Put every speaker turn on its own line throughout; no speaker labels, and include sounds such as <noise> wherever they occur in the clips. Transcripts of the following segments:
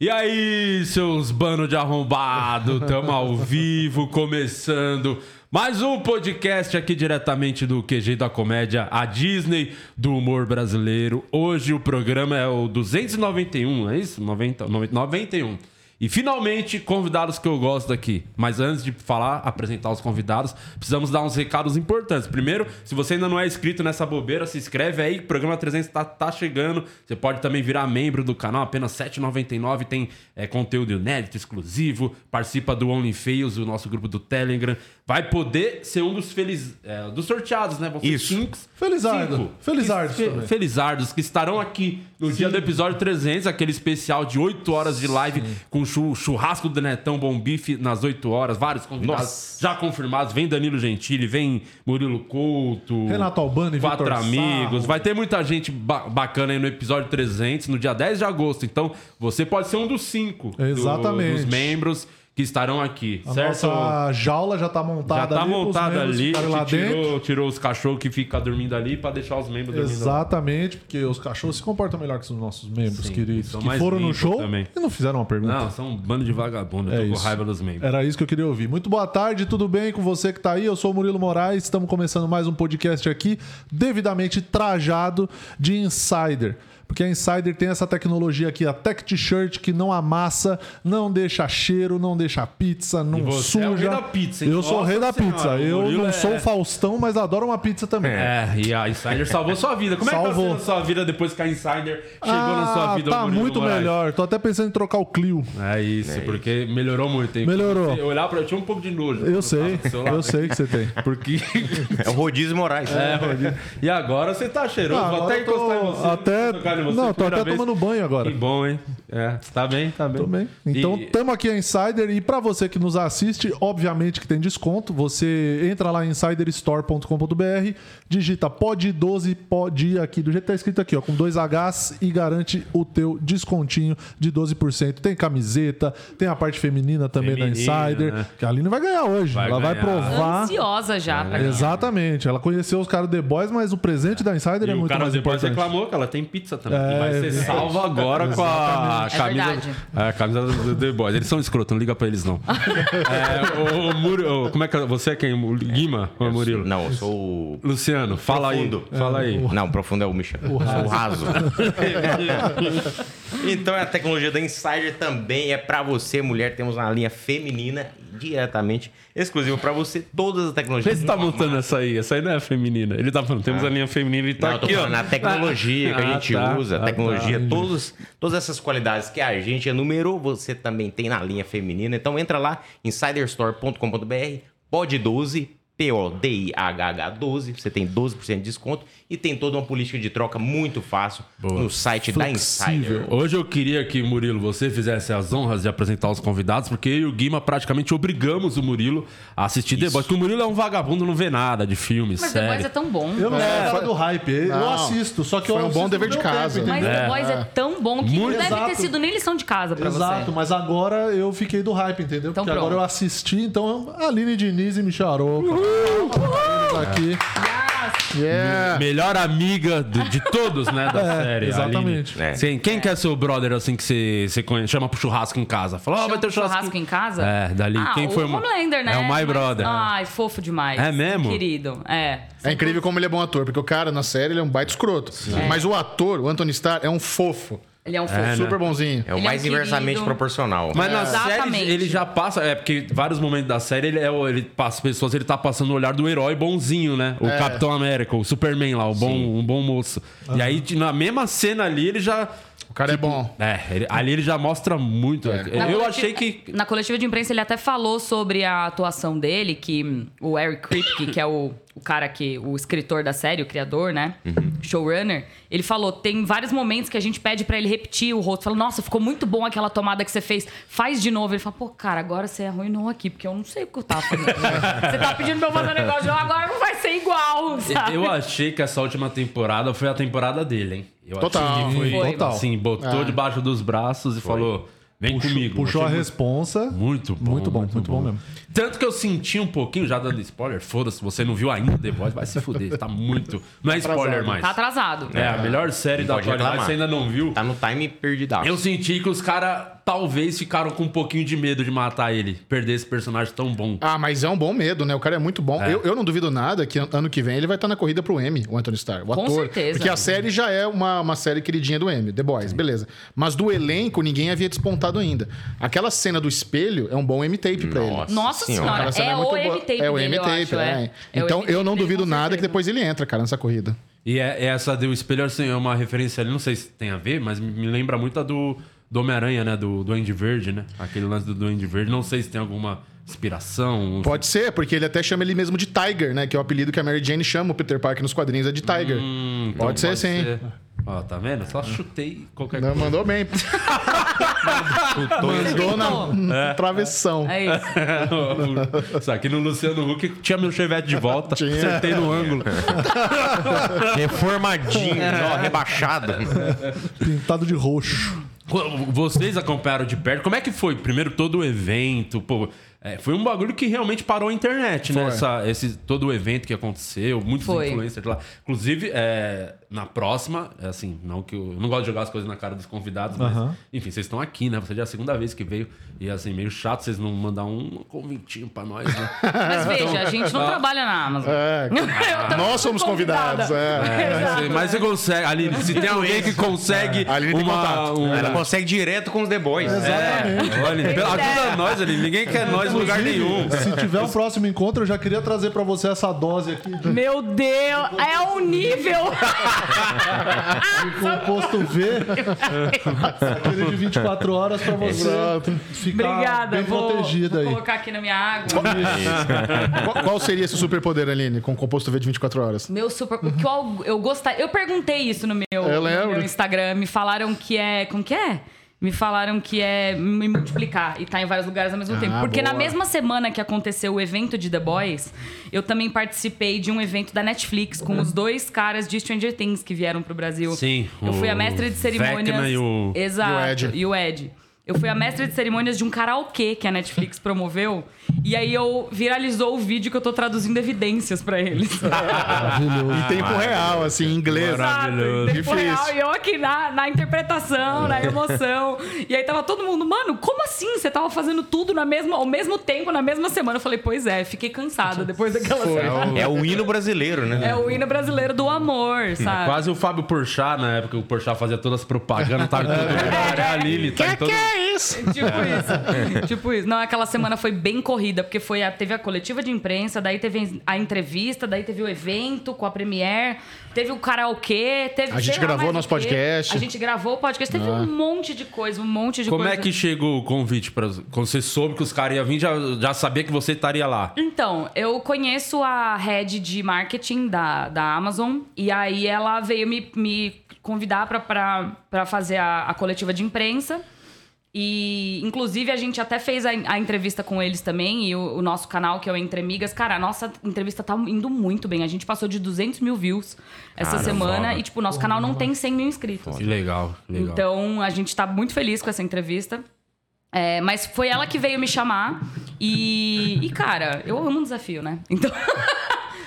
E aí, seus bando de arrombado, tamo ao vivo, começando mais um podcast aqui diretamente do QG da Comédia, a Disney do humor brasileiro. Hoje o programa é o 291, é isso? 90, 90 91. E um. finalmente, convidados que eu gosto aqui. Mas antes de falar, apresentar os convidados, precisamos dar uns recados importantes. Primeiro, se você ainda não é inscrito nessa bobeira, se inscreve aí, o programa 300 tá, tá chegando. Você pode também virar membro do canal, apenas R$ 7,99. Tem é, conteúdo inédito, exclusivo. Participa do Only Fails, o nosso grupo do Telegram. Vai poder ser um dos, feliz, é, dos sorteados, né? Vão ser
Isso.
cinco-
Felizardo.
cinco.
Felizardo
Fe-
também.
Felizardos que estarão aqui no dia do episódio 300, aquele especial de 8 horas de live com chu- churrasco do Netão Bom Bife nas 8 horas. Vários convidados já confirmados. Vem Danilo Gentili, vem Murilo Couto.
Renato Albano e
Quatro
Vitor
amigos.
Sarro.
Vai ter muita gente ba- bacana aí no episódio 300, no dia 10 de agosto. Então, você pode ser um dos cinco do-
Exatamente.
dos membros que estarão aqui,
A
certo?
nossa jaula já tá montada
Já tá
ali. pros
montada
membros
ali,
ficarem lá dentro.
tirou, tirou os cachorros que ficam dormindo ali pra deixar os membros dormindo lá.
Exatamente, porque os cachorros se comportam melhor que os nossos membros
Sim,
queridos.
são
Que
mais
foram no
limpos
show
também.
e não fizeram uma pergunta.
Não, são um bando de vagabundo. eu
É
tô
isso.
com raiva dos membros.
Era isso que eu queria ouvir. Muito boa tarde, tudo bem com você que tá aí? Eu sou o Murilo Moraes, estamos começando mais um podcast aqui, devidamente trajado de Insider. Porque a Insider tem essa tecnologia aqui, a Tech T-shirt, que não amassa, não deixa cheiro, não deixa pizza, não
você
suja.
é o rei da pizza, hein?
Eu sou o rei da
Nossa
pizza.
Senhora, o
eu
Murilo
não
é-
sou o Faustão, mas adoro uma pizza também.
É, e a Insider salvou sua vida. Como é que tá
Salvou.
sendo a sua vida depois que a Insider chegou na
Ah,
sua vida?
tá
Murilo
muito
Moraes?
melhor. Tô até pensando em trocar o Clio.
É isso, porque melhorou muito, hein?
Melhorou.
Eu olhar pra eu tinha um pouco de nojo.
Eu sei, eu sei que você tem.
<laughs> Porque.
<laughs> É o Rodízio Moraes.
É, Rodrigo. e agora você tá cheiroso.
Ah,
Vou
agora
até
eu tô-
encostar em você.
até-
tocar em você
não, tô
primeira
até
vez.
tomando banho agora.
Que bom, hein? É, tá bem, tá bem.
Tô bem. Então,
E-
tamo aqui a Insider e pra você que nos assiste, obviamente que tem desconto. Você entra lá em insiderstore.com.br, digita pod 12 pod aqui do jeito que tá escrito aqui, ó, com dois Hs e garante o teu descontinho de 12%. Tem camiseta, tem a parte feminina também da
Feminina,
Insider,
né?
que a Aline vai ganhar hoje.
Vai
Ela vai
ganhar.
provar.
ansiosa
É.
já. pra-
Exatamente. Ela conheceu os caras do The Boys, mas o presente da Insider é
E o
muito
cara
mais
depois
importante.
reclamou que ela tem pizza também.
É,
e vai ser
é
salva agora com a
É
camisa,
verdade.
a camisa do The Boys. Eles são escroto, não liga pra
<laughs>
eles não. é, o, Murilo, como é que é? você é quem? O Guima ou é Murilo?
Não, eu sou o.
Luciano, fala
Profundo.
aí. Fala aí.
Não, o profundo é o Michel. Eu sou o raso. <laughs> então a tecnologia da Insider também é pra você, mulher. Temos uma linha feminina diretamente exclusiva pra você. Todas as
Vê
tecnologias.
se tá montando essa aí. Essa aí não é feminina. Ele tá falando, temos a linha feminina e tá
Ah. Não, eu tô
aqui, ó.
falando na tecnologia que a
Ah,
gente
tá,
usa,
ah,
a
tá.
tecnologia, todos, todas essas qualidades que a gente enumerou, você também tem na linha feminina. Então entra lá, insiderstore.com.br, pode 12, P-O-D-I-H-H-12, você tem 12% de desconto e tem toda uma política de troca muito fácil no site da Insider.
Hoje eu queria que, Murilo, você fizesse as honras de apresentar os convidados, porque eu e o Guima praticamente obrigamos o Murilo a assistir The Boys. Porque o Murilo é um vagabundo, não vê nada de filmes,
Mas The Boys
série.
é tão bom.
Eu não sou
É,
o cara do hype. Eu
Não.
assisto, só que eu
Foi um bom
assisto
dever
no
de
meu tempo,
casa.
entendeu?
Mas
É.
The Boys é tão bom que
Muito.
não deve ter
Exato.
sido nem lição de casa pra
Exato,
você.
mas agora eu fiquei do hype, entendeu?
Então
Porque
pronto.
agora eu assisti, então Aline Diniz e Michel Arouca. Palmas pra eles aqui.
É.
Yeah.
Melhor amiga do- de todos, né, da
<laughs> É,
série.
exatamente.
Aline. É. Sim,
É.
quem quer ser o brother assim que você você conhece? Chama pro churrasco em casa. Fala, ó, vai ter um churrasco.
churrasco em casa?
É, dali.
Ah,
quem
o
foi o-
Homelander, né?
É o My
Mas-
Brother.
Ai, fofo demais.
É mesmo?
Querido, é.
É incrível como ele é bom ator, porque o cara na série ele é um baita escroto. Mas o ator, o Anthony Starr, é um fofo.
Ele é um fofo.
super bonzinho.
É o
Ele é
mais
um
inversamente
querido.
proporcional.
Mas na série
Exatamente.
ele já passa. É, porque vários momentos da série ele, é, o- ele passa, as pessoas ele tá passando o olhar do herói bonzinho, né?
É.
O Capitão América, o Superman lá, o bom, um bom moço. E aí, de- na mesma cena ali, ele já.
O cara é bom.
É, ele- ali ele já mostra muito.
É.
Na
Eu
coletiva-
achei que.
Na coletiva de imprensa, ele até falou sobre a atuação dele, que hum, o Eric Kripke, que é o, o cara que... O escritor da série, o criador, né?
Uhum.
Showrunner. Ele falou, tem vários momentos que a gente pede pra ele repetir o rosto. Fala, nossa, ficou muito bom aquela tomada que você fez. Faz de novo. Ele fala, pô, cara, agora você é arruinou aqui, porque eu não sei o que eu tava fazendo.
<laughs>
você tá pedindo pra eu fazer um negócio de novo, agora não vai ser igual, sabe?
Eu achei que essa última temporada foi a temporada dele, hein? Eu
Total.
Achei que foi,
Foi.
Total. É.
Assim, botou debaixo dos braços e falou: vem comigo.
Puxou a
Achei
responsa.
Muito bom.
Muito é bom, muito bom mesmo.
Tanto que eu senti um pouquinho, já dando spoiler, foda-se, você não viu ainda The Boys, vai se fuder, tá muito. Não é spoiler mais.
Tá atrasado.
É, a melhor série
Não
da
pode
atualidade,
reclamar.
você ainda não viu.
Tá no time perdidaço.
Eu senti que os caras talvez ficaram com um pouquinho de medo de matar ele. Perder esse personagem tão bom.
Ah, mas é um bom medo, né? O cara é muito bom. Eu, eu não duvido nada que an- ano que vem ele vai estar na corrida pro M, o Anthony Starr. O
Com
ator.
certeza.
Porque a série já é uma, uma série queridinha do M, The Boys, beleza. Mas do elenco, ninguém havia despontado ainda. Aquela cena do espelho é um bom M-tape pra ele.
Nossa
Aquela
senhora,
cena
é o
muito boa.
M-Tape
É o
dele, eu acho,
M-tape,
é.
é.
É o
Então
M-tape
eu não
dele,
duvido
com
nada que
certeza.
depois ele entra, cara, nessa corrida.
E é- essa do espelho, assim, é uma referência ali, não sei se tem a ver, mas me lembra muito a do, do Homem-Aranha, né? Do Duende Verde, né? Aquele lance do Duende Verde. Não sei se tem alguma inspiração.
Pode ser, porque ele até chama ele mesmo de Tiger, né? Que é o apelido que a Mary Jane chama o Peter Parker nos quadrinhos, é de Tiger.
Hum, então
pode ser, sim.
Ó, tá vendo? Só chutei qualquer
Não,
coisa.
mandou bem. mandou <laughs> na travessão.
É isso.
<laughs> Isso aqui no Luciano Huck tinha meu chevette de volta,
Tinha.
acertei no ângulo. <laughs>
Reformadinho, ó, rebaixado.
Pintado de roxo.
Vocês acompanharam de perto. Como é que foi? Primeiro, todo o evento. pô, é, foi um bagulho que realmente parou a internet, né? Essa- esse, todo o evento que aconteceu, muitos
Foi.
influencers lá. Inclusive, é, na próxima, é assim, não que eu, eu não gosto de jogar as coisas na cara dos convidados, mas, enfim, vocês estão aqui, né? Você já é a segunda vez que veio. E assim, meio chato vocês não mandar um convitinho pra nós, né?
É.
Mas veja, a gente não trabalha na Amazon.
É,
<laughs> Eu também
nós
fui
somos
convidada.
convidados. É.
Mas você- Mas você consegue. Aline, se tem alguém que consegue.
A Aline tem
uma,
contato.
um-
Ela consegue direto com os The Boys.
É, Aline, pelo- ajuda nós, Aline. Ninguém quer nós em lugar nenhum.
Se tiver um próximo encontro, eu já queria trazer pra você essa dose aqui de
Meu Deus, é o nível.
Tá composto V. aquele de 24 horas pra você ficar
Obrigada,
bem
vou,
protegida
vou
aí.
colocar aqui na minha água.
Qual, qual seria esse superpoder, Aline, com composto V de 24 horas?
Meu super. O que eu, eu gostaria. Eu perguntei isso no meu, no
lembro.
meu Instagram. Me falaram que é. Como que é? Me falaram que é me multiplicar e tá em vários lugares ao mesmo tempo. Porque na
Ah, boa.
mesma semana que aconteceu o evento de The Boys, eu também participei de um evento da Netflix com os dois caras de Stranger Things que vieram pro Brasil.
Sim,
Eu fui a
o
mestre de cerimônias.
Vecna e o-
Exato.
E o Ed.
E o Ed. Eu fui a mestra de cerimônias de um karaokê que a Netflix promoveu. E aí eu viralizou o vídeo que eu tô traduzindo evidências pra eles.
Em tempo real, assim, em inglês.
Maravilhoso.
Ah. Exato. Tempo real,
Difícil.
e eu aqui na, na interpretação, na emoção. E aí tava todo mundo, mano, como assim? Você tava fazendo tudo na mesma, ao mesmo tempo, na mesma semana? Eu falei, pois é, fiquei cansada depois daquela semana.
É o hino brasileiro, né?
É o hino brasileiro do amor, sabe?
Quase o Fábio Porchat, na época, o Porchat fazia todas as propagandas, tá em todo lugar. É a Lili, tá em todo
Tipo isso. tipo isso. Não, aquela semana foi bem corrida, porque foi a, teve a coletiva de imprensa, daí teve a entrevista, daí teve o evento com a Premiere, teve o karaokê, teve.
A gente
sei lá
gravou
mais
nosso
o quê.
podcast.
A gente gravou o podcast, teve um monte de coisa, um monte de
Como
coisa.
é que chegou o convite? Pra... Quando você soube que os caras iam vir, já, já sabia que você estaria lá.
Então, eu conheço a head de marketing da, da Amazon e aí ela veio me, me convidar pra- pra pra fazer a, a coletiva de imprensa. E, inclusive, a gente até fez a, a entrevista com eles também e o, o nosso canal, que é o Entre Amigas. Cara, a nossa entrevista tá indo muito bem. A gente passou de 200 mil views essa
Cara,
semana
foda.
e, tipo, o nosso canal não tem 100 mil inscritos.
Que legal, que legal.
Então, a gente tá muito feliz com essa entrevista. É, mas foi ela que veio me chamar. E, e, cara, eu amo um desafio, né? Então. <laughs>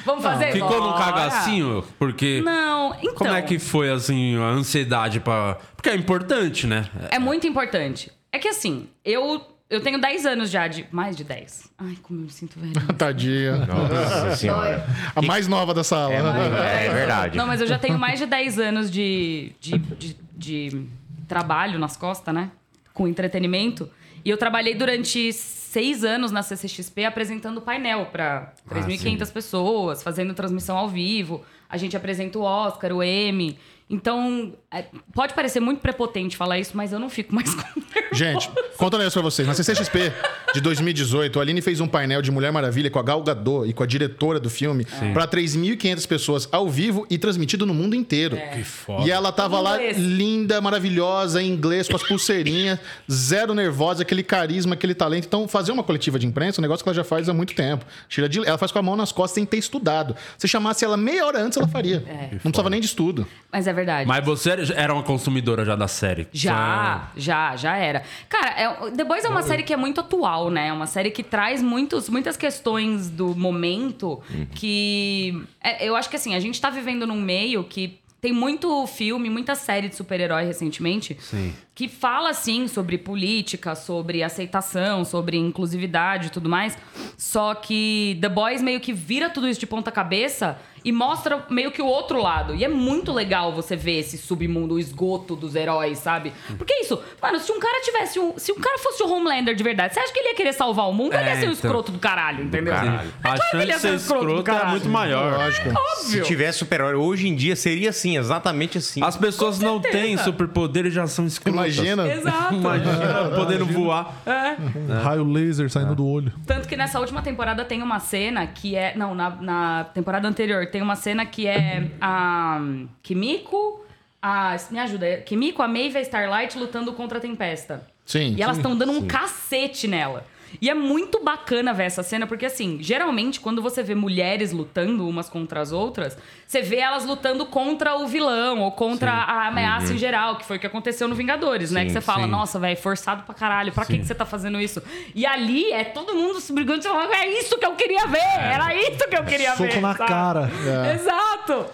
vamos fazer?
Ficou num
Bora.
cagacinho? Porque.
Não, então.
Como é que foi, assim, a ansiedade pra. Porque é importante, né?
É muito importante. É que assim, eu, eu tenho 10 anos já, de mais de 10. Ai, como eu me sinto velha.
Tadinha.
Nossa senhora.
A mais nova da sala. né?
É verdade.
Não, mas eu já tenho mais de 10 anos de, de, de- de trabalho nas costas, né? Com entretenimento. E eu trabalhei durante seis anos na CCXP apresentando painel para 3.500 pessoas, fazendo transmissão ao vivo. A gente apresenta o Oscar, o Emmy. Então, é, pode parecer muito prepotente falar isso, mas eu não fico mais <laughs> com nervoso.
Gente, conta um negócio pra vocês. Na CCXP de 2018, a Aline fez um painel de Mulher Maravilha com a Gal Gadot e com a diretora do filme pra 3.500 pessoas ao vivo e transmitido no mundo inteiro. Que
É. foda.
E ela tava lá
Inglês.
linda, maravilhosa, em inglês, com as pulseirinhas, zero nervosa, aquele carisma, aquele talento. Então, fazer uma coletiva de imprensa é um negócio que ela já faz há muito tempo. Tira de- Ela faz com a mão nas costas sem ter estudado. Se chamasse ela meia hora antes, ela faria. Não precisava nem de estudo.
Mas é verdade.
Mas você era uma consumidora já da série. Então,
Já, já, já era. Cara, é, The Boys é uma série que é muito atual, né? É uma série que traz muitos, muitas questões do momento que. é, eu acho que assim, a gente tá vivendo num meio que Tem muito filme, muita série de super-herói recentemente
Sim.
que fala assim sobre política, sobre aceitação, sobre inclusividade e tudo mais. Só que The Boys meio que vira tudo isso de ponta cabeça e mostra meio que o outro lado. E é muito legal você ver esse submundo, o esgoto dos heróis, sabe? Porque é isso, mano, se um cara tivesse um, se um cara fosse o Homelander de verdade, você acha que ele ia querer salvar o mundo?
É,
ele ia ser um
então.
escroto do caralho, entendeu?
Caralho.
É
A
claro que
chance
ele
de
ia ser
ser
escroto do
escroto é
caralho.
muito maior.
Lógico.
Se
Óbvio.
tivesse super-herói hoje em dia, seria assim, exatamente assim.
As pessoas não têm superpoder e já são escrotas.
Imagina.
<laughs>
Exato.
Imagina podendo voar.
É.
Um raio laser saindo do olho.
Tanto que nessa última temporada tem uma cena que é. Não, na, na temporada anterior tem uma cena que é a Kimiko. A, me ajuda. é Kimiko, a Maeve e a Starlight lutando contra a Tempesta.
Sim.
E elas estão dando um cacete nela. E é muito bacana ver essa cena, porque assim, geralmente quando você vê mulheres lutando umas contra as outras, você vê elas lutando contra o vilão ou contra a ameaça em geral, que foi o que aconteceu no Vingadores, né? Que você fala,
sim.
nossa, velho, forçado pra caralho, pra que, que você tá fazendo isso? E ali é todo mundo se brigando, você fala, é isso que eu queria ver, era isso que eu queria ver. tá?
Soco na
sabe?
cara.
Exato!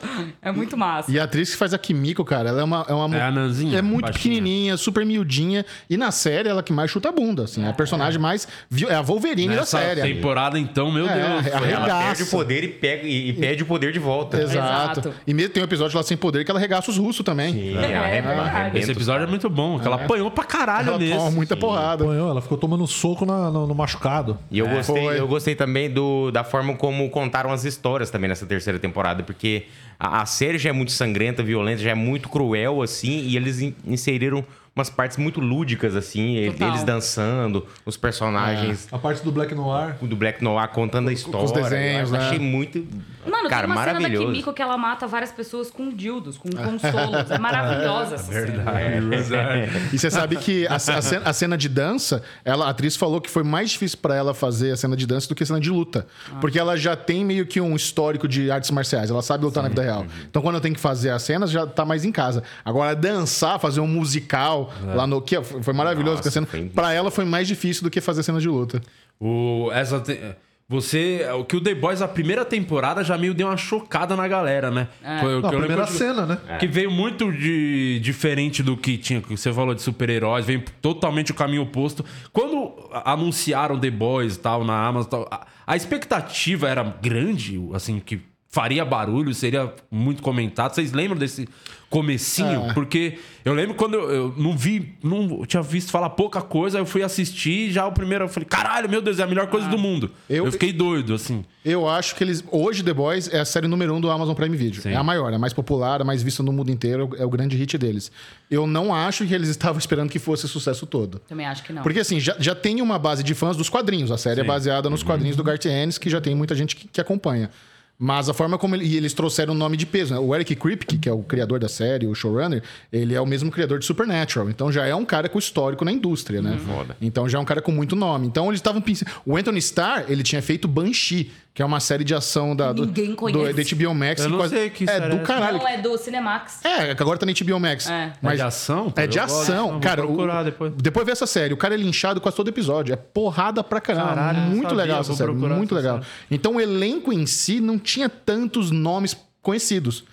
É muito massa.
E a atriz que faz a Kimiko, cara, ela é uma. É, uma,
É a Nanzinha,
é muito
baixinha.
pequenininha, super miudinha. E na série, ela que mais chuta a bunda, assim. É a personagem mais. vi- É a Wolverine da
Nessa
série.
temporada, então, meu
É,
Deus.
é a
foi-
real-
Ela perde
arregaça.
o poder e, pega, e, e pede o poder de volta.
Exato.
Exato.
E mesmo tem um episódio lá sem poder que ela regaça os russos também.
E
É,
arre-
é verdade.
arrebenta
Esse episódio é muito bom, que ela apanhou pra caralho
Ela toma
nesse.
muita porrada.
Apanhou, ela ficou tomando soco na- no, no machucado.
E eu, gostei,
É, Foi.
eu gostei também do, da forma como contaram as histórias também nessa terceira temporada, porque a, a série já é muito sangrenta, violenta, já é muito cruel, assim, e eles in- inseriram umas partes muito lúdicas, assim, e-
Total.
eles dançando, os personagens
A parte do Black Noir.
É.
do Black Noir contando a história. eu acho-
desenhos, né?
Achei muito.
Mano,
cara,
tem uma cena da
maravilhoso.
Kimiko que ela mata várias pessoas com dildos, com consolos. É maravilhosa essa cena.
Verdade.
E você sabe que a, a cena, a cena de dança, ela, a atriz falou que foi mais difícil pra ela fazer a cena de dança do que a cena de luta. Porque ela já tem meio que um histórico de artes marciais, ela sabe lutar na vida real. Então quando eu tenho que fazer as cenas, já tá mais em casa. Agora, dançar, fazer um musical lá no que foi foi maravilhoso
É. Nossa,
que a cena.
foi-
Pra ela foi mais difícil do que fazer a cena de luta.
O, essa te- Você. O que o The Boys, a primeira temporada, já meio deu uma chocada na galera, né?
É.
Foi o
Não, a
que eu lembro
primeira
de-
cena, né?
Que veio muito de diferente do que tinha, que você falou de super-heróis, veio totalmente o caminho oposto. Quando anunciaram The Boys e tal na Amazon, e tal, a, a expectativa era grande, assim, que faria barulho, seria muito comentado. Vocês lembram desse comecinho?
É.
Porque eu lembro quando eu, eu não vi, não eu tinha visto falar pouca coisa, eu fui assistir e já o primeiro eu falei, caralho, meu Deus, é a melhor coisa do mundo. Eu,
Ah. Eu-
fiquei doido, assim.
Eu acho que eles. Hoje, The Boys é a série número um do Amazon Prime Video. É a maior, é a mais popular, a mais vista no mundo inteiro, é o grande hit deles. Eu não acho que eles estavam <laughs> esperando que fosse sucesso todo.
Também acho que não.
Porque assim, já, já tem uma base de fãs dos quadrinhos. A série é baseada
Uhum.
nos quadrinhos do Garth Ennis, que já tem muita gente que, que acompanha. Mas a forma como ele- e eles trouxeram o nome de peso, né? O Eric Kripke, que é o criador da série, o showrunner, ele é o mesmo criador de Supernatural. Então já é um cara com histórico na indústria, né?
Uhum.
Foda.
Então já é um cara com muito nome. Então eles estavam pensando. O Anthony Starr, ele tinha feito Banshee, que é uma série de ação da. do-
Ninguém
do-
conhece.
da HBO Max.
Eu não
quase-
sei que
É
série é
do
essa.
caralho.
Não, é do Cinemax.
É, que agora tá na HBO Max.
É.
É de ação? Pô,
É de
eu gosto.
ação.
Vou
cara, o-
procurar depois.
depois vê essa série. O cara é linchado quase todo episódio. É porrada pra caramba.
Caralho, eu
muito
sabia,
legal essa
vou
série.
procurar
Muito
essa
legal. Então o elenco em si não tinha tantos nomes conhecidos.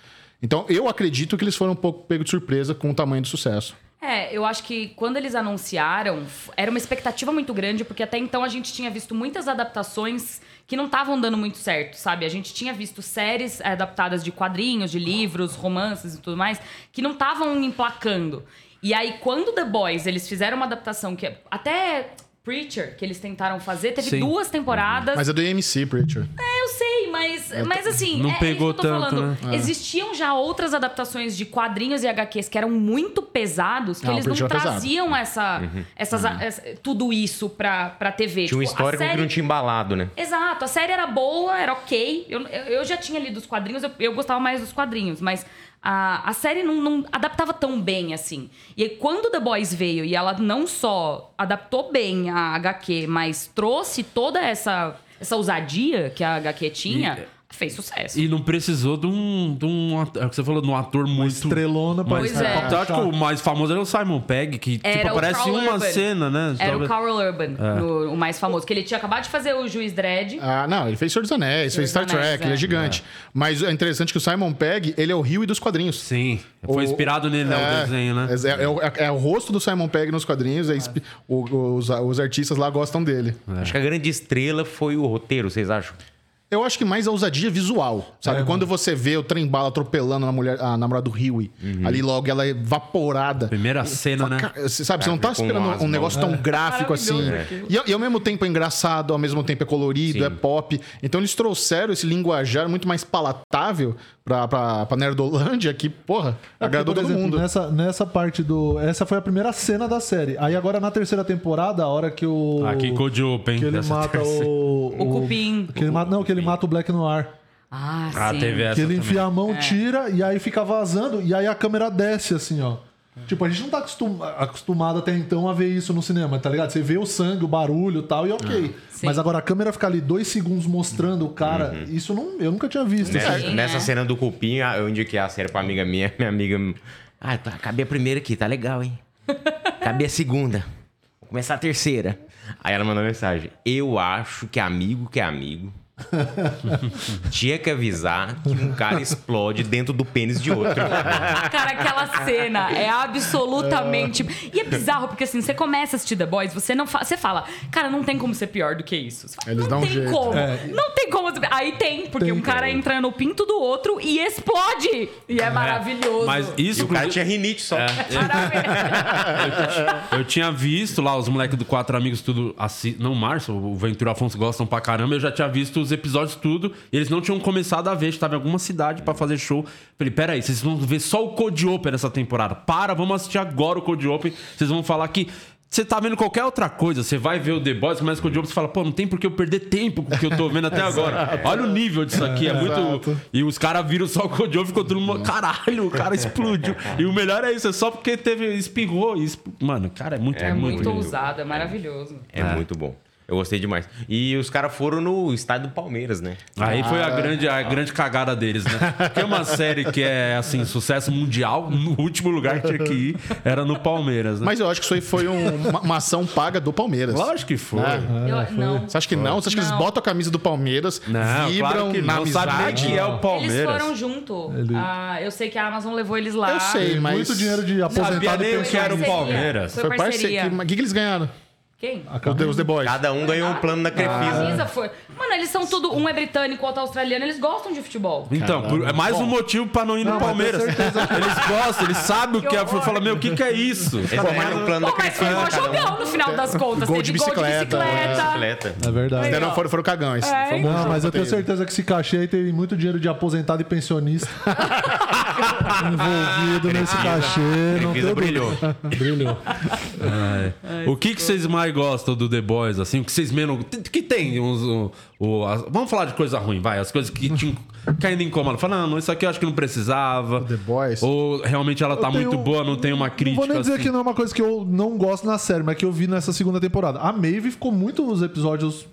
Então eu acredito que eles foram um pouco pego de surpresa com o tamanho do sucesso.
É, eu acho que quando eles anunciaram, f- era uma expectativa muito grande, porque até então a gente tinha visto muitas adaptações que não estavam dando muito certo, sabe? A gente tinha visto séries eh, adaptadas de quadrinhos, de livros, romances e tudo mais, que não estavam emplacando. E aí, quando The Boys, eles fizeram uma adaptação que é até Preacher, que eles tentaram fazer, teve
Sim.
duas temporadas.
Mas é do AMC, Preacher.
Eu sei, mas, mas assim,
Não
é,
pegou
é isso que eu tô
tanto,
falando. Existiam já outras adaptações de quadrinhos e HQs que eram muito pesados, que
Ah, o
eles não
Preacher era pesado.
traziam essa, essas, essa- tudo isso pra, pra TV.
Tinha um
Tipo, a
histórico que
série-
não tinha embalado, né?
Exato, a série era boa, era ok. Eu, eu eu já tinha lido os quadrinhos, eu, eu gostava mais dos quadrinhos, mas a, a série não, não adaptava tão bem assim. E aí, quando The Boys veio e ela não só adaptou bem a HQ, mas trouxe toda essa, essa ousadia que a HQ tinha. fez sucesso.
é, E não precisou de um. De um ator, é o que você falou, de um ator muito.
Estrelona pra
Pois
Mas,
é.
Tá,
eu acho que o mais famoso era o Simon Pegg, que
Era
tipo,
o
aparece em
Carl
uma
Urban.
cena, né?
Era o
Talvez-
Carl Urban,
É.
no- o mais famoso, que ele tinha acabado de fazer o Juiz Dredd.
Ah, não, ele fez Senhor dos Anéis, fez Star
Senhor dos Anéis,
Trek,
é.
ele é gigante. Mas é interessante que o Simon Pegg, ele é o Rio e dos quadrinhos.
Sim. Foi inspirado nele, né? O desenho, né?
É, é- é o- é o rosto do Simon Pegg nos quadrinhos, é inspi- o- os, os artistas lá gostam dele.
Acho que a grande estrela foi o roteiro, vocês acham?
Eu acho que mais a ousadia visual, sabe? Quando você vê o trem bala atropelando a, mulher, a namorada do Huey, ali logo ela é evaporada.
Primeira cena, né?
Ca- Você sabe, você não tá
com
esperando
as
um
mãos.
negócio tão gráfico assim.
Maravilhoso aquilo.
E, ao- e ao mesmo tempo é engraçado, ao mesmo tempo é colorido,
Sim.
é pop. Então eles trouxeram esse linguajar muito mais palatável pra, pra, pra Nerdolândia que, porra,
É, porque,
agradou
por
todo
exemplo,
mundo.
Nessa, nessa parte do. Essa foi a primeira cena da série. Aí agora na terceira temporada, a hora que o.
Ah, que Code Open.
que ele
dessa
mata
terceira.
o.
O Cupim.
que ele mata, não, que ele mata o Black Noir.
Ah,
Ah,
sim.
teve essa.
que ele
também.
enfia a mão,
É.
tira, e aí fica vazando, e aí a câmera desce, assim, ó. Tipo, a gente não tá acostum- acostumado até então a ver isso no cinema, tá ligado? Você vê o sangue, o barulho e tal, e ok.
Ah, Sim.
Mas agora a câmera fica ali dois segundos mostrando o cara, isso não, eu nunca tinha visto.
Nessa,
assim.
nessa
é.
cena do cupim, ah, eu indiquei a série pra amiga minha. Minha amiga. Ah, tá, acabei a primeira aqui, tá
<laughs>
legal, hein? Acabei a segunda. Vou começar a terceira. Aí ela mandou mensagem. Eu acho que amigo que é amigo. Tinha que avisar que um cara explode dentro do pênis de outro.
Cara, aquela cena
<laughs>
é absolutamente. E é bizarro, porque assim, você começa a assistir The Boys, você não fa... você fala, cara, não tem como ser pior do que isso. Você fala,
Eles
não
dão um
tem
jeito.
como.
É.
Não tem como. ser- Aí tem, porque
Tem
um cara
como.
entra no pinto do outro e explode. E é, maravilhoso.
Mas
E
isso,
o cara tinha rinite só.
Maravilhoso.
Eu tinha visto lá os moleques do Quatro Amigos, tudo assim. Não, Márcio, o Ventura e o Afonso gostam pra caramba. Eu já tinha visto os episódios tudo. E eles não tinham começado a ver. Estava em alguma cidade pra fazer show. Falei, peraí, vocês vão ver só o Code Open essa temporada. Para, vamos assistir agora o Code Open. Vocês vão falar que. Você tá vendo qualquer outra coisa, você vai ver o The Boys, mas o Code Open você fala, pô, não tem por que eu perder tempo com o que eu tô vendo
<laughs>
até agora. Olha o nível disso aqui, é muito. E os caras viram só o Code Open e ficou todo mundo. Caralho, o cara explodiu. E o melhor é isso, é só porque teve. espirrou. E exp- Mano, cara, é muito.
É muito
lindo.
ousado, é maravilhoso.
É muito bom. Eu gostei demais. E os caras foram no estádio do Palmeiras, né?
Aí foi
Ah.
a grande, a grande cagada deles, né? Porque uma série que é, assim, sucesso mundial, no último lugar que tinha que ir era no Palmeiras, né?
Mas eu acho que isso aí foi um- uma, uma ação paga do Palmeiras.
Lógico que foi.
Ah,
Eu- não.
Você acha que não? Você acha que eles
Não.
botam a camisa do Palmeiras,
Não,
vibram
claro que
na
não.
amizade? né?
Sabe nem que é o Palmeiras.
Eles foram junto. Ah, eu sei que a Amazon levou eles lá.
Eu sei, mas...
Muito dinheiro de
Sabia
aposentado e
nem o que
pensionista.
era o
Parceria.
Palmeiras.
Foi
Foi parceria.
parceria.
O que, que eles ganharam?
Quem?
Meu Deus, The Boys.
Cada um ganhou um plano da Crefisa.
Camisa foi. Mano, eles são tudo. Um é britânico, outro é australiano, eles gostam de futebol.
Então, por- é mais um motivo pra não ir no
Não, mas
Palmeiras.
tenho
<laughs> Eles gostam, eles sabem o que é.
horror.
Fala, meu, o que, que é isso?
Eles ganharam um plano
Pô,
da
mas foi
Crefisa.
um
cada um.
jogão no final das contas.
Gol
Teve
de bicicleta,
gol de bicicleta.
Bicicleta.
É verdade.
Não, foram, foram cagões.
É,
Foi um bom
Não,
jogo
mas eu
pra
tenho
ter.
certeza que esse cachê aí teve muito dinheiro de aposentado e <laughs> pensionista envolvido nesse cachê. Não
Crefisa
tenho
brilhou.
dúvida. brilhou.
O que, que vocês mais gostam do The Boys, assim? O que vocês menos. tem- Que tem uns. o- o- as- Vamos falar de coisa ruim, vai. As coisas que, te, in- que ainda incomodam. Fala, não, isso aqui eu acho que não precisava.
The Boys?
Ou realmente ela tá
Eu tenho-
muito boa, não tem uma
Não
crítica.
vou nem dizer
assim.
que não é uma coisa que eu não gosto na série, mas que eu vi nessa segunda temporada. A Maeve ficou muito nos episódios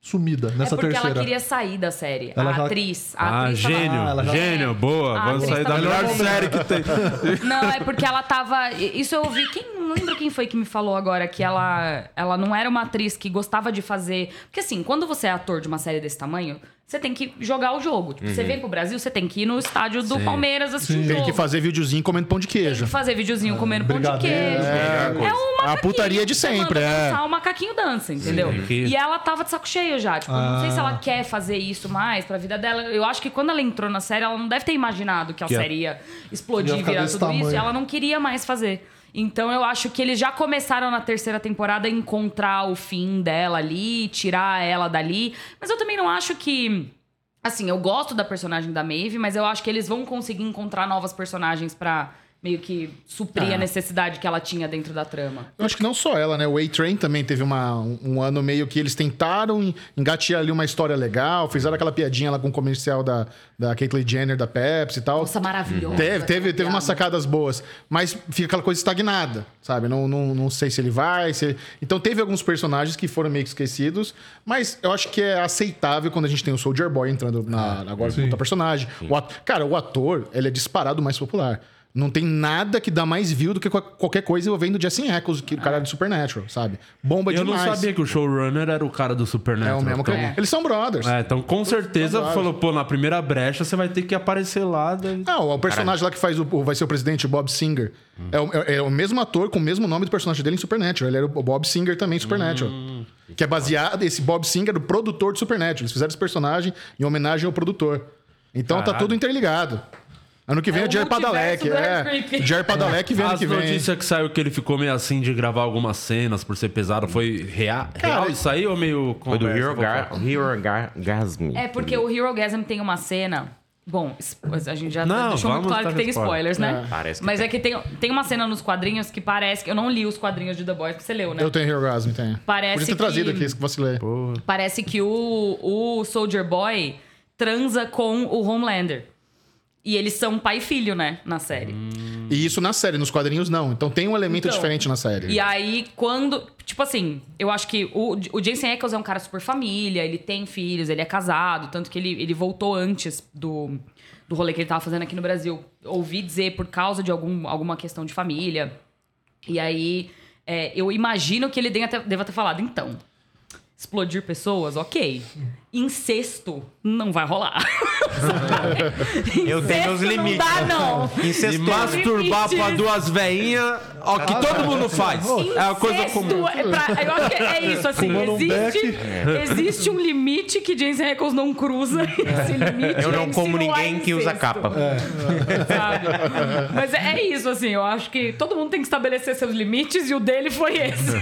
sumida
É
nessa
porque
terceira.
ela queria sair da série.
Ela
a
já-
atriz. A
Ah,
atriz tava-
gênio,
Ah, ela já-
gênio, boa.
Ah,
Vamos
atriz
sair da
tava-
melhor
Melhor
série que tem.
Não, é porque ela tava. Isso eu ouvi. Quem não lembro quem foi que me falou agora que ela, ela não era uma atriz que gostava de fazer. Porque assim, quando você é ator de uma série desse tamanho, você tem que jogar o jogo. Tipo, Você vem pro Brasil, você tem que ir no estádio do Palmeiras assistir o jogo.
Tem que fazer videozinho comendo pão de
Tem
queijo.
que fazer videozinho comendo pão de queijo.
brigadeiro,
É,
melhor coisa.
um
A
macaquinho
putaria de
que você manda
sempre, é.
dançar, O macaquinho dança, entendeu?
Sim.
E ela tava de saco cheio já. Tipo, não sei se
Ah.
ela quer fazer isso mais pra vida dela. Eu acho que quando ela entrou na série, ela não deve ter imaginado que a
Que a-
série ia explodir
Ia
e
ficar
virar
desse
tudo
tamanho.
isso. E ela não queria mais fazer. Então eu acho que eles já começaram na terceira temporada a encontrar o fim dela ali, tirar ela dali. Mas eu também não acho que. Assim, eu gosto da personagem da Maeve, mas eu acho que eles vão conseguir encontrar novas personagens pra meio que suprir a necessidade que ela tinha dentro da trama.
Eu acho que não só ela, né? O A-Train também teve uma, um, um ano meio que eles tentaram en- engatear ali uma história legal, fizeram aquela piadinha lá com o comercial da, da Caitlyn Jenner, da Pepsi e tal.
Nossa, maravilhosa.
Teve, teve,
aquela
teve umas
piada.
sacadas boas, mas fica aquela coisa estagnada, sabe? Não, não, não sei se ele vai. se ele- Então teve alguns personagens que foram meio que esquecidos, mas eu acho que é aceitável quando a gente tem o Soldier Boy entrando na,
É.
agora com outra personagem. O at- Cara, o ator, ele é disparado mais popular. Não tem nada que dá mais view do que qua- qualquer coisa envolvendo Jesse Ackles, que o cara é do Supernatural, sabe? Bomba
Eu não
demais.
sabia que o showrunner era o cara do
É
Supernatural.
o mesmo
então,
cara. Eles são brothers.
é, então com certeza falou, pô, na primeira brecha você vai ter que aparecer lá. daí-
Não, Ah, o personagem lá que faz o, o- vai ser o presidente, o Bob Singer. É, o, é- é o mesmo ator com o mesmo nome do personagem dele em Supernatural. Ele era o Bob Singer também em Supernatural.
Hum.
Que é baseado. Esse Bob Singer era o produtor de Supernatural. Eles fizeram esse personagem em homenagem ao produtor. Então tá
Caralho.
tudo interligado. Ano que vem
É
é o
o
Jerry Padalec.
multiverso do
É.
Harry Creek.
Jerry Padalec vem ano
As
que vem.
notícias que saiu que ele ficou meio assim de gravar algumas cenas por ser pesado, foi rea- real isso aí ou meio...
Foi do
conversa,
Hero Gar-
fofoca?
Hero Gar- Gasm.
É, porque o Hero Gasm tem uma cena. Bom, es- a gente já
Não,
deixou
vamos
muito claro
dar
que tem
spoiler.
spoilers, né?
É. Parece que
Mas é que tem, tem uma cena nos quadrinhos que parece que. Eu não li os quadrinhos de The Boys, porque você leu, né?
Eu tenho Hero Gasm, tenho.
Parece
Podia ter
que-
trazido aqui, vacilei.
Parece que o, o Soldier Boy transa com o Homelander. E eles são pai e filho, né? Na série.
E isso na série, nos quadrinhos não. Então tem um elemento
Então,
diferente na série.
E aí, quando. Tipo assim, eu acho que o, o Jensen Ackles é um cara super família, ele tem filhos, ele é casado, tanto que ele, ele voltou antes do, do rolê que ele tava fazendo aqui no Brasil. Ouvi dizer por causa de algum, alguma questão de família. E aí, é, eu imagino que ele deva ter, deva ter falado, então. Explodir pessoas, ok. Incesto não vai rolar.
<laughs>
<laughs>
Eu tenho os
Incesto
limites.
Não dá,
<laughs>
não.
E
Incestuoso.
masturbar
Limites.
pra duas veinhas, ó, que todo mundo faz. É a coisa
Incesto
comum.
é pra- eu acho que é isso, assim.
Fumando um
Existe,
beck. É.
existe um limite que James Ackles não cruza. Esse limite
Eu
é
não como
insinuar
ninguém que usa
incesto,
capa.
sabe? Mas é, é isso, assim. Eu acho que todo mundo tem que estabelecer seus limites e o dele foi esse.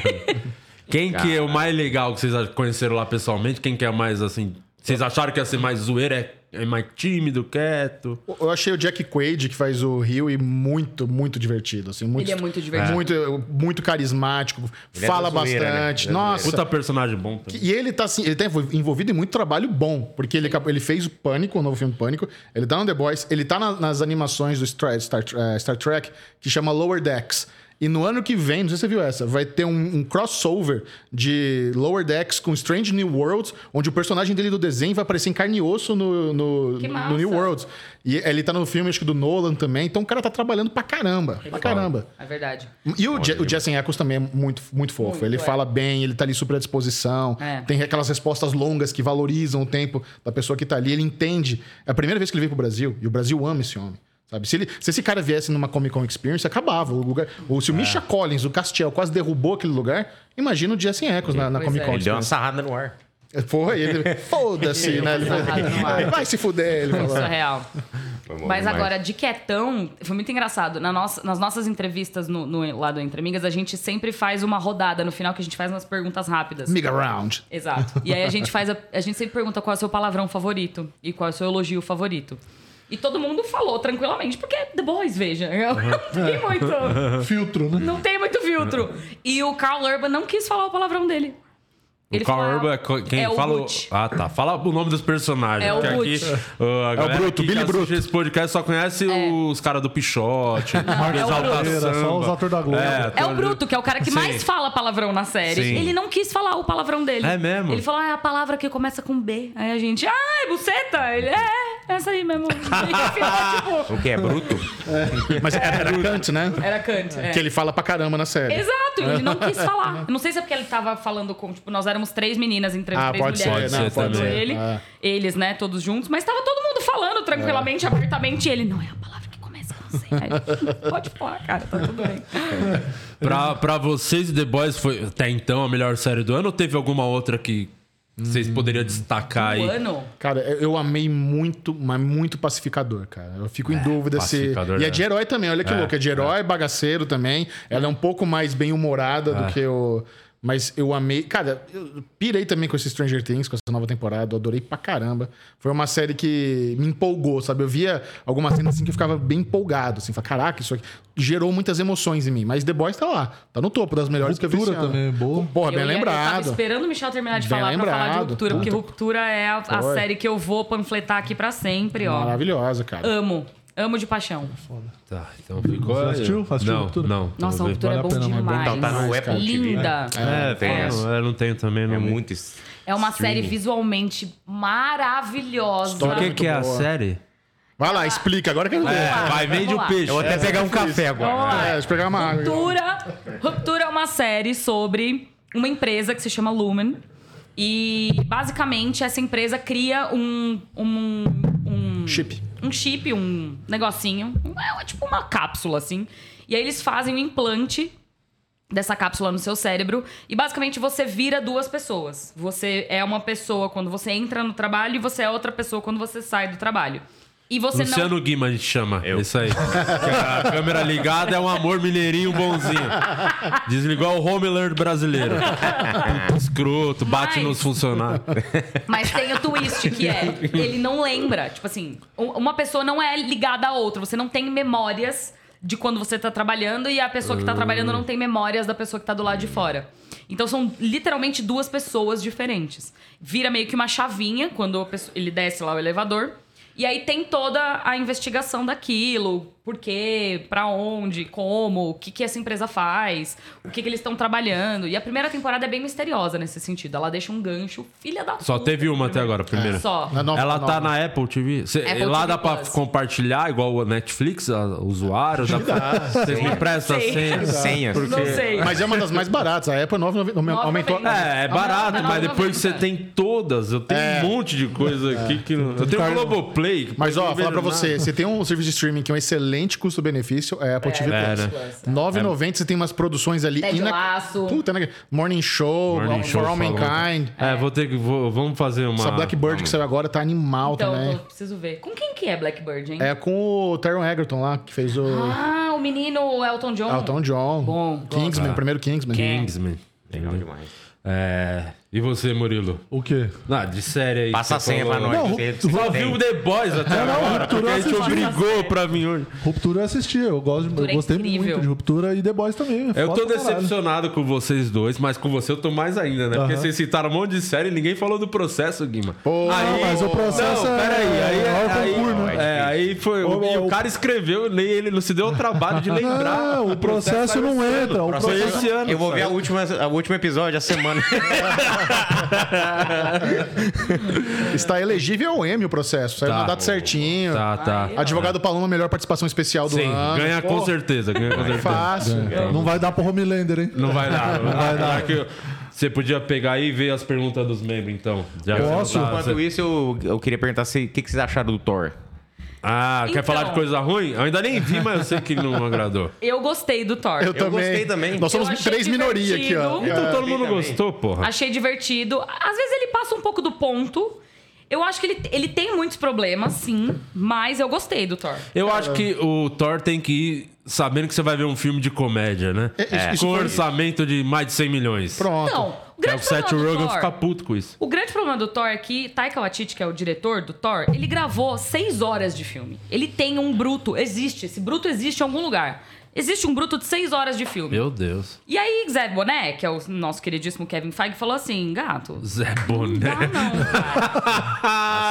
Quem que é o mais legal que vocês conheceram lá pessoalmente? Quem que é mais assim? Vocês acharam que ia ser mais zoeira, é, é mais tímido, quieto?
Eu achei o Jack Quaid, que faz o Rio, e muito, muito divertido. Assim, muito,
Ele é muito divertido.
Muito, muito carismático,
Ele é
fala
da zoeira, né?
bastante.
Ele é da
Nossa.
Puta personagem bom. também.
E ele tá assim, ele tá envol- envolvido em muito trabalho bom, porque ele, acabou- ele fez o Pânico, o novo filme Pânico, ele tá no The Boys, ele tá na- nas animações do Stra- Star, eh, Star Trek, que chama Lower Decks. E no ano que vem, não sei se você viu essa, vai ter um, um crossover de Lower Decks com Strange New Worlds, onde o personagem dele do desenho vai aparecer em carne e osso no, no,
Que
no
massa.
New Worlds. E ele tá no filme, acho que do Nolan também, então o cara tá trabalhando pra caramba, pra caramba.
<laughs> É verdade.
E o, Je o Jason Ackles também é muito, muito fofo.
Muito,
ele
é.
fala bem, ele tá ali super à disposição.
É.
Tem aquelas respostas longas que valorizam o tempo da pessoa que tá ali. Ele entende. É a primeira vez que ele veio pro Brasil, e o Brasil ama esse homem. Sabe? Se, ele, se esse cara viesse numa Comic Con Experience, acabava. O lugar, ou se o Misha Collins, o Castiel, quase derrubou aquele lugar, imagina o Jason Ackles na, na
Pois
Comic Con
é.
Ele deu uma
Experience.
sarrada no ar.
Foi, ele.
é
Foda-se, né? Ele,
Sarrado no ar.
vai se fuder, ele
um Isso é
falou.
real.
Foi bom
Mas
demais.
agora, de quietão, foi muito engraçado. Na nossa, nas nossas entrevistas no, no, lá do Entre Amigas, a gente sempre faz uma rodada no final que a gente faz umas perguntas rápidas.
Mega Round.
Exato. E aí a gente faz. A, a gente sempre pergunta qual é o seu palavrão favorito e qual é o seu elogio favorito. E todo mundo falou tranquilamente, porque é The Boys, veja. <laughs> Não tem muito.
Filtro, né?
Não tem muito filtro. E o Carl Urban não quis falar o palavrão dele.
O Carl Urban é co- quem
é o
fala. o-
Butch.
Ah, tá. Fala o nome dos personagens.
É o
porque
Butch.
aqui. uh, a galera
Bruto,
que
Billy
assiste
Bruto.
Esse podcast só conhece os caras do Pichote, do
é o
Exalta
Bruto. Era só os
Samba.
atores da Globo.
É o Bruto, que é o cara que
Sim.
mais fala palavrão na série.
Sim.
Ele não quis falar o palavrão dele.
É mesmo?
Ele falou, ah, é a palavra que começa com B. Aí a gente, ah, é buceta? Ele, é, é essa aí mesmo. <laughs> E afinal, tipo,
O que é bruto?
Mas era, era Kant, né?
era Kant. é.
Que ele fala pra caramba na série.
Exato, ele não quis falar.
<laughs>
Eu não sei se é porque ele tava falando com. Tipo, nós éramos três meninas entrevistando
Ah,
três
pode ser,
mulheres.
não,
incluindo
pode ser.
Ele,
Ah.
Eles, né, todos juntos. Mas tava todo mundo falando tranquilamente, abertamente. E ele, não é a palavra que começa com C. Aí ele, <laughs> Pode falar, cara, tá tudo bem.
Pra, pra vocês, The Boys foi até então a melhor série do ano ou teve alguma outra que
Hum.
vocês poderiam destacar aí?
O ano.
Cara, eu eu amei muito, mas muito pacificador, cara. Eu fico em dúvida se.
Pacificador,
E
né?
é de herói também, olha que louco. É de herói, bagaceiro também. Ela é um pouco mais bem humorada do que o. Mas eu amei. Cara, eu pirei também com esse Stranger Things, com essa nova temporada. Eu adorei pra caramba. Foi uma série que me empolgou, sabe? Eu via algumas cenas assim que eu ficava bem empolgado. Assim, falava, caraca, isso aqui gerou muitas emoções em mim. Mas The Boys tá lá. Tá no topo das melhores que eu vi esse
Ruptura
ano.
também, boa.
Porra, bem
eu, ia- Eu tava
lembrado.
esperando o Michel terminar de
Bem
falar pra falar de
lembrado,
Ruptura, porque
puta.
Ruptura é a, a
Foi.
série que eu vou panfletar aqui pra sempre, ó.
Maravilhosa, cara.
Amo. Amo de paixão.
Tá, então ficou.
Você
aí.
assistiu? Assistiu
não,
Ruptura?
Não.
Nossa,
Eu vi.
Ruptura
vale
é
a
bom
pena, mas bom.
demais.
Então tá no Apple TV, né?
Linda.
É, tem
É.
essa. Eu não tenho também, não.
É muito isso.
É uma
Streaming.
série visualmente maravilhosa.
O que,
Muito
que é a
boa.
série?
Vai
Ah.
lá, explica. Agora eu quero ver.
É, vai, vende o peixe.
Eu vou até pegar um café agora.
Vamos lá.
É, deixa eu pegar uma água.
Ruptura. Ruptura é uma série sobre uma empresa que se chama Lumen. E basicamente essa empresa cria um. um, um
Chip.
Um chip, um negocinho. Um- É tipo uma cápsula, assim. E aí eles fazem um implante dessa cápsula no seu cérebro e basicamente você vira duas pessoas. Você é uma pessoa quando você entra no trabalho e você é outra pessoa quando você sai do trabalho. E você não
Luciano Guima a gente chama. Isso aí. Que a câmera ligada é um amor mineirinho bonzinho. Desligou o Homeland brasileiro. Puta escroto, bate
Mas-
nos funcionários.
Mas tem o twist, que é, ele não lembra. Tipo assim, u- uma pessoa não é ligada à outra. Você não tem memórias de quando você tá trabalhando e a pessoa que tá trabalhando não tem memórias da pessoa que tá do lado de fora. Então são literalmente duas pessoas diferentes. Vira meio que uma chavinha quando a pessoa- ele desce lá o elevador. E aí tem toda a investigação daquilo, por quê, pra onde, como, o que, que essa empresa faz, o que, que eles estão trabalhando. E a primeira temporada é bem misteriosa nesse sentido. Ela deixa um gancho, filha da
Só
puta,
teve uma até
primeiro.
agora, primeira.
Só.
Na É nova-
Ela tá
nova.
na Apple TV. Cê,
Apple
lá
TV
dá pra
Plus.
compartilhar, igual o Netflix, a, usuário. Dá
Ah,
pra... Vocês me prestam a
Sim.
senha.
Senhas.
Não sei.
Mas é uma das mais baratas. A Apple é 9, aumentou.
9,90.
É, é barato, mas
9,90.
depois que você tem todas, eu tenho um monte de coisa aqui que não. Eu tenho o Globoplay. que
É. Mas
eu
ó,
não
falar pra
vejo nada.
você, você tem um serviço de streaming que é um excelente custo-benefício, é Então, a Apple TV
é,
Plus.
né?
R$ 9,90 você tem umas produções ali.
Ted
inac-
Lasso.
Puta, né? Morning Show,
Morning Show, Ah,
For All
falou.
Mankind.
É, vou ter que. vou- vamos fazer uma.
Essa Blackbird que saiu agora tá animal
Então, eu
também.
preciso ver. Com quem que é Blackbird, hein?
É com o Taron Egerton lá, que fez o
Ah, o menino Elton John.
Elton John.
Ah, Bom,
Kingsman,
gosto.
o primeiro Kingsman.
Kingsman.
Legal demais.
É. E você, Murilo?
O quê?
Ah, de série aí.
Passa a
que você
senha pra
falou.
nós.
Não,
você-
Não,
você
Só
tem.
viu The Boys até
Não, não,
agora.
Arthur,
Porque a gente
assiste.
obrigou pra mim hoje.
Ruptura eu assisti, eu, gosto,
Ruptura
eu
é
gostei
incrível.
muito de Ruptura e The Boys também. É
Eu
foda
tô
pra caralho.
decepcionado com vocês dois, mas com você eu tô mais ainda, né? Porque
Aham.
vocês citaram um monte de série e ninguém falou do processo, Guima. aí,
Pô,
Ah, mas o processo
não,
é-
peraí, aí,
é o
aí,
concurso, né?
é, aí foi. O,
Ô,
e o
ô,
cara escreveu, eu leio, ele não se deu o trabalho de lembrar.
<laughs> Não, o processo
saiu
não
esse ano.
entra, o
Foi
processo-
esse ano.
Eu vou ver a última, a última episódio a semana.
Está elegível ao M o processo. Saiu
Tá.
na data certinho.
Tá, tá.
Advogado Paloma, melhor participação especial do
Sim,
ano.
ganha com certeza, ganha com certeza.
Fácil.
Não vai dar pro Homelander, hein?
Não vai dar. Não
vai
vai dar. Que você podia pegar aí e ver as perguntas dos membros, então. Já
Posso?
Ah,
Enquanto
você-
isso, eu, eu queria perguntar se- o que, que vocês acharam do Thor.
Ah, quer
Então.
falar de coisa ruim? Eu ainda nem vi, mas eu sei que não agradou.
Eu gostei do Thor.
Eu, também.
gostei também.
Nós somos
Eu achei
três minorias aqui, ó.
divertido.
<laughs> Então todo mundo
também.
gostou, porra.
Achei divertido. Às vezes ele passa um pouco do ponto. Eu acho que ele, ele tem muitos problemas, sim. Mas eu gostei do Thor.
Eu acho que o Thor tem que ir sabendo que você vai ver um filme de comédia, né?
É, isso- isso
Com um
foi-
orçamento de mais de 100 milhões.
Pronto.
Não, o
É
grande
o Seth
problema do
Rogen
Thor-
ficar puto com isso.
O grande problema do Thor é que Taika Waititi, que é o diretor do Thor, ele gravou seis horas de filme. Ele tem um bruto, existe, esse bruto existe em algum lugar. Existe um bruto de seis horas de filme.
Meu Deus.
E aí, Zé Boné, que é o nosso queridíssimo Kevin Feige, falou assim, gato,
Zé
não
Boné.
dá não, cara.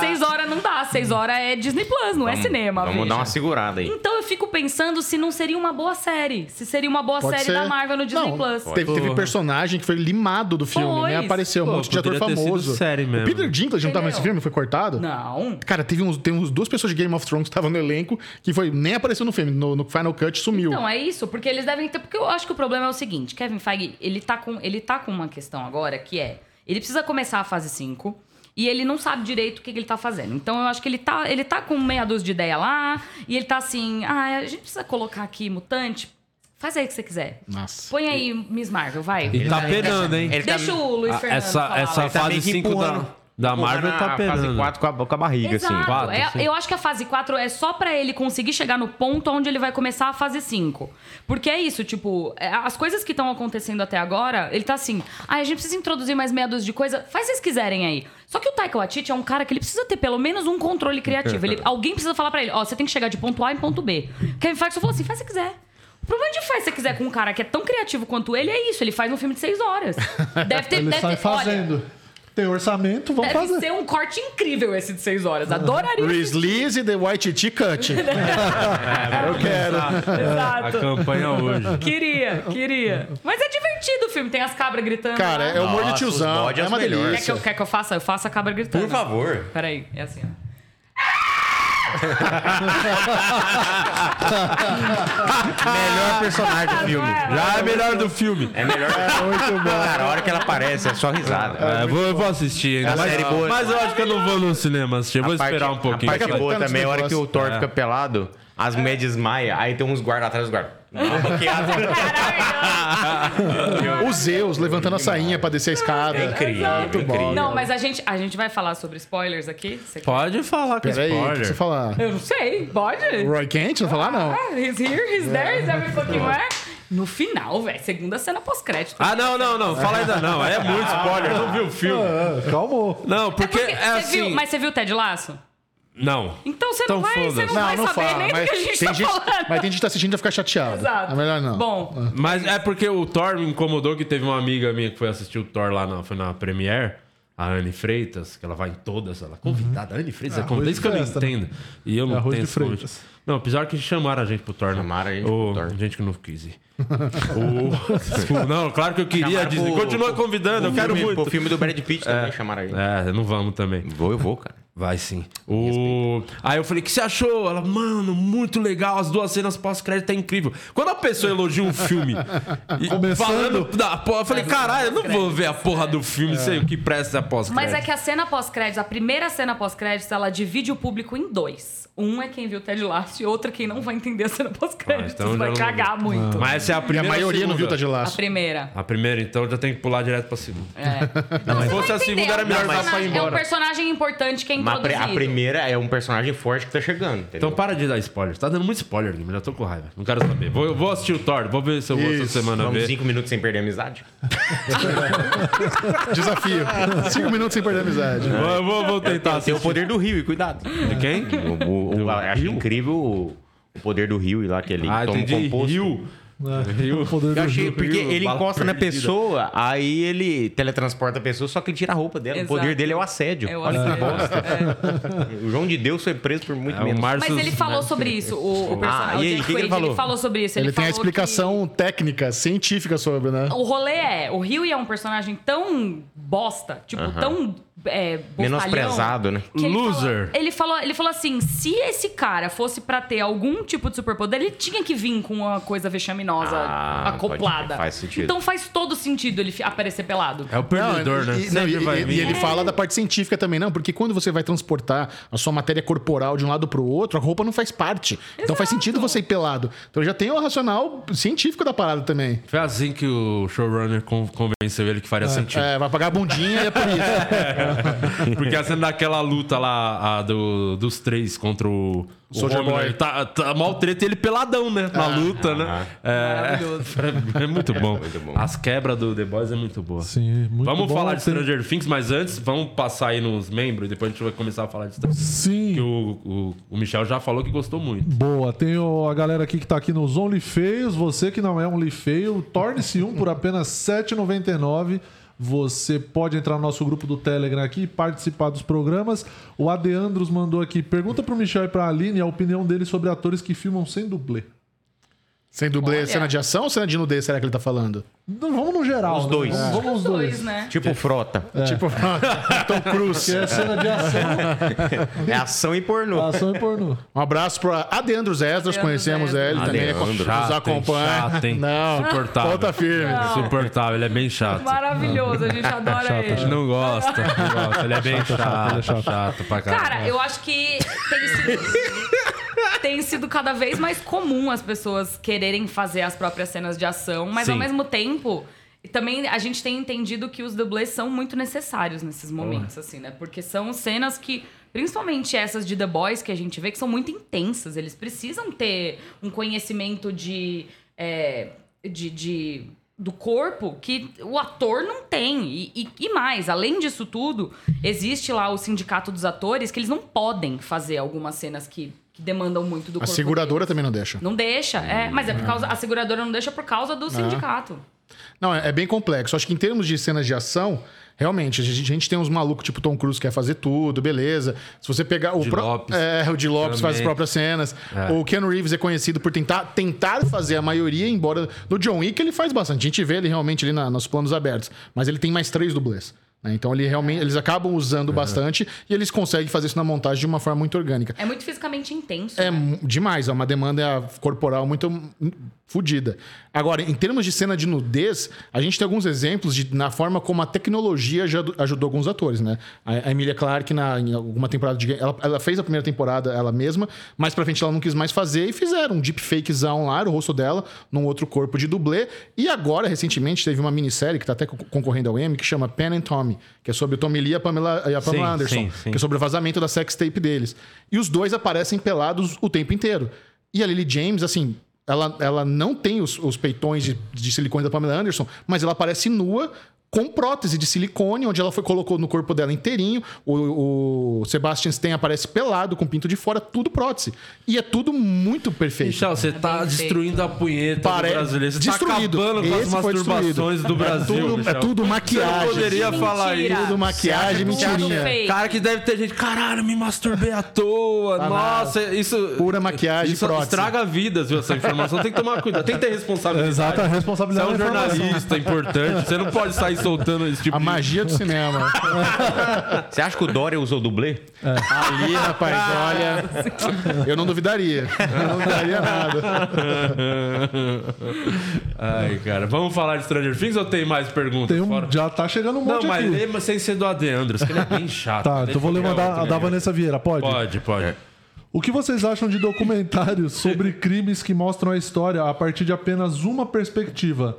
Seis horas não dá, seis horas é Disney Plus, não é cinema.
Assim. Vamos
veja.
dar uma segurada aí.
Então eu fico pensando se não seria uma boa série, se seria uma boa série da Marvel no Disney
Não,
Plus.
Teve, teve personagem que foi limado do filme,
Pois.
nem apareceu. Um
Pô,
monte de ator
poderia ter sido
famoso.
série mesmo.
O Peter Dinklage não tava nesse
Entendeu?
filme, foi cortado?
Não.
Cara, teve uns, tem uns duas pessoas de Game of Thrones que estavam no elenco que foi, nem apareceu no filme. No, no Final Cut sumiu.
Então, é isso, porque eles devem ter. Porque eu acho que o problema é o seguinte: Kevin Feige, ele tá com, ele tá com uma questão agora que é. Ele precisa começar a fase 5 e ele não sabe direito o que, que ele tá fazendo. Então eu acho que ele tá, ele tá com meia dúzia de ideia lá e ele tá assim: ah, a gente precisa colocar aqui mutante. Faz aí o que você quiser.
Nossa.
Põe aí Miss Marvel, vai.
E tá penando, hein?
Ele tá-
Deixa o Luiz
Ah,
Fernando.
essa-
falar
essa
lá.
Ele tá
fase
meio que
cinco da-
empurrando.
Da Marvel
na
tá
fase
penando.
4 com a, com a barriga, assim.
Exato.
Quatro,
É-
assim.
Eu acho que a fase 4 é só pra ele conseguir chegar no ponto onde ele vai começar a fase 5. Porque é isso, tipo, é, as coisas que estão acontecendo até agora, ele tá assim, ah, a gente precisa introduzir mais meia dúzia de coisa, faz vocês quiserem aí. Só que o Taika Waititi é um cara que ele precisa ter pelo menos um controle
<laughs>
criativo. Ele- alguém precisa falar pra ele, ó, você tem que chegar de ponto A em ponto B. Kevin Feige falou assim, faz se quiser. O problema de faz se quiser com um cara que é tão criativo quanto ele é isso, ele faz um filme de 6
<laughs>
horas. Deve ter,
Ele
deve
sai
ter- olha,
fazendo. Tem orçamento, vamos
Deve
fazer.
ser um corte incrível esse de 6 horas. Adoraria.
Release the White
<laughs>
T Cut.
Eu quero. A
<laughs> Exato.
campanha hoje.
Queria, queria. Mas é divertido o filme, tem as cabras gritando.
Cara,
lá.
é humor de
Nossa, os
tiozão.
bodes
É
é
uma
os melhores.
Quer que,
delícia.
eu, quer que eu faça? Eu faço a cabra gritando.
Por favor.
Peraí, é assim, ó.
<laughs> Melhor personagem do filme.
Já é melhor do filme.
É melhor. Cara, a hora que ela aparece, é só risada.
É, eu vou, eu vou assistir ainda.
É uma
mas,
série boa.
mas eu acho que eu não vou no cinema assistir. Eu vou
A parte-
esperar um pouquinho.
A parte
Fica
boa
bacana
também, é
esse
a hora que o
negócio.
Thor fica pelado, as
É.
médias maia, aí tem uns guardas atrás dos guardas. Uma bloqueada.
O Zeus levantando a sainha pra descer a escada.
É
é
incrível, incrível.
Não, mas a gente, a gente vai falar sobre spoilers aqui? Você quer?
Pode falar com
Peraí, o que você
spoiler.
falar?
Eu não sei, pode?
Roy Kent? Não falar, não.
Ah, he's here, he's there, he's every fucking where. No final, velho, segunda cena pós-crédito.
Ah, não, não, não. Fala ainda não. É muito spoiler. Não viu o filme.
Ah, calmou.
Não,
É
porque é
você viu-
assim...
mas você viu o Ted Laço?
Não.
Então você
Então
não vai, você
foda-se.
não, vai saber nem do que a gente tá falando.
mas tem gente que tá assistindo e vai ficar chateado.
Exato.
É melhor não.
Bom,
Mas é porque o Thor me incomodou que teve uma amiga minha que foi assistir o Thor lá na, foi na Premiere, a Anne Freitas, que ela vai em todas, ela é convidada. A Anne Freitas é, convidada,
de
isso que eu não
festa, né?
entendo. E eu não
arroz
tenho
de
esse convite.
Freitas.
Não, apesar que chamaram a gente pro Thor, né?
Chamaram a gente
Ô,
pro Thor.
Gente que não quis ir. <laughs> Ô, não, claro que eu queria a
Chamaram
Disney.
pro-
Continua convidando, eu quero
filme,
muito.
Pô, o filme do Brad Pitt também chamaram aí.
É, não vamos também.
Vou, eu vou, cara.
Vai sim. O... Aí eu falei, o que você achou? Ela, mano, muito legal. As duas cenas pós-crédito tá incrível. Quando a pessoa elogia um
<laughs>
filme e
Começando.
falando da porra, eu falei, caralho, eu não é vou ver a porra do filme, sei o que presta pós-crédito.
mas é que a cena pós-créditos, a primeira cena pós-créditos, ela divide o público em dois. Um é quem viu Ted Lasso e outro é quem não vai entender a cena
Ah,
pós-créditos.
então já
vai
não-
cagar
Ah.
muito.
Mas essa é a
E a
primeira.
maioria não viu o
segunda.
Tá de
A
Laço.
primeira.
A primeira, então, já tem que pular direto pra <laughs> segunda.
É.
Se
Você vai
fosse a
entender,
segunda, era
é um
melhor já
personagem-
sair
É um
embora.
personagem importante que é
Mas a pri-
introduzido.
a primeira é um personagem forte que tá chegando,
Então
entendeu?
para de dar spoiler. Tá dando muito spoiler, Guilherme. Já tô com raiva. Não quero saber. Vou, eu vou assistir o Thor. Vou ver se eu vou essa
Isso,
semana
Vamos
ver.
cinco minutos sem perder a amizade?
Desafio. <laughs> Cinco minutos sem perder a amizade.
Vou, vou, vou tentar
Tem o
assistir.
poder do Rio, e cuidado.
De <laughs> quem?
O, o, o, acho
Rio?
incrível o, o poder do Rio e lá que ele
Ah,
toma um
entendi.
composto.
Rio.
O poder do
Eu achei,
jogo.
porque
Rio,
ele
bala
encosta na
perdida.
pessoa, aí ele teletransporta a pessoa, só que ele tira a roupa dela.
Exato.
O poder dele é o assédio.
É o
Olha que
assédio,
bosta. O João de Deus foi preso por muito
É, o
menos.
Marcius,
Mas ele falou sobre isso, o, o personagem.
Ah,
o
e aí, o
Jack
que que ele
Quaid,
falou?
sobre isso. Ele,
Ele tem a
falou que-
explicação técnica, científica sobre, né?
O rolê é, o Rio é um personagem tão bosta, tipo, tão é, bostalhão,
Menosprezado, né?
que ele
Loser.
falou- ele, falou, ele falou assim, se esse cara fosse pra ter algum tipo de superpoder, ele tinha que vir com uma coisa vexaminosa
Ah,
acoplada.
pode- faz sentido.
Então faz todo sentido ele fi- aparecer pelado.
É o perdedor, né?
e, e- não,
Sempre
e-
vai
e-
vir.
e
É.
ele fala da parte científica também, não, porque quando você vai transportar a sua matéria corporal de um lado pro outro, a roupa não faz parte. Então faz sentido você ir pelado. Então já tem o racional científico da parada também.
Foi assim que o showrunner con- convenceu ele que faria sentido.
É, vai pagar a bundinha e é por isso.
Porque a cena daquela luta lá a do- dos três contra o, o
Soulja
Homer,
Boy. Ah.
ele Tá, tá mal treta e ele peladão, né? Na luta, né? <laughs> É, é muito bom.
muito bom.
As quebras do The Boys é muito boa.
Sim, muito
vamos
bom.
falar de
Tem-
Stranger Things, mas antes vamos passar aí nos membros e depois a gente vai começar a falar de Stranger Things.
Sim.
Que o, o- o Michel já falou que gostou muito.
Boa, tem o- a galera aqui que tá aqui nos Only Feios. Você que não é Only Feio, torne-se um por apenas R$ 7,99. Você pode entrar no nosso grupo do Telegram aqui e participar dos programas. O Adeandros mandou aqui: pergunta pro Michel e pra Aline a opinião dele sobre atores que filmam sem dublê.
Sem dublê,
Olha.
cena de ação ou cena de nudez, será que ele tá falando?
Não, vamos no geral.
Os
né?
dois.
um
Vamos, vamos os dois.
né?
Tipo frota.
Tipo, Tom Cruise.
Que é cena de <laughs> ação,
É ação e pornô.
ação e pornô.
Um abraço para Adeandros Esdras,
Adeandro
conhecemos
Esdras.
ele também,
Adeandro.
nos
Chato, hein?
acompanha.
Chato, hein?
Não,
Insuportável.
Volta firme.
Insuportável, ele é bem chato. <laughs>
Maravilhoso, a gente adora
A
Tá ele.
gente não gosta, não gosta. Ele é bem chato, chato, pra caralho.
Cara, eu acho que tem sido, tem sido cada vez mais comum as pessoas quererem fazer as próprias cenas de ação, mas
Sim.
ao mesmo tempo. E também a gente tem entendido que os dublês são muito necessários nesses momentos,
Uhum.
assim, né? Porque são cenas que, principalmente essas de The Boys que a gente vê, que são muito intensas. Eles precisam ter um conhecimento de. é, de, de- do corpo que o ator não tem. E, e- e mais, além disso tudo, existe lá o sindicato dos atores que eles não podem fazer algumas cenas que, que demandam muito do
A
corpo.
seguradora Uhum. também não deixa.
Não deixa, é. Mas é por causa. A seguradora não deixa por causa
É.
do sindicato.
Não, é, é bem complexo. Acho que em termos de cenas de ação, realmente, a gente, a gente tem uns malucos tipo Tom Cruise que quer fazer tudo, beleza. Se você pegar o.
Di Lopes
é, o de Lopes faz as
também.
próprias cenas. O Ken Reeves é conhecido por tentar, tentar fazer a maioria, embora. No John Wick ele faz bastante. A gente vê ele realmente ali na- nos planos abertos. Mas ele tem mais três dublês. né? Então ele realmente, eles acabam usando bastante e eles conseguem fazer isso na montagem de uma forma muito orgânica.
É muito fisicamente intenso.
É
né?
mu- demais, é uma demanda corporal muito hum, fodida. Agora, em termos de cena de nudez, a gente tem alguns exemplos de, na forma como a tecnologia já adu- ajudou alguns atores, né? A a Emilia Clarke, na, em alguma temporada de Game- ela, ela fez a primeira temporada ela mesma, mas pra frente ela não quis mais fazer e fizeram um deepfakezão lá, o rosto dela, num outro corpo de dublê. E agora, recentemente, teve uma minissérie que tá até co- concorrendo ao Emmy, que chama Pen and Tommy, que é sobre o Tommy Lee e a Pamela, e a Pamela
Sim,
Anderson,
sim, sim.
que é sobre o vazamento da sex tape deles. E os dois aparecem pelados o tempo inteiro. E a Lily James, assim, ela, ela não tem os, os peitões de, de silicone da Pamela Anderson, mas ela aparece nua com prótese de silicone, onde ela foi, colocou no corpo dela inteirinho. O, o Sebastian Stan aparece pelado, com pinto de fora, tudo prótese. E é tudo muito perfeito.
Michel, você tá
bem
destruindo a punheta
Pare-
do brasileiro. Você
destruído.
tá acabando com as
Esse foi
masturbações
destruído.
do
é
Brasil,
tudo, é
Michel.
tudo
Você
maquiagem.
não poderia
Mentira.
falar isso.
Tudo maquiagem,
Você acha tudo
mentirinha.
feio.
Cara, que deve ter gente, caralho, me masturbei à toa. Nossa, isso.
Pura maquiagem
Isso
prótese.
estraga vidas, viu? Essa informação tem que tomar cuidado. Tem que ter responsabilidade.
Exato, a
Você é
responsabilidade
um
da informação.
jornalista importante. Você não pode sair soltando esse tipo
A magia do cinema.
Você acha que o Dória usou dublê?
Ali, rapaz, olha. Eu não duvidaria. Eu não duvidaria nada.
Ai, cara. Vamos falar de Stranger Things ou tem mais perguntas?
Tem um-
fora?
já tá chegando um
Não,
monte
mas
aqui.
lê mas sem ser do AD Andros, que ele é bem chato.
Tá,
Deixa
então vou ler uma
qualquer
da, a
outro,
da
né?
Vanessa Vieira, pode?
Pode,
É.
pode.
O que vocês acham de documentários sobre crimes que mostram a história a partir de apenas uma perspectiva?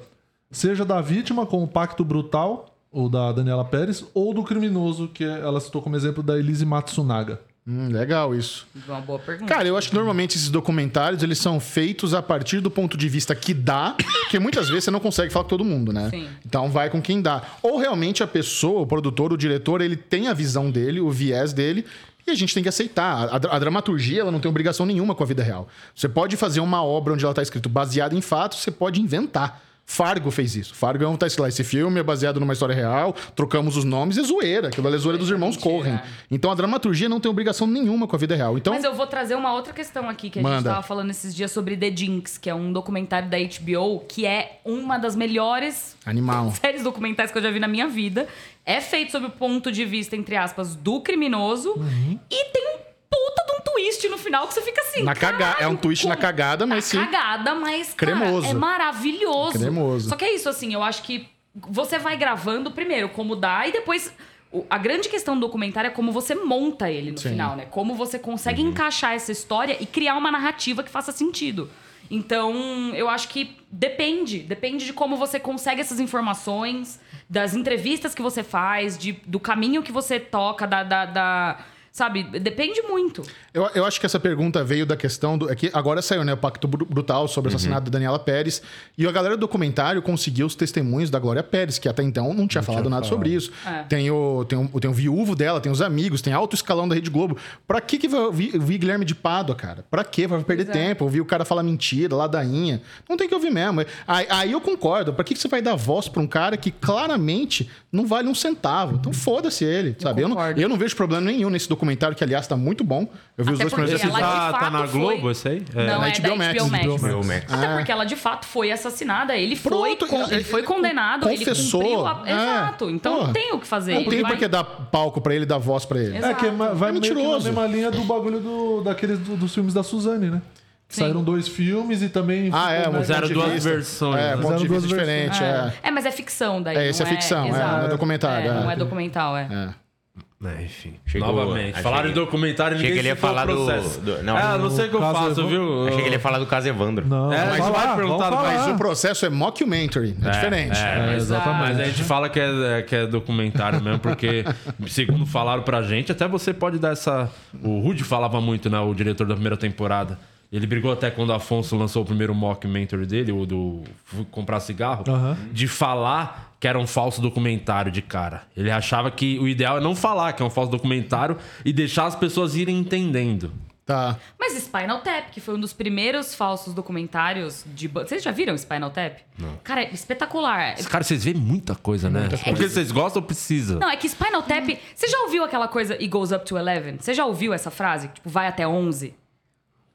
Seja da vítima com o Pacto Brutal, ou da Daniela Pérez, ou do criminoso, que é, ela citou como exemplo da Elise Matsunaga.
Hum, legal isso.
é Uma boa pergunta.
Cara, eu acho que normalmente esses documentários eles são feitos a partir do ponto de vista que dá, porque muitas vezes você não consegue falar com todo mundo, né?
Sim.
Então vai com quem dá. Ou realmente a pessoa, o produtor, o diretor, ele tem a visão dele, o viés dele. E a gente tem que aceitar. A, dra- a dramaturgia ela não tem obrigação nenhuma com a vida real. Você pode fazer uma obra onde ela está escrito baseada em fatos, você pode inventar. Fargo fez isso. Fargo é um tá, sei lá, esse filme é baseado numa história real, trocamos os nomes, é zoeira. Aquilo ali é zoeira dos irmãos
Mentira.
Corren. Então a dramaturgia não tem obrigação nenhuma com a vida real. Então,
Mas eu vou trazer uma outra questão aqui que a gente
Manda.
tava falando esses dias sobre The Jinx, que é um documentário da HBO que é uma das melhores
animal.
<laughs> séries documentais que eu já vi na minha vida. É feito sob o ponto de vista, entre aspas, do criminoso. E tem um puta de um twist no final que você fica assim.
Uhum. Na caga... É um twist na
cagada. Tá
cagada, mas sim.
cagada, mas cara,
Cremoso.
é maravilhoso.
Cremoso.
Só que é isso, assim, eu acho que você vai gravando primeiro como dá e depois. o- A grande questão do documentário é como você monta ele no
Sim. Uhum.
final, né? Como você consegue encaixar essa história e criar uma narrativa que faça sentido. Então, eu acho que depende. Depende de como você consegue essas informações, das entrevistas que você faz, de, do caminho que você toca, da- da- da sabe? Depende muito.
Eu, eu acho que essa pergunta veio da questão do. É que agora saiu, né? O Pacto Bru- Brutal sobre o assassinato da Daniela Pérez. E a galera do documentário conseguiu os testemunhos da Glória Pérez, que até então não tinha falado nada sobre isso.
É.
Tem, o, tem, o, tem o viúvo dela, tem os amigos, tem alto escalão da Rede Globo. Pra que, que vai ouvir ouvir Guilherme de Pádua, cara? Pra quê? Vai perder
Pois é.
tempo, ouvir o cara falar mentira, ladainha. Não tem que ouvir mesmo. Aí, aí eu concordo. Pra que, que você vai dar voz pra um cara que claramente não vale um centavo? Então foda-se ele, sabe? Eu não,
concordo.
eu não vejo problema nenhum nesse documentário, que aliás tá muito bom. Eu vi os
Até
dois
porque é
primeiros
ela
episódios.
tá,
de
tá na
fato
Globo,
foi-
isso aí?
Não,
Na
é da
HBO Max.
HBO Max.
HBO Max.
Meu Max.
Até porque ela de fato foi assassinada. Ele foi,
Ah. Pronto,
con-
ele-
ele foi
ele
condenado,
confessou,
ele cumpriu a...
é.
Exato. Então
Porra.
não tem o que fazer.
Não
Ele
tem
vai-
porque dar palco pra ele, dar voz pra ele.
Exato.
É que é ma- vai
É
meio que na
mentiroso.
mesma linha do bagulho do, daqueles do- dos filmes da Suzane, né?
Sim.
Saíram dois filmes e também...
Ah, é,
ficou né,
um
mega-
Zero
ponto de
duas
vista.
versões,
É,
né?
ponto de
Zero duas
vista diferente. É.
É, mas é ficção daí.
É, esse
não
é ficção, é,
exato.
não é documentário,
É,
é.
Não é documental, é.
É.
É, enfim.
Novamente.
achei-
né? Falaram em documentário,
achei
ninguém
que ele ia
citou o
falar do-
processo.
do- não.
ah, não sei o que eu
Caso
faço,
eu vou-
viu?
Achei que ele ia falar do caso Evandro.
Não,
É,
vamos
mas
falar,
vai perguntar,
vamos
mas
Mas
Ah.
falar.
o processo é mockumentary, é, diferente.
É, mas-
exatamente.
Mas a gente fala que é, que é documentário mesmo, porque, <laughs> segundo falaram pra gente, até você pode dar essa. O Rude falava muito, né? O diretor da primeira temporada. Ele brigou até quando o Afonso lançou o primeiro mockumentary dele, o do Fui Comprar Cigarro,
Aham.
de falar que era um falso documentário de cara. Ele achava que o ideal é não falar que é um falso documentário e deixar as pessoas irem entendendo.
Tá.
Mas Spinal Tap, que foi um dos primeiros falsos documentários de. ba- Vocês já viram Spinal Tap? Não. Cara, é espetacular.
Cara, vocês veem muita coisa, né? Porque vocês gostam ou precisam?
Não, é que Spinal Tap. Você já ouviu aquela coisa It goes up to 11? Você já ouviu essa frase? Tipo, vai até 11?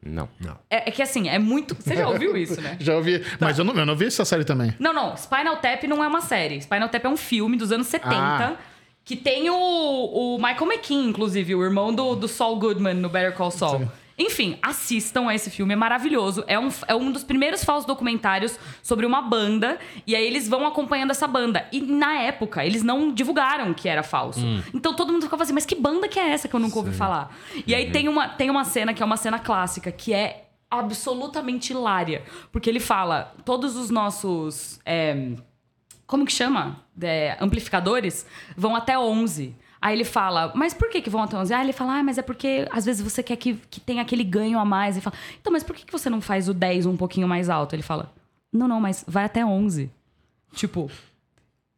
Não. Não.
É, é que assim, é muito. Você já ouviu isso,
<laughs>
né?
Já ouvi. Mas eu não, eu não vi essa série também.
Não, não. Spinal Tap não é uma série. Spinal Tap é um filme dos anos 70.
Ah.
Que tem o, o Michael McKean, inclusive, o irmão do, do Saul Goodman no Better Call Saul. Enfim, assistam a esse filme, é maravilhoso. É um, é um dos primeiros falsos documentários sobre uma banda. E aí eles vão acompanhando essa banda. E na época, eles não divulgaram que era falso. Então todo mundo ficava assim, mas que banda que é essa que eu nunca ouvi falar? E aí tem, uma, tem uma cena que é uma cena clássica, que é absolutamente hilária. Porque ele fala, todos os nossos... é, como que chama? É, amplificadores, vão até 11. Aí ele fala, mas por que, que vão até 11? Ah, ele fala, ah, mas é porque às vezes você quer que, que tenha aquele ganho a mais. Ele fala, então, mas por que, que você não faz o 10 um pouquinho mais alto? Ele fala, não, não, mas vai até 11. Tipo,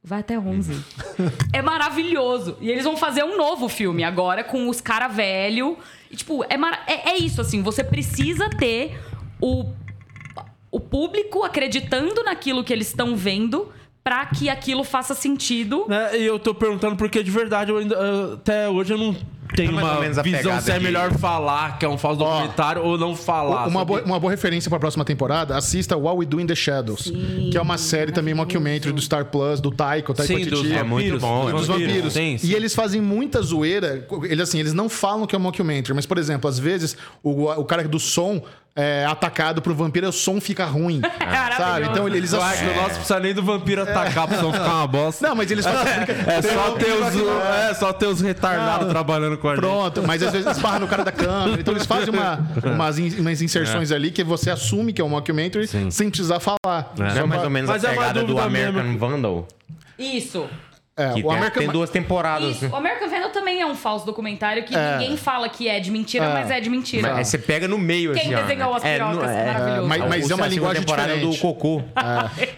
vai até 11. é maravilhoso. E eles vão fazer um novo filme agora com os cara velho. E, tipo, é, mara- é, é isso, assim, você precisa ter o o público acreditando naquilo que eles estão vendo pra que aquilo faça sentido.
Né? E eu tô perguntando porque de verdade eu ainda, eu- até hoje eu não tenho
mais ou
uma
menos a
visão
pegada
se é
de-
melhor falar que é um falso documentário ou não falar.
Uma
sabe?
boa, uma boa referência para a próxima temporada, assista What We Do in the Shadows, que é uma série também mockumentary do Star Plus, do Taiko, Taiko
Sim, dos
Titi.
É muito
vampiros,
bom, é
dos vampiros.
Sim, sim.
E eles fazem muita zoeira. Eles, assim, eles não falam que é um mockumentary, mas, por exemplo, às vezes o, o cara do som é atacado pro vampiro e o som fica ruim. sabe?
Maravilhoso.
Então eles
Eu acho que o
assumem.
nosso precisa nem do
É.
vampiro atacar pra não ficar uma bosta.
Não, mas eles fazem. um
É só, ter os, é só ter os retardados trabalhando com a gente.
Pronto, mas às vezes esbarra no cara da câmera. Então eles fazem uma- umas, in- umas inserções ali que você assume que é um mockumentary sem precisar falar.
Não é mais ou menos
Mas é
a
uma
pegada do
dúvida
American Vandal?
Isso.
É,
Que
o
tem,
American,
tem duas temporadas.
Isso. O American Vandal também é um falso documentário que
É.
ninguém fala que é de mentira, mas é de mentira.
Mas aí você pega no meio,
Quem
assim, ó.
desenhou as
É, no-
pirocas?
é,
maravilhoso.
mas-
O-
é uma
a segunda
linguagem
temporada é
diferente. Ah, é,
do Cocô.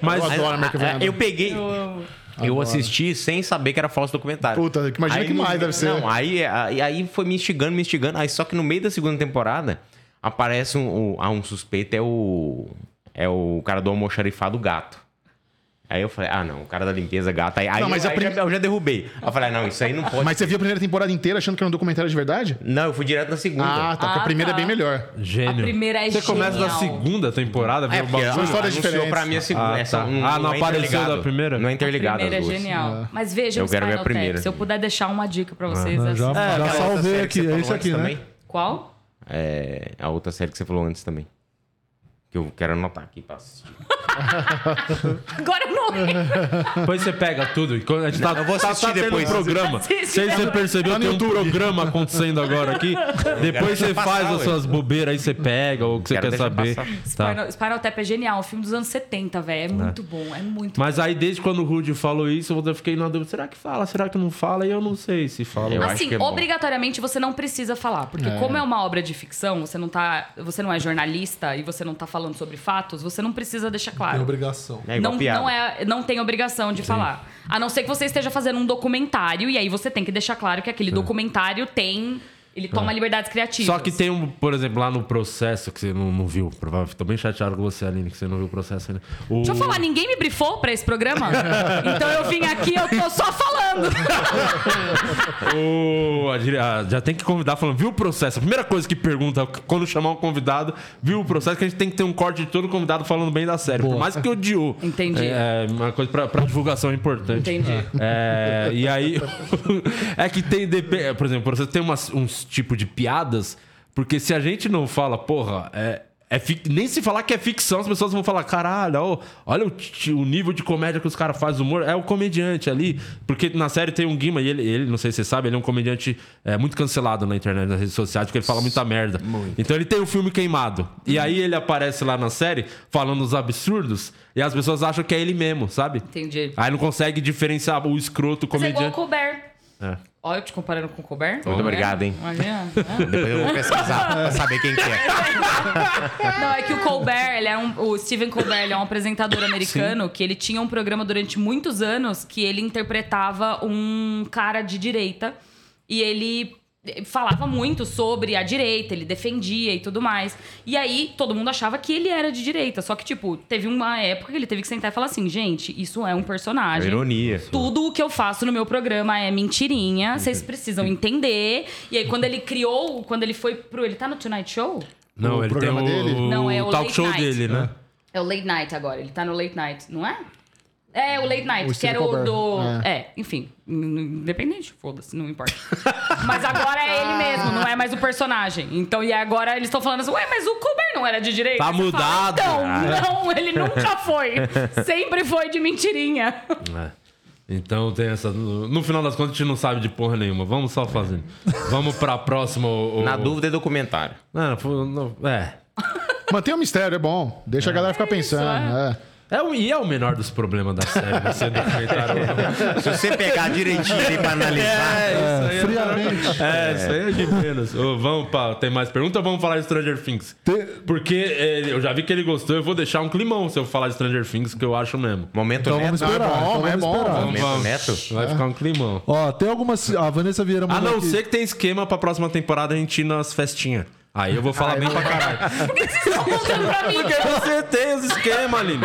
Mas,
Eu adoro American
Ah,
Vandal.
Eu peguei. Eu assisti sem saber que era falso documentário.
Puta, imagina que
no-
mais deve ser.
Não, aí, aí, aí foi me instigando, me instigando. Aí só que no meio da segunda temporada aparece um, um, ah, um suspeito, é o. É o cara do almoxarifado gato. Aí eu falei, ah não, o cara da limpeza gato. Aí, aí
Não, mas
eu,
a
aí
prim-
já- eu já derrubei. Aí eu falei, ah, não, isso aí não pode.
Mas você viu a primeira temporada inteira achando que era um documentário de verdade?
Não, eu fui direto na segunda.
Ah, tá. Porque a
Ah,
primeira
tá.
é bem melhor.
Gênio.
A primeira é
Você começa da
genial.
segunda temporada, vê
É,
o
porque
bagulho.
São histórias
anunciou
diferentes.
pra mim a segunda.
Ah,
essa
tá.
não-
Ah, não
é
apareceu
interligado.
da primeira?
Não é
A
interligado.
primeira é
as duas.
genial. Mas vejam
Eu quero ver a
Spinal Tap.
primeira.
Se eu puder deixar uma dica pra vocês.
Ah, já-
assim.
já
Aquela outra
salvei
série
aqui,
que você
é
falou
esse
Tá antes
aqui, né?
também?
Qual? <laughs>
É, a outra série que você falou antes também. Que eu quero anotar aqui pra assistir.
Agora eu não lembro.
Depois você pega tudo. e quando A gente tá,
eu vou
tá-
assistir
tá tendo
depois. Tá
um
<laughs>
programa.
Assiste.
Sei se você percebeu, tem um programa acontecendo agora
<laughs>
aqui. Depois
deixar
você
passar,
faz as
ué.
suas bobeiras, aí você pega ou o que você
Quero
quer
deixar
saber.
passar.
Tá.
Spinal, Spinal Tap é genial. Um filme dos anos 70, velho.
Né.
É muito bom. É muito
Mas aí, desde quando o Rudy falou isso, eu fiquei na dúvida: será que fala? Será que não fala? E eu não sei se fala.
Eu acho
assim,
que é bom.
obrigatoriamente você não precisa falar, porque como é uma obra de ficção, você não tá, você não é jornalista e você não tá falando sobre fatos, você não precisa deixar
Tem
claro.
obrigação.
É igual
não,
piada.
não, é, não tem obrigação de falar. A não ser que você esteja fazendo um documentário e aí você tem que deixar claro que aquele documentário tem. Ele
É.
toma liberdades criativas.
Só que tem um, por exemplo, lá no processo que você não, não viu. Provavelmente, tô bem chateado com você, Aline, que você não viu o processo ainda. O-
Deixa eu falar, ninguém me brifou pra esse
<laughs>
programa? então eu vim aqui, eu tô só falando.
Ô, a dire- a- já tem que convidar falando, viu o processo? A primeira coisa que pergunta quando chamar um convidado, viu o processo? Que a gente tem que ter um corte de todo convidado falando bem da série. Por mais que odiou.
Entendi.
É, é uma coisa pra, pra divulgação importante.
Entendi.
É, e aí. <laughs> é que tem. depe- tipo Por exemplo, o processo tem umas- uns tipos de piadas, porque se a gente não fala, porra, é. é fic- Nem se falar que é ficção, as pessoas vão falar, caralho, ó, olha o, ti- o nível de comédia que os caras fazem, humor. É o comediante ali. Porque na série tem um Guima, e ele, ele, não sei se você sabe, ele é um comediante é, muito cancelado na internet, nas redes sociais, porque ele fala muita merda. Então ele tem o filme queimado. E aí ele aparece lá na série falando os absurdos, e as pessoas acham que é ele mesmo, sabe?
Entendi.
Aí não consegue diferenciar o escroto o
Mas é igual o
comediante.
Colbert.
É.
Olha eu te comparando com o Colbert.
Muito obrigado, hein?
Imagina.
<laughs> Depois eu
<laughs>
vou pesquisar pra saber quem que é.
Não, é que o Colbert, ele é um, o Stephen Colbert, ele é um apresentador americano que ele tinha um programa durante muitos anos que ele interpretava um cara de direita e ele eh, falava muito sobre a direita, ele defendia e tudo mais. E aí todo mundo achava que ele era de direita, só que tipo, teve uma época que ele teve que sentar e falar assim, gente, isso é um
É
personagem.
Ironia.
Tudo o que eu faço no meu programa é mentirinha, vocês precisam entender. E aí, quando ele criou, quando ele foi pro. Ele tá no Tonight Show?
Não,
O
ele tem o,
programa dele?
Não, é o
talk
Late
show
Night.
dele, né?
É o Late Night agora, ele tá no Late Night, não é? É, o Late Night,
O
que
Steve
era o
Colbert,
do. É,
é.
enfim, independente, foda-se, não importa. mas agora é ele mesmo, não é mais o personagem. Então, e agora eles estão falando assim, ué, mas o Colbert não era de direita?
Tá
Você
mudado. Ah, é.
então, não, ele nunca foi.
<laughs>
Sempre foi de mentirinha.
É. Então tem essa. No no final das contas, a gente não sabe de porra nenhuma. Vamos só fazendo. Vamos pra próxima. O, o-
Na dúvida é documentário.
Não, não, não, é.
Mantém o mistério, é bom. Deixa a galera ficar pensando. é.
É o, e é o menor dos problemas da série, né? Sendo documentário. <laughs>
Se você pegar direitinho ali pra analisar.
É, isso aí.
Friamente.
É, isso aí é de menos. Ô, vamos pra, tem mais pergunta ou vamos falar de Stranger Things?
Te-
Porque eh, eu já vi que ele gostou, eu vou deixar um climão se eu falar de Stranger Things, que eu acho mesmo.
Momento
Então
neto.
vamos esperar.
é bom,
então
é
vamos
bom.
esperar.
Vamos,
Momento
vamos.
neto.
Vai ficar um climão.
Ó, tem algumas. A Vanessa Vieira
A
mandou
não
é
aqui.
ser que tem esquema pra próxima temporada a gente ir nas festinhas. Aí eu vou falar bem pra caralho.
Estão tá contando pra mim.
Porque você tem os esquemas, Aline.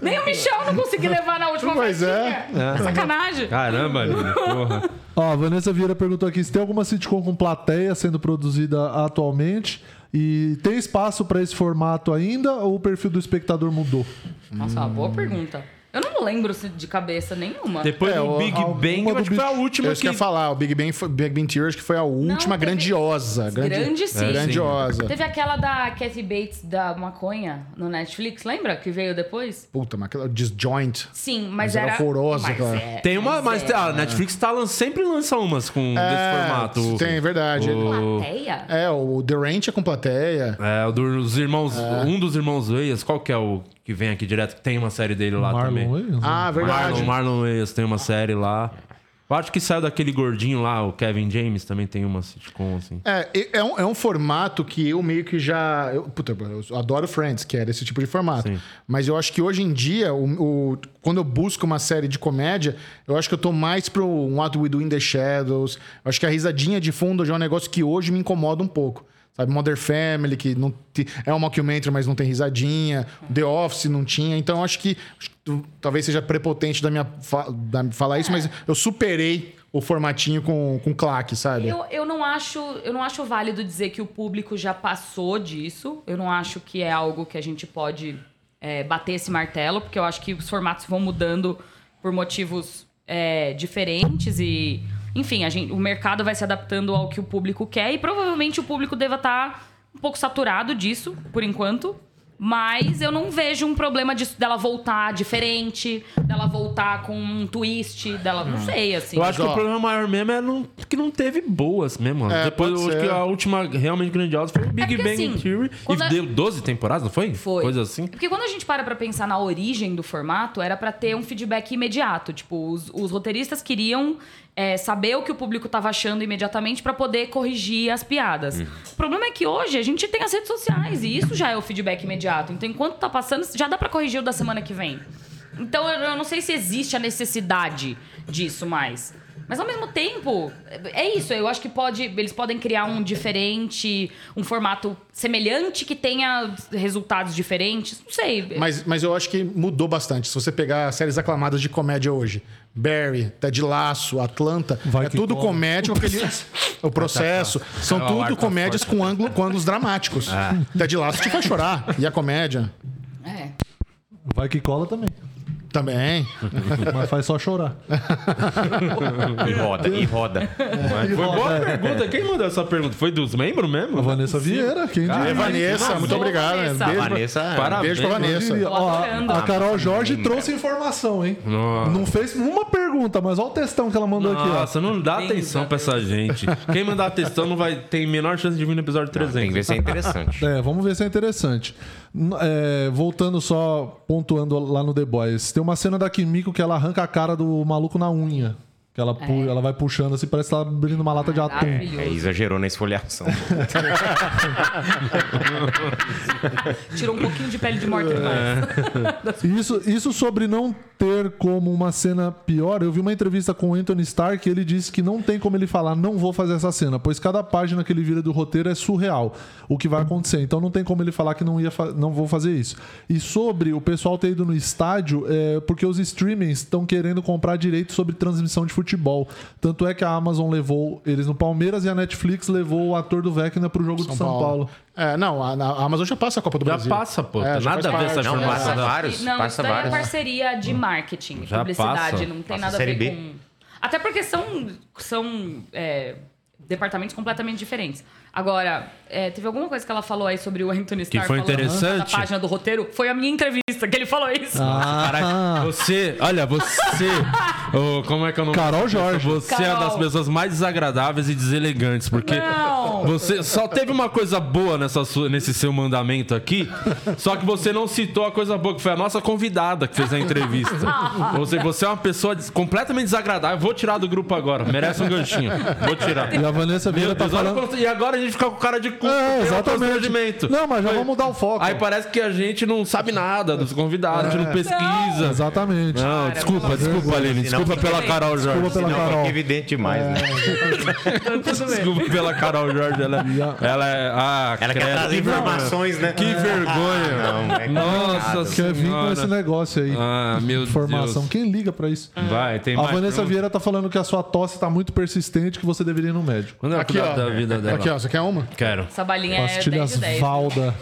Nem o Michel não consegui levar na última
Pois
festinha. É Sacanagem.
Caramba, Aline, porra.
Ó, a Vanessa Vieira perguntou aqui se tem alguma sitcom com plateia sendo produzida atualmente. E tem espaço pra esse formato ainda ou o perfil do espectador mudou?
Nossa, é uma boa pergunta. Eu não lembro se- de cabeça nenhuma.
Depois
É,
do
o-
Big
alguma
Bang, eu
do
acho que foi a
Big-
última
Eu isso que é eu ia falar, o Big Bang, foi- Big Bang Theory acho que foi a última
teve-
grandiosa. grande-
Grande sim.
É,
Grandiosa.
Teve aquela da Kathy Bates da maconha no Netflix, lembra? Que veio depois?
Puta, mas aquela disjoint.
Sim, mas,
Mas era horrorosa,
mas
cara.
é-
Tem uma, mas
é.
a Netflix tá lan- sempre lança umas com desse formato.
É, Tem, verdade.
Plateia?
É, o The Ranch é com plateia.
É, o dos irmãos.
É.
Um dos irmãos Weyas, qual que é o que vem aqui direto? Tem uma série dele lá também.
Marlon Wayans?
Ah, verdade.
Marlon, Marlon Weyas tem uma série lá. Eu acho que saiu daquele gordinho lá, o Kevin James também tem uma sitcom, assim.
É, e- é um, é um formato que eu meio que já. Eu, puta, eu adoro Friends, que era esse tipo de formato. Mas eu acho que hoje em dia, o, o- quando eu busco uma série de comédia, eu acho que eu tô mais pro um What We Do in the Shadows. Eu acho que a risadinha de fundo já é um negócio que hoje me incomoda um pouco. Sabe, Mother Family, que não te- é um mockumentary, mas não tem risadinha. The Office não tinha. Então, eu acho que, acho que tu- talvez seja prepotente da minha, fa- da- falar isso, mas eu superei o formatinho com, com claque, sabe?
Eu, eu, não acho, eu não acho válido dizer que o público já passou disso. Eu não acho que é algo que a gente pode é, bater esse martelo, porque eu acho que os formatos vão mudando por motivos é, diferentes e. Enfim, a gente, o mercado vai se adaptando ao que o público quer e provavelmente o público deva estar um pouco saturado disso, por enquanto. Mas eu não vejo um problema disso, dela voltar diferente, dela voltar com um twist, dela. Não sei, assim.
Eu acho que
ó.
o problema maior mesmo é não- que não teve boas mesmo.
É,
Depois
pode
eu acho
ser.
que a última realmente grandiosa foi o Big
porque,
Bang
assim,
Theory. E
quando a-
deu 12 temporadas, não foi?
Foi.
Coisa assim.
É Porque quando a gente para pra pensar na origem do formato, era pra ter um feedback imediato. Tipo, os, os roteiristas queriam é, saber o que o público tava achando imediatamente pra poder corrigir as piadas. O problema é que hoje a gente tem as redes sociais e isso já é o feedback imediato. Então, enquanto tá passando, já dá pra corrigir o da semana que vem. Então, eu, eu não sei se existe a necessidade disso mais. Mas ao mesmo tempo, é- é isso. Eu acho que pode, eles podem criar um diferente, um formato semelhante que tenha resultados diferentes. Não sei.
Mas, mas eu acho que mudou bastante. Se você pegar as séries aclamadas de comédia hoje, Barry, Ted Lasso, Atlanta,
Vai
é
que
tudo
cola.
comédia. com aquele- O processo. São
Cara, o ar
tudo
tá
comédias com, ângulo, com ângulos dramáticos.
É.
Ted Lasso te faz chorar. E a comédia?
É.
Vai que cola também.
Também.
<laughs> Mas faz só chorar.
E roda, e roda.
Foi boa pergunta. Quem mandou essa pergunta? Foi dos membros mesmo?
A Vanessa Vieira, quem
E
diria?
Vanessa, muito
Boa,
obrigado. né?
Vanessa.
Beijo, pra-
Vanessa,
Parabéns.
beijo pra
Quem
Vanessa.
diria? Ó,
adorando.
a, a Carol Jorge trouxe informação, hein? Não fez uma pergunta, mas olha o textão que ela mandou aqui,
Nossa, não dá
Linda.
atenção pra essa gente. Quem mandar atenção não vai tem menor chance de vir no episódio
Tem que
300.
ver se é
<laughs>
interessante.
ó. É, vamos ver se é interessante. N- é, voltando só, pontuando lá no The Boys. Tem uma cena da Kimiko que ela arranca a cara do maluco na unha. Que ela, pu- ela vai puxando assim, parece que tá abrindo uma lata de
Ah, tá
atum.
É, exagerou na esfoliação.
Tirou um pouquinho de pele de
É,
morte demais.
Isso, isso sobre não ter como uma cena pior, eu vi uma entrevista com o Anthony Stark e ele disse que não tem como ele falar, não vou fazer essa cena, pois cada página que ele vira do roteiro é surreal o que vai acontecer. Então não tem como ele falar que não, ia fa- não vou fazer isso. E sobre o pessoal ter ido no estádio, é porque os streamings estão querendo comprar direito sobre transmissão de futebol. Tanto é que a Amazon levou eles no Palmeiras e a Netflix levou o ator do Vecna pro jogo do São Paulo.
É, não, a, a Amazon já passa a Copa do
Já
Brasil.
passa, pô.
É, já
Nada a
faz
ver essa
parte.
Não,
informação.
passa vários,
Não,
passa
isso daí
vários. Hum.
é parceria de marketing,
Já
publicidade,
passa.
não tem
Passa
nada a
série
ver
B.
com. Até porque são, são é, departamentos completamente diferentes. Agora, é, teve alguma coisa que ela falou aí sobre o Anthony Starr
foi
falando
interessante?
na página do roteiro? Foi a minha entrevista que ele falou isso.
Ah.
Caralho, você, olha, você. ô, como é que eu não.
Carol Jorge.
Você é uma
Carol.
das pessoas mais desagradáveis e deselegantes, porque
Não.
você só teve uma coisa boa nessa sua- nesse seu mandamento aqui, só que você não citou a coisa boa, que foi a nossa convidada que fez a entrevista. Ou seja, você é uma pessoa des- completamente desagradável. Vou tirar do grupo agora, merece um ganchinho. Vou tirar.
E a Vanessa Vieira tá
Mas olha
falando.
quanto- E agora a gente fica com cara de cu.
É,
porque o
exatamente.
constrangimento.
Não, mas já
Foi-
vamos mudar o foco.
Aí parece que a gente não sabe nada dos convidados, a gente
É.
não pesquisa.
Exatamente.
Não, desculpa, desculpa, Aline.
Senão-
Desculpa pela Carol Jorge.
Desculpa pela
Não,
Carol.
fica evidente demais, né?
Desculpa pela Carol Jorge. Ela, ela é. Ah,
Ela quer
credo.
trazer informações, né?
Que vergonha.
Não, é
Nossa
complicado.
Quer vir com
senhora.
esse negócio aí.
Ah, meu
Informação.
Deus.
Quem liga pra isso?
Vai, tem
A
mais.
Vanessa
pergunta?
Vieira tá falando que a sua tosse tá muito persistente, que você deveria ir no médico.
Quando ela
Aqui,
cuidar
ó.
da vida dela.
Aqui, ó. Você quer uma?
Quero.
Essa balinha é 10
Pastilhas
de 10.
Valda.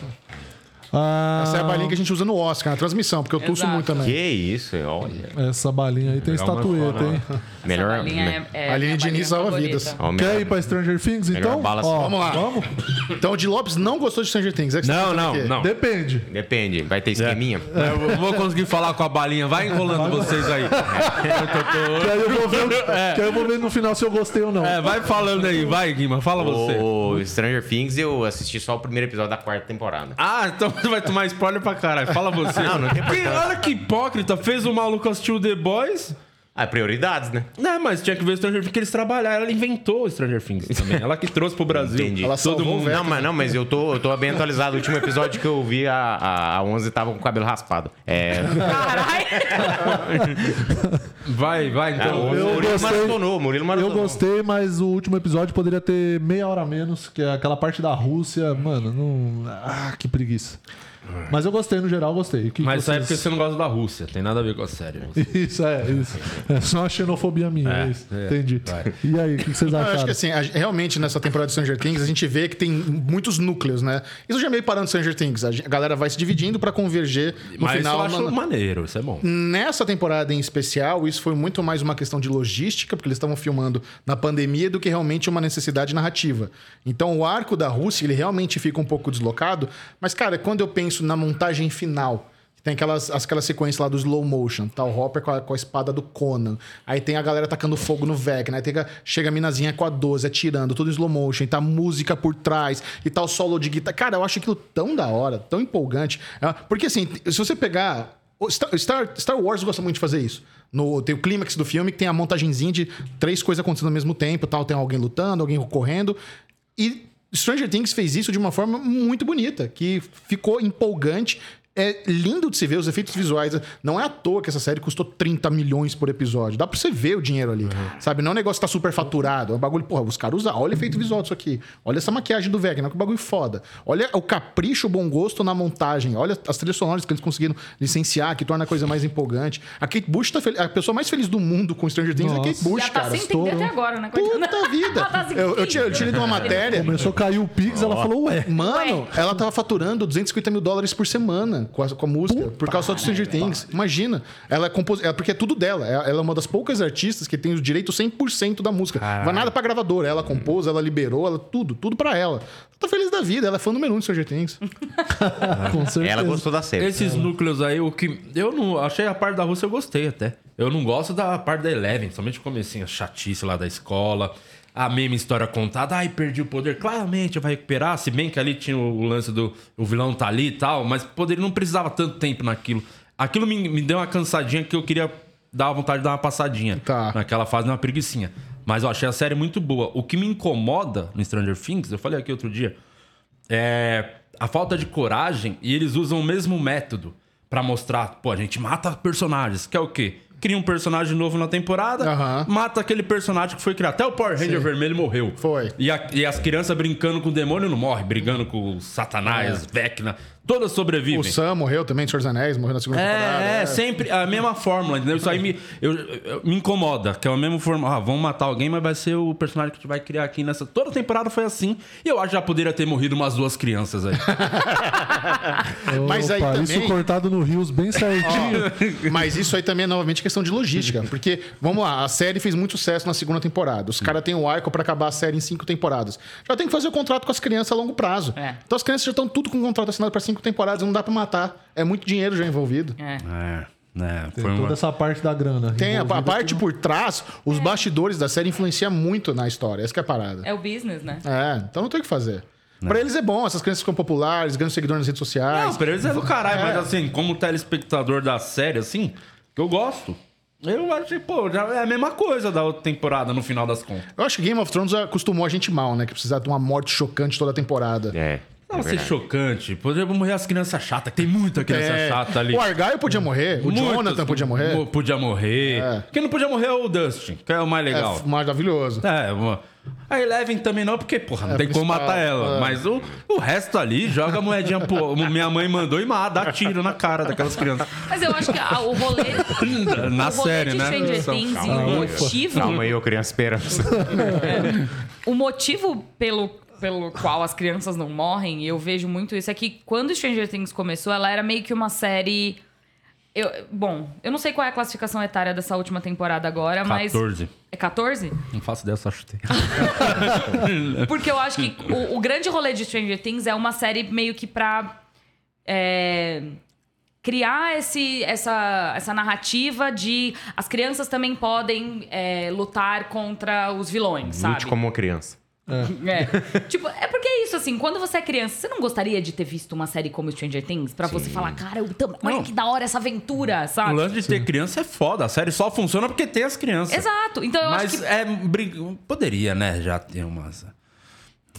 Ah,
Essa é a balinha que a gente usa no Oscar, na transmissão, porque eu tusso
Exato.
muito também.
Que isso, olha.
essa balinha aí tem
Pegar uma
estatueta,
foto,
hein?
Melhor. né?
Essa balinha é, é
A Aline
minha
Diniz
balinha
salva
favorita.
vidas.
Ó, melhor-
Quer ir pra Stranger Things,
Melhor
então?
bala,
Ó,
Vamos lá.
Vamos?
Então, o de Lopes não gostou de Stranger Things. É que você
Não,
tá
não,
aqui.
não.
Depende.
Depende, vai ter esqueminha?
Eu vou conseguir falar com a balinha. Vai enrolando vocês aí.
Que aí, eu vou ver, o- que aí eu vou ver no final se eu gostei ou não.
<laughs> É, vai falando aí, vai, Guima. Fala você.
O Stranger Things eu assisti só o primeiro episódio da quarta temporada.
Ah, então você vai tomar spoiler pra caralho. Fala você.
Não, não tem
Que- Olha que hipócrita. Fez o maluco assistir o The Boys.
Ah, prioridades, né?
Não, mas tinha que ver o Stranger Things que eles trabalharam. Ela inventou o Stranger Things também. Ela que trouxe pro Brasil.
Entendi.
Ela salvou o velho.
Não, mas, não, mas eu, tô, eu tô bem atualizado. O último episódio que eu vi, a, a, a 11 tava com o cabelo raspado. É,
Caralho!
Vai, vai,
a
então.
11,
É,
eu
Murilo
gostei.
maratonou, Murilo
Eu
maratonou.
gostei, mas o último episódio poderia ter meia hora a menos, que é aquela parte da Rússia. Mano, não. Ah, que preguiça.
É.
Mas eu gostei, no geral, eu gostei. O que que
Mas isso aí é porque
vocês-
você não gosta da Rússia. Tem nada a ver com a série.
<laughs> Isso, é, isso. É só uma xenofobia minha, é, isso.
é,
Entendi. E aí, o que que vocês
Eu acho
acharam?
que assim, a- realmente nessa temporada de Stranger Things, a gente vê que tem muitos núcleos, né? Isso já é meio parando Stranger Things. A gen- a galera vai se dividindo pra converger no
Mas
final.
eu acho
na-
maneiro. Isso é bom.
Nessa temporada em especial, isso foi muito mais uma questão de logística, porque eles estavam filmando na pandemia, do que realmente uma necessidade narrativa. Então, o arco da Rússia, ele realmente fica um pouco deslocado. Mas, cara, quando eu penso na montagem final, que tem aquelas, aquela sequência lá do slow motion, tá? O Hopper com a, com a espada do Conan. Aí tem a galera tacando fogo no Vecna. Aí tem a- chega a minazinha com a 12, atirando, tudo em slow motion. E tá música por trás, e tá o solo de guitarra. Cara, eu acho aquilo tão da hora, tão empolgante. É, Porque, assim, se você pegar... O Star, Star- Star Wars gosta muito de fazer isso. No, tem o clímax do filme, que tem a montagenzinha de três coisas acontecendo ao mesmo tempo tal. Tem alguém lutando, alguém correndo. E Stranger Things fez isso de uma forma muito bonita, que ficou empolgante. É lindo de se ver os efeitos visuais. Não é à toa que essa série custou 30 milhões por episódio. Dá pra você ver o dinheiro ali. Sabe? Não é um negócio que tá super faturado. É um bagulho, porra, os caras usam. Olha o efeito visual disso aqui. Olha essa maquiagem do Vecna, que bagulho foda. Olha o capricho, o bom gosto na montagem. Olha as trilhas sonoras que eles conseguiram licenciar, que torna a coisa mais empolgante. A Kate Bush tá fel- A pessoa mais feliz do mundo com Stranger Things é a Kate
Nossa.
Bush,
Já tá
cara.
sem entender
estourou.
até agora, né? coitada?
Puta vida!
<laughs> Ela tá assim,
Eu, eu tinha, eu tinha lido uma matéria.
Começou a cair o Pix, ela falou, ué.
Mano, ela tava faturando 250 mil dólares por semana. Rihanna com a, com a música, por causa só de Stranger Things. Imagina. Ela é compos... é porque é tudo dela. É- Ela é uma das poucas artistas que tem o direito 100% da música. Não Vai nada pra gravadora.
Hum.
Ela compôs, ela liberou, ela tudo, tudo pra ela. Ela tá feliz da vida, ela é fã número um de Stranger Things.
Com certeza.
Ela gostou da série.
Esses núcleos aí, o que. Eu não. Achei a parte da Rússia, eu gostei até. Eu não gosto da parte da Eleven, somente o comecinho, a chatice lá da escola. A mesma história contada, ai, perdi o poder. Claramente vai recuperar, se bem que ali tinha o lance do o vilão tá ali e tal, mas poderia, não precisava tanto tempo naquilo. Aquilo me, me deu uma cansadinha que eu queria dar vontade de dar uma passadinha.
Tá.
Naquela fase, uma preguiçinha. Mas eu achei a série muito boa. O que me incomoda no Stranger Things, eu falei aqui outro dia, é a falta de coragem e eles usam o mesmo método pra mostrar, pô, a gente mata personagens, que é o quê? Cria um personagem novo na temporada,
Aham.
mata aquele personagem que foi criado. Até o Power Ranger vermelho morreu.
Foi.
E, a- e as crianças brincando com o demônio não morrem, brigando com o Satanás, Vecna, todas sobrevivem.
É. O Sam morreu também, Senhor dos Anéis, morreu na segunda temporada.
É, é, sempre a mesma fórmula, entendeu? Isso aí me, eu- eu- me incomoda, que é a mesma fórmula. Ah, vamos matar alguém, mas vai ser o personagem que a gente vai criar aqui nessa. Toda temporada foi assim. E eu acho que já poderia ter morrido umas duas crianças aí.
Mas aí
Opa, Isso
também-
cortado no Rios bem certinho.
Mas isso aí também é novamente questão de logística. Porque, vamos lá, a série fez muito sucesso na segunda temporada. Os caras têm o arco pra acabar a série em cinco temporadas. Já tem que fazer o contrato com as crianças a longo prazo.
É.
Então as crianças já estão tudo com o contrato assinado pra cinco temporadas, não dá pra matar. É muito dinheiro já envolvido.
É.
É, né?
Tem
foi
toda
uma...
essa parte da grana.
Tem a, a
envolvida
parte por trás, os bastidores da série influenciam muito na história. Essa que é a parada.
É o business, né?
É, então não tem o que fazer. Pra eles é bom, essas crianças ficam populares, ganham seguidor nas redes
Não,
sociais.
pra eles é do caralho, mas assim, como telespectador da série, assim, que eu gosto. Eu acho que, pô, já é a mesma coisa da outra temporada no final das contas.
Eu acho que Game of Thrones acostumou a gente mal, né? Que precisava de uma morte chocante toda a temporada.
É.
Não vai
é
ser
verdade.
chocante. Poderia morrer as crianças chatas, que tem muita criança
É,
chata ali.
O Argyle podia morrer, o
Muitos
Jonathan podia morrer.
mo- Podia morrer.
É.
Quem não podia morrer é o Dustin, que é o mais legal.
É maravilhoso.
É, uma... a Eleven também não, porque, porra, não
É,
tem como
principal,
matar ela.
é.
Mas o, o resto ali, joga a moedinha pro... Minha mãe mandou e mata, dá tiro na cara daquelas crianças.
Mas eu acho que a- o
<laughs>
rolê.
<laughs> Na
o rolê
série,
de
né?
Stranger Things e
Calma
o
aí,
motivo.
Calma aí, ô criança esperança.
O motivo pelo, pelo qual as crianças não morrem, e eu vejo muito isso, é que quando Stranger Things começou, ela era meio que uma série. Eu, bom, eu não sei qual é a classificação etária dessa última temporada agora, mas.
14.
É 14?
Não faço dessa, acho que tem.
Porque eu acho que o, o grande rolê de Stranger Things é uma série meio que pra. é, criar esse, essa, essa narrativa de as crianças também podem é, lutar contra os vilões,
Lute
sabe?
como uma criança.
<laughs>
É. tipo, é porque é isso, assim, quando você é criança, você não gostaria de ter visto uma série como Stranger Things? Pra você falar, cara, eu tam... olha
Não.
que da hora essa aventura,
O
sabe?
lance de ter criança é foda. A série só funciona porque tem as crianças.
Exato. Então eu
Mas
acho que.
é. brig- Poderia, né? Já ter umas.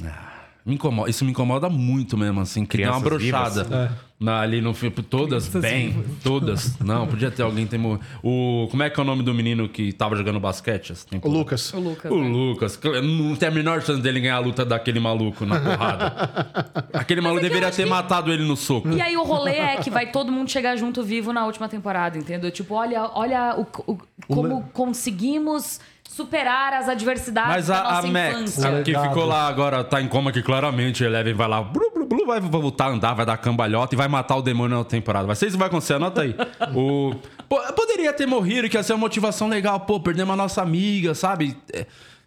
Ah, Me incomoda, isso me incomoda muito mesmo, assim, que deu uma
Crianças
brochada na- ali no filme. Todas bem, todas. Não, podia ter alguém ter morrido. O, como é que é o nome do menino que tava jogando basquete? essa
O
temporada?
Lucas.
O Lucas.
O
né?
Lucas. cl- Não tem a menor chance dele ganhar a luta daquele maluco na
<laughs>
porrada. Aquele maluco
é que eu
deveria
acho
ter
que-
matado ele no soco.
E aí o rolê é que vai todo mundo chegar junto vivo na última temporada, entendeu? Tipo, olha, olha o, o- como conseguimos superar as adversidades
Mas
da
a, a
nossa
Max,
infância.
que
Legado.
ficou lá agora, tá em coma, que claramente Eleven vai lá, blu, blu, blu, vai voltar a andar, vai dar cambalhota e vai matar o demônio na temporada. Vai ser isso que vai acontecer, anota
<laughs>
aí. o... Pô, poderia ter morrido, que ia ser uma motivação legal. Pô, perdemos a nossa amiga, sabe? É,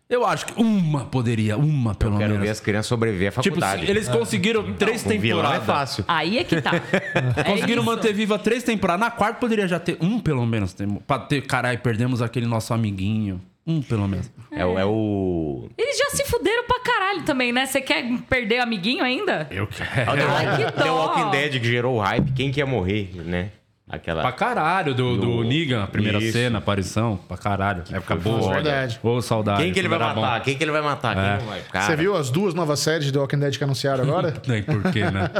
Eu acho que uma poderia, uma pelo
Quero ver
menos.
as crianças sobreviver à
Tipo, se
faculdade.
eles conseguiram três
Um vilão é
temporadas.
fácil.
Aí é
<laughs>
que tá. É
Conseguiram
isso.
manter viva três temporadas. Na quarta poderia já ter um, pelo menos. tem- Pra ter, caralho, perdemos aquele nosso amiguinho. Um, pelo menos.
É, o- é o...
Eles já se fuderam pra caralho também, né? Você quer perder amiguinho ainda?
Eu quero.
É o The
Ai,
Walk-
que
The
dó.
Walking Dead que gerou o hype. Quem que ia morrer, né? Aquela...
Pra caralho, do, do
Do-
Negan, a primeira
Isso.
cena, aparição. Pra caralho. Época
foi
boa.
foda.
Verdade.
Ô, saudade.
Quem que ele vai
Era bom.
matar? Quem que ele vai matar? Quem não vai? Cara,
Você viu as duas novas séries de The Walking Dead que anunciaram
<laughs>
agora?
Não tem porquê, né?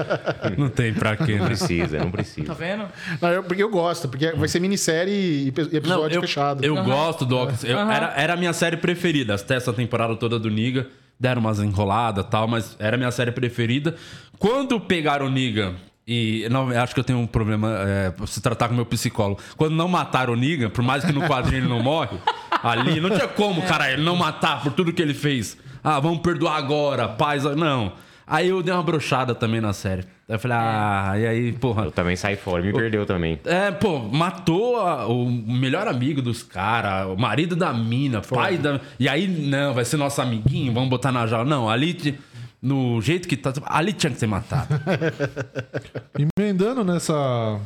Não tem pra quê,
<laughs> Não
né?
precisa, não precisa.
Tá vendo?
Não, eu- porque eu gosto, porque vai ser minissérie e epi- e episódio
eu,
fechado.
eu gosto do Ox. eu- era, era a minha série preferida. Até essa temporada toda do Niga. Deram umas enroladas e tal, mas era a minha série preferida. Quando pegaram o Niga. E não, eu acho que eu tenho um problema é, pra se tratar com o meu psicólogo. Quando não mataram o Negan, por mais que no quadrinho ele não morre, ali não tinha como, cara, ele não matar por tudo que ele fez. Ah, vamos perdoar agora, paz. Não. Aí eu dei uma brochada também na série. Aí eu falei, ah, e aí, porra.
Eu também saí fora, me perdeu também.
É, pô, matou a- o melhor amigo dos caras, o marido da mina, pai da. E aí, não, vai ser nosso amiguinho, vamos botar na jaula. Não, ali. ti- No jeito que tá. Ali tinha que ser matado.
Emendando nessa.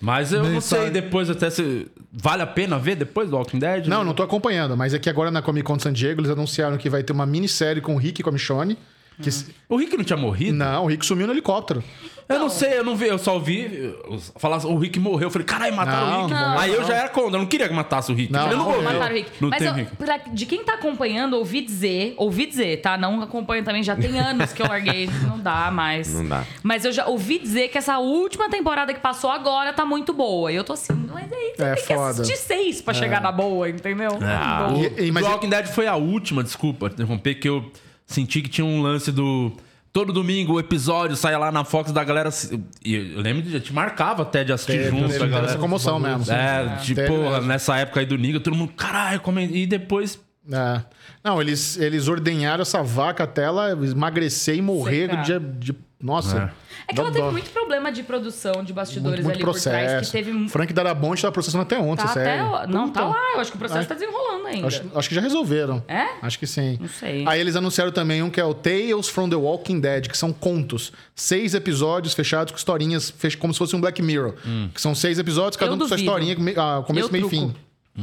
Mas
<laughs>
eu não
Mensagem-
sei depois até se. Vale a pena ver depois do Walking Dead?
Não, não tô acompanhando, mas é que agora na Comic Con de San Diego eles anunciaram que vai ter uma minissérie com o Rick e com a Michonne. Que...
O Rick não tinha morrido?
Não, o Rick sumiu no helicóptero.
Eu não sei, eu não vi, eu só vi. Falar, o Rick morreu. Eu falei, caralho, mataram
Não,
o Rick.
não,
Aí eu já era contra, eu não queria que matasse o Rick.
Não,
eu falei,
não,
vou ver.
Mataram o Rick.
Não
Mas
tem
eu-
Rick.
pra- de quem tá acompanhando, ouvi dizer, ouvi dizer, tá? Não acompanho também, já tem anos que
<laughs>
eu larguei, não dá mais.
Não dá.
Mas eu já ouvi dizer que essa última temporada que passou agora tá muito boa. E eu tô assim, mas aí você
É
tem
foda. É.
que assistir seis pra chegar na boa, entendeu?
Ah,
Boa.
o,
E- e- mas-
The Walking Dead foi a última, desculpa interromper, que eu senti que tinha um lance do. Todo domingo o episódio saia lá na Fox da galera. se- E eu lembro de. te marcava até de assistir junto
Teve
a
essa
galera.
tá comoção mesmo.
É, tipo,
Teve
porra,
mesmo.
nessa época aí do Niga, todo mundo, caralho, como é-" E depois.
É. Não, eles, eles ordenharam essa vaca até ela emagrecer e morrer
Secar.
de, de- Nossa.
É que ela
Dá
teve
dó.
muito problema de produção de
Muito,
bastidores
muito
ali por trás,
processo.
que teve um-
Frank Darabonte tava processando até ontem,
Tá até,
sério.
não, tá
Puta.
lá. Eu acho que o processo tá desenrolando ainda.
Acho, acho que já resolveram.
É?
Acho que sim.
Não sei.
Aí eles anunciaram também um que é o Tales from the Walking Dead, que são contos. Seis episódios fechados com historinhas, fech- como se fosse um Black Mirror. Que são seis episódios, cada
Eu
um com sua
duvido.
historinha, me- ah, começo,
Eu
meio e
truco.
fim.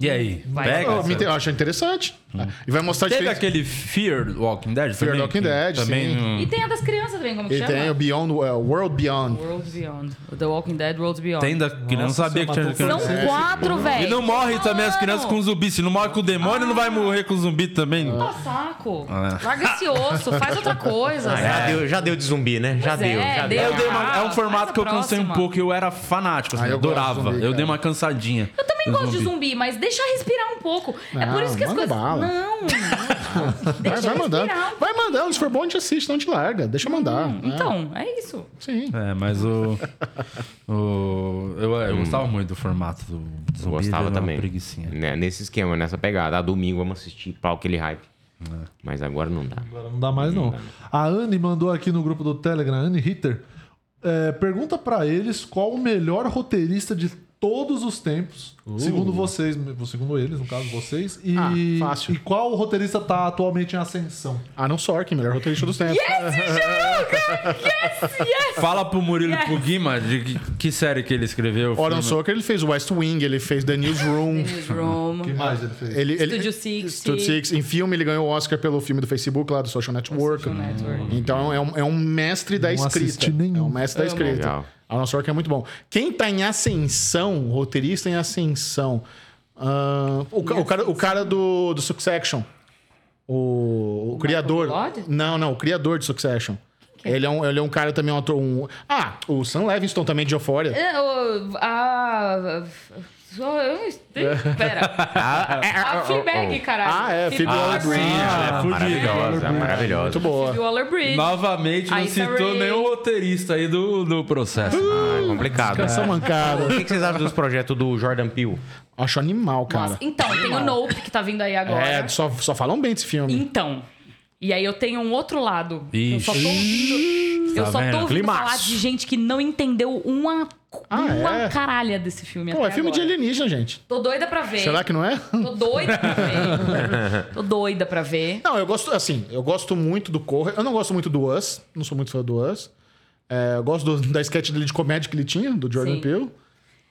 E aí?
Vai.
pega.
Eu, me
sabe?
inte- eu acho interessante. E vai mostrar a
Teve
diferença.
aquele Fear Walking Dead
Fear
também?
Walking
que
Dead,
também,
sim.
hum,
E tem a das crianças também, como que
E
chama?
tem o Beyond, eh, World Beyond.
World Beyond. The Walking Dead World Beyond.
Tem da criança, não
Nossa,
sabia que tinha
matou
criança.
São quatro, velho.
E não morre também as crianças com zumbi. Se não morre com o demônio, não vai morrer com zumbi também.
Tá saco.
Ah. é.
Larga esse osso,
<laughs>
faz outra coisa.
Ah, já,
sabe?
deu, já deu de zumbi, né? Já
Pois
deu.
é,
já
deu.
Eu dei uma- é um
Ah,
formato
faz a
que eu cansei um
próxima.
pouco. Eu era fanático, assim,
Ah,
eu
eu gosto de
adorava.
zumbi,
eu
cara.
dei uma cansadinha.
Eu também
do
gosto de zumbi, mas deixa respirar um pouco. é por isso que as
manda
coisas.
bala.
Não!
Vai,
deixa
vai mandando.
respirar.
Vai mandando. Se for bom, a gente assiste, não te larga. Deixa eu mandar. né?
Então, é isso.
Sim.
É, mas
<laughs>
o. o- eu eu
Hum.
gostava muito do formato do do zumbi. deu
Gostava
uma
também.
Preguiçinha.
Né, Nesse esquema, nessa pegada. Ah, domingo vamos assistir pau aquele hype. Mas agora não dá.
Agora não dá mais, não. A Anne mandou aqui no grupo do Telegram, Anne Ritter. é, pergunta pra eles qual o melhor roteirista de todos os tempos, segundo vocês, segundo eles, no caso vocês, e,
Ah, fácil.
e qual roteirista tá atualmente em ascensão.
Ah, não Sorkin, melhor roteirista dos tempos.
É Fala pro Murilo e pro Guima de que, que série que ele escreveu.
Oran
filme.
Sorkin, ele fez West Wing, ele fez
<laughs>
The Newsroom.
Newsroom.
que mais ele fez?
ele, ele,
Studio Six.
Studio Six. Em filme, ele ganhou o Oscar pelo filme do Facebook lá, do Social Network.
Social Network.
Então, é um, é um mestre da
Não
escrita.
assisti nenhum.
É um mestre da
Amo.
escrita.
Legal.
Alan Sorkin é muito bom. Quem tá em ascensão, roteirista em ascensão... ah, o, ca- o cara, o cara do, do Succession. O, o criador...
Gold?
Não, não. O criador de Succession.
é?
Ele, é um, ele é um cara também, um ator... Um, ah, o Sam Levinson também de Euphoria.
É, o- Ah. Só eu. Pera.
É,
<laughs>
A Ah, Fleabag, caralho.
Ah, é,
Phoebe
Phoebe
Waller-Bridge.
Waller-Bridge.
Ah, fudido.
oh, maravilhosa,
Muito
maravilhosa.
Ah,
boa.
Phoebe Waller-Bridge.
Novamente, não
Ai,
citou
sorry.
nenhum roteirista aí do, do
<gasps>
processo.
Ah, é complicado.
Canção
né?
mancada.
O que que vocês acham dos projetos do Jordan Peele?
Acho animal, cara.
Nossa, então, tem o Nope que tá vindo aí agora.
É, só, só falam bem desse filme.
Então. E aí eu tenho um outro lado. Eu só tô
Ixi.
ouvindo, eu
Tá
só
vendo?
tô ouvindo
Climaço.
falar de gente que não entendeu uma,
Ah,
uma
é?
caralha desse filme.
Pô,
até
é filme de
agora.
alienígena, gente.
Tô doida pra ver.
Será que não é? <laughs>
Tô doida pra ver. Tô doida pra ver.
Não, eu gosto, assim, eu gosto muito do Corra. Eu não gosto muito do Us, não sou muito fã do Us. É, eu gosto do- <laughs> da sketch dele de comédia que ele tinha, do Jordan
Sim.
Peele.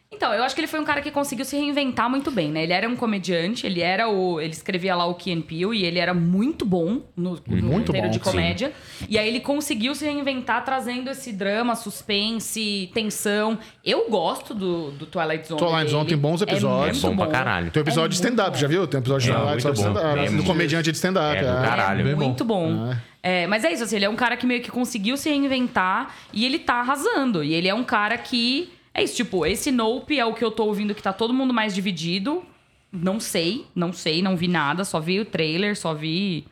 Então, eu acho que ele foi um cara que conseguiu se reinventar muito bem, né? Ele era um comediante, ele era o. Ele escrevia lá o Key and Peele e ele era muito bom no, no
Muito
roteiro
bom,
de
sim.
comédia. E aí ele conseguiu se reinventar trazendo esse drama, suspense, tensão. Eu gosto do, do Twilight Zone.
Twilight Zone
dele.
tem bons
É
episódios.
muito
é bom, pra caralho.
Tem um episódio
É
de stand-up,
muito
já viu? Tem um episódio de
É,
stand-up,
muito
episódio de
bom.
stand-up.
É
do
muito-
comediante de stand-up.
É, do
é.
caralho.
É,
Bem
bom.
muito bom.
Ah.
É, mas é isso, assim, ele é um cara que meio que conseguiu se reinventar e ele tá arrasando. E ele é um cara que. É isso, tipo, esse Nope é o que eu tô ouvindo que tá todo mundo mais dividido. Não sei, não sei, não vi nada, só vi o trailer, só vi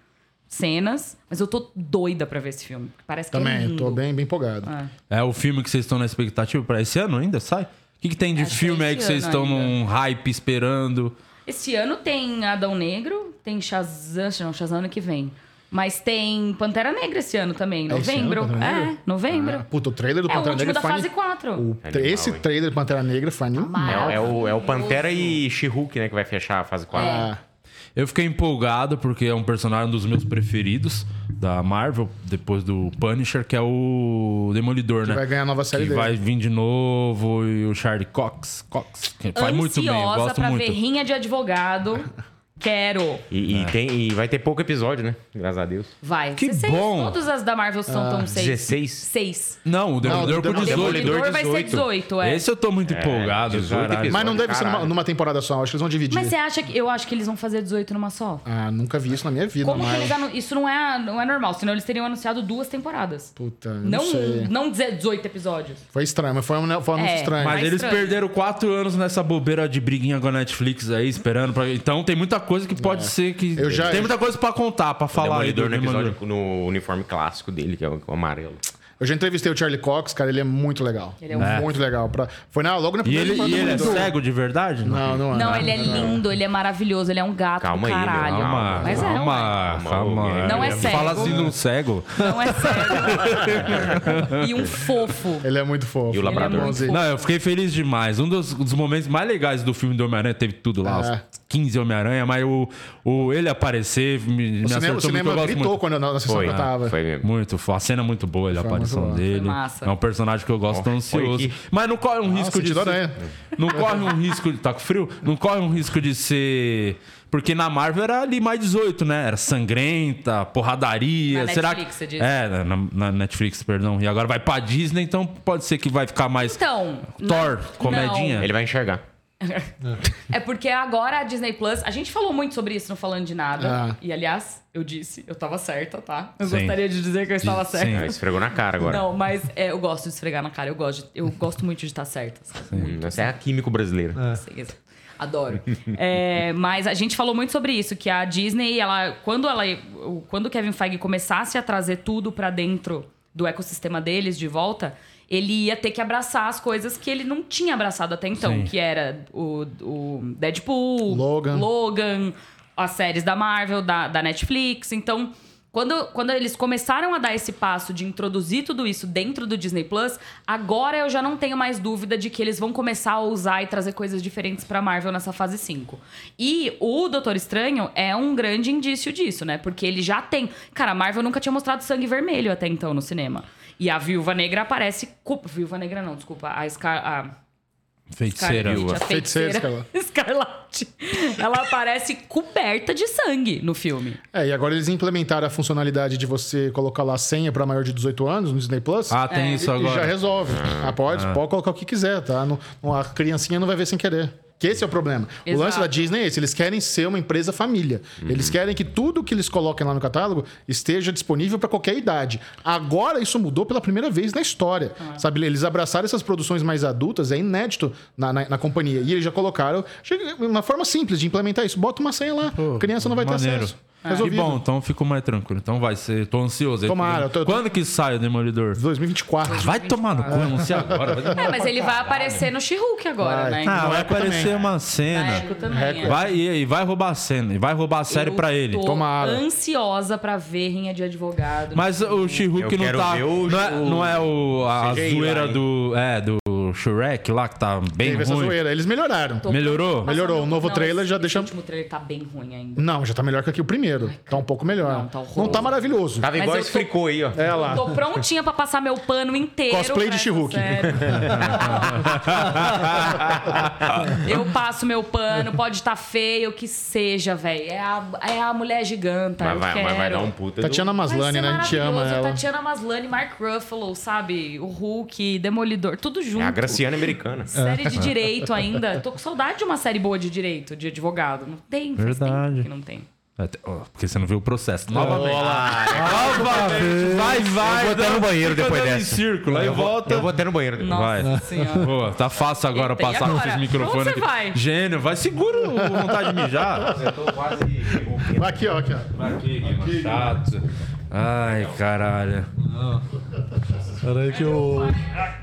cenas. Mas eu tô doida pra ver esse filme. porque Parece que é
Também, eu
lindo.
tô bem, bem empolgado.
É o filme que vocês estão na expectativa pra esse ano ainda? Sai? O que, que tem de
Acho que
filme
é
aí
esse
que vocês
ano
estão
ainda.
num hype esperando?
Esse ano tem Adão Negro, tem Shazam, não, Shazam ano que vem. Mas tem Pantera Negra esse ano também,
É esse ano,
novembro.
Pantera Negra?
é, novembro.
Ah, puta, o trailer do
É o
Pantera
último
Negra
da
foi
fase
ani-
4.
o tra- Esse
É hein?
trailer do Pantera Negra foi animal.
Amado.
É, é o, é o Pantera e She-Hulk, né? Que vai fechar a fase 4.
Ah,
Eu fiquei empolgado porque é um personagem um dos meus preferidos da Marvel, depois do Punisher, que é o Demolidor, né?
vai ganhar a nova série
que
dele.
vai vir de novo e o Charlie Cox, Cox, que faz
Ansiosa
muito bem, eu gosto
pra
muito.
ver Rinha de Advogado. Quero.
E, e tem, e vai ter pouco episódio, né? Graças a Deus.
Vai.
Que
16,
bom.
Todas as da Marvel
Ah,
são tão seis.
16?
Seis.
Não, o Demolidor
Não,
por
o
O
18.
Demolidor
Demolidor vai ser 18, é.
Esse eu tô muito empolgado,
18
caralho.
Mas não
episódio,
deve ser numa,
caralho.
numa temporada só, acho que eles vão dividir.
Mas você acha que. Eu acho que eles vão fazer 18 numa só.
Ah, nunca vi isso na minha vida,
Como que
mas.
eles anu... Isso não é, não é normal, senão eles teriam anunciado duas temporadas.
Puta, eu não,
Não,
sei.
não 18 episódios.
Foi estranho, mas foi um, foi um anúncio
É,
tá
estranho.
Mas
Mais
eles
estranho.
perderam quatro anos nessa bobeira de briguinha com a Netflix aí, esperando. pra- Então tem muita coisa que pode ser que.
É. Eu já-
Tem muita coisa pra contar, pra
O
falar aí do
Demolidor no
Demolidor.
episódio no uniforme clássico dele, que é o o amarelo.
Eu já entrevistei o Charlie Cox, cara, ele é muito legal.
Ele é um- É.
muito legal. Pra... Foi na, logo na
E
primeira
ele,
temporada
e
do
ele é
Demolidor.
cego de verdade?
Não, não é.
Não, ele é lindo, ele é maravilhoso, ele é um gato
Calma
do
aí, meu,
caralho.
Calma,
Mas é,
calma,
ué.
calma.
Não é
Fala
cego.
assim de um cego.
não é sério. <laughs> e um fofo.
Ele é muito fofo.
Ele
E o
é
Labrador.
muito
Não,
fofo.
Não, eu fiquei feliz demais. Um dos, dos momentos mais legais do filme do Homem-Aranha, teve tudo lá,
É.
os 15 Homem-Aranha, mas o, o ele aparecer me, me
O cinema,
acertou
o cinema
muito. Eu gosto
gritou
muito.
quando eu, na sessão
Foi,
que eu tava.
foi mesmo.
Muito, fo- a cena é muito boa, ele, a
Foi
aparição
muito boa.
dele.
Foi massa.
É um personagem que eu gosto, tô
foi
ansioso.
aqui.
Mas não corre um risco de
sentido
ser-
aranha.
Não corre um risco de. Tá com frio? Não corre um risco de ser. Porque na Marvel era ali mais 18, né? Era sangrenta, porradaria.
Na
Será
Netflix,
que...
você diz.
É, na- na, na Netflix, perdão. E agora vai pra Disney, então pode ser que vai ficar mais.
Então.
Thor,
não-
comedinha.
Ele vai enxergar.
É porque agora a Disney Plus, a gente falou muito sobre isso no Falando de Nada.
Ah.
E aliás, eu disse, eu tava certa, tá? Eu
Sim.
gostaria de dizer que eu estava
Sim.
certa.
Ah, esfregou na cara agora.
É. Não, mas é, eu gosto de esfregar na cara, eu gosto, de- eu gosto muito de estar certa. sabe?
Hum, Essa é a químico brasileira.
Sei, Adoro. É, mas a gente falou muito sobre isso, que a Disney, ela, quando ela, o- quando o Kevin Feige começasse a trazer tudo pra dentro do ecossistema deles de volta, ele ia ter que abraçar as coisas que ele não tinha abraçado até então, que era o, o Deadpool,
Logan.
Logan, as séries da Marvel, da, da Netflix. Então, quando, quando eles começaram a dar esse passo de introduzir tudo isso dentro do Disney Plus, agora eu já não tenho mais dúvida de que eles vão começar a usar e trazer coisas diferentes pra Marvel nessa fase 5. E o Doutor Estranho é um grande indício disso, né? Porque ele já tem. Cara, a Marvel nunca tinha mostrado sangue vermelho até então no cinema. E a Viúva Negra aparece. co- Viúva Negra não, desculpa. A Scar. a-
Feiticeira.
Scarlet, a
Feiticeira,
feiticeira <laughs> Escarlate. Ela aparece coberta de sangue no filme.
É, e agora eles implementaram a funcionalidade de você colocar lá a senha pra maior de 18 anos no Disney Plus.
Ah,
É,
tem
e,
isso
e já
agora.
resolve. Ah, pode, pode colocar o que quiser, tá? Não- não- a criancinha não vai ver sem querer. Que esse é o problema.
Exato.
O lance da Disney é esse. Eles querem ser uma empresa família.
Uhum.
Eles querem que tudo que eles coloquem lá no catálogo esteja disponível pra qualquer idade. Agora isso mudou pela primeira vez na história. Sabe, eles abraçaram essas produções mais adultas, é inédito na, na, na companhia. E eles já colocaram chega- uma forma simples de implementar isso. Bota uma senha lá.
Pô,
Criança não vai ter
maneiro.
acesso.
Que
Resolvido.
bom, então fico mais tranquilo. Então vai ser. Tô ansioso.
Tomara, eu tô-
Quando que sai o Demolidor?
2024.
Vai tomar no cu, anuncia agora. Vai
É,
demorar.
mas ele vai aparecer no She-Hulk agora, né?
Vai.
Ah,
no
vai
Echo
aparecer
também.
uma
Na
cena.
Echo também. é.
Vai e e vai roubar a cena. E vai roubar a série
Eu
pra ele.
Tô
Tomara.
ansiosa pra ver Rinha de Advogado.
Mas o She-Hulk
Eu
não
quero
tá.
ver o-
não, é, não é o, a
CGI
zoeira
lá, hein?
do. É, do Shrek lá que tá bem
Teve essa
ruim.
zoeira. Eles melhoraram.
Tô
melhorou?
passando-
Melhorou, o novo
Não,
trailer
esse-
já
esse
deixa-
último trailer tá bem ruim ainda.
Não, já tá melhor que aqui o primeiro. tá um pouco melhor.
Não, tá horroroso.
não tá maravilhoso.
Tava
Mas
igual
eu tô-
esfricou aí, ó.
É lá.
Tô prontinha pra passar meu pano inteiro.
Cosplay
pra
de
essa
She-Hulk.
série.
<laughs>
eu passo meu pano, pode estar feio, que seja, velho. É a, é a mulher giganta.
Mas
eu
vai, mas vai
quero.
dar um puta. do-
Tatiana Maslany, né? A gente ama
maravilhoso.
ela.
Tatiana Maslany, Mark Ruffalo, sabe? O Hulk, Demolidor, tudo junto.
É a Graciana americana.
Série
É.
de direito ainda. Tô com saudade de uma série boa de direito, de advogado. Não tem, faz
Verdade.
tempo que não tem.
Até- É, ó, porque você não viu o processo. Novamente.
Olá!
Novamente. Vai, vai.
Eu vou até
não,
no banheiro
fica
depois
andando em
dessa.
círculo, aí
eu, vou,
volta.
eu vou até no banheiro. depois.
Nossa
Vai.
senhora.
Boa, tá fácil agora
Eita, e
passar
agora?
esses
Pra onde
microfones
você
aqui.
vai?
Gênio, vai, segura o vontade de mijar.
Eu tô quase.
Vai Aqui, ó, aqui, ó.
Aqui, Guima, chato. Ai, caralho.
Peraí que o.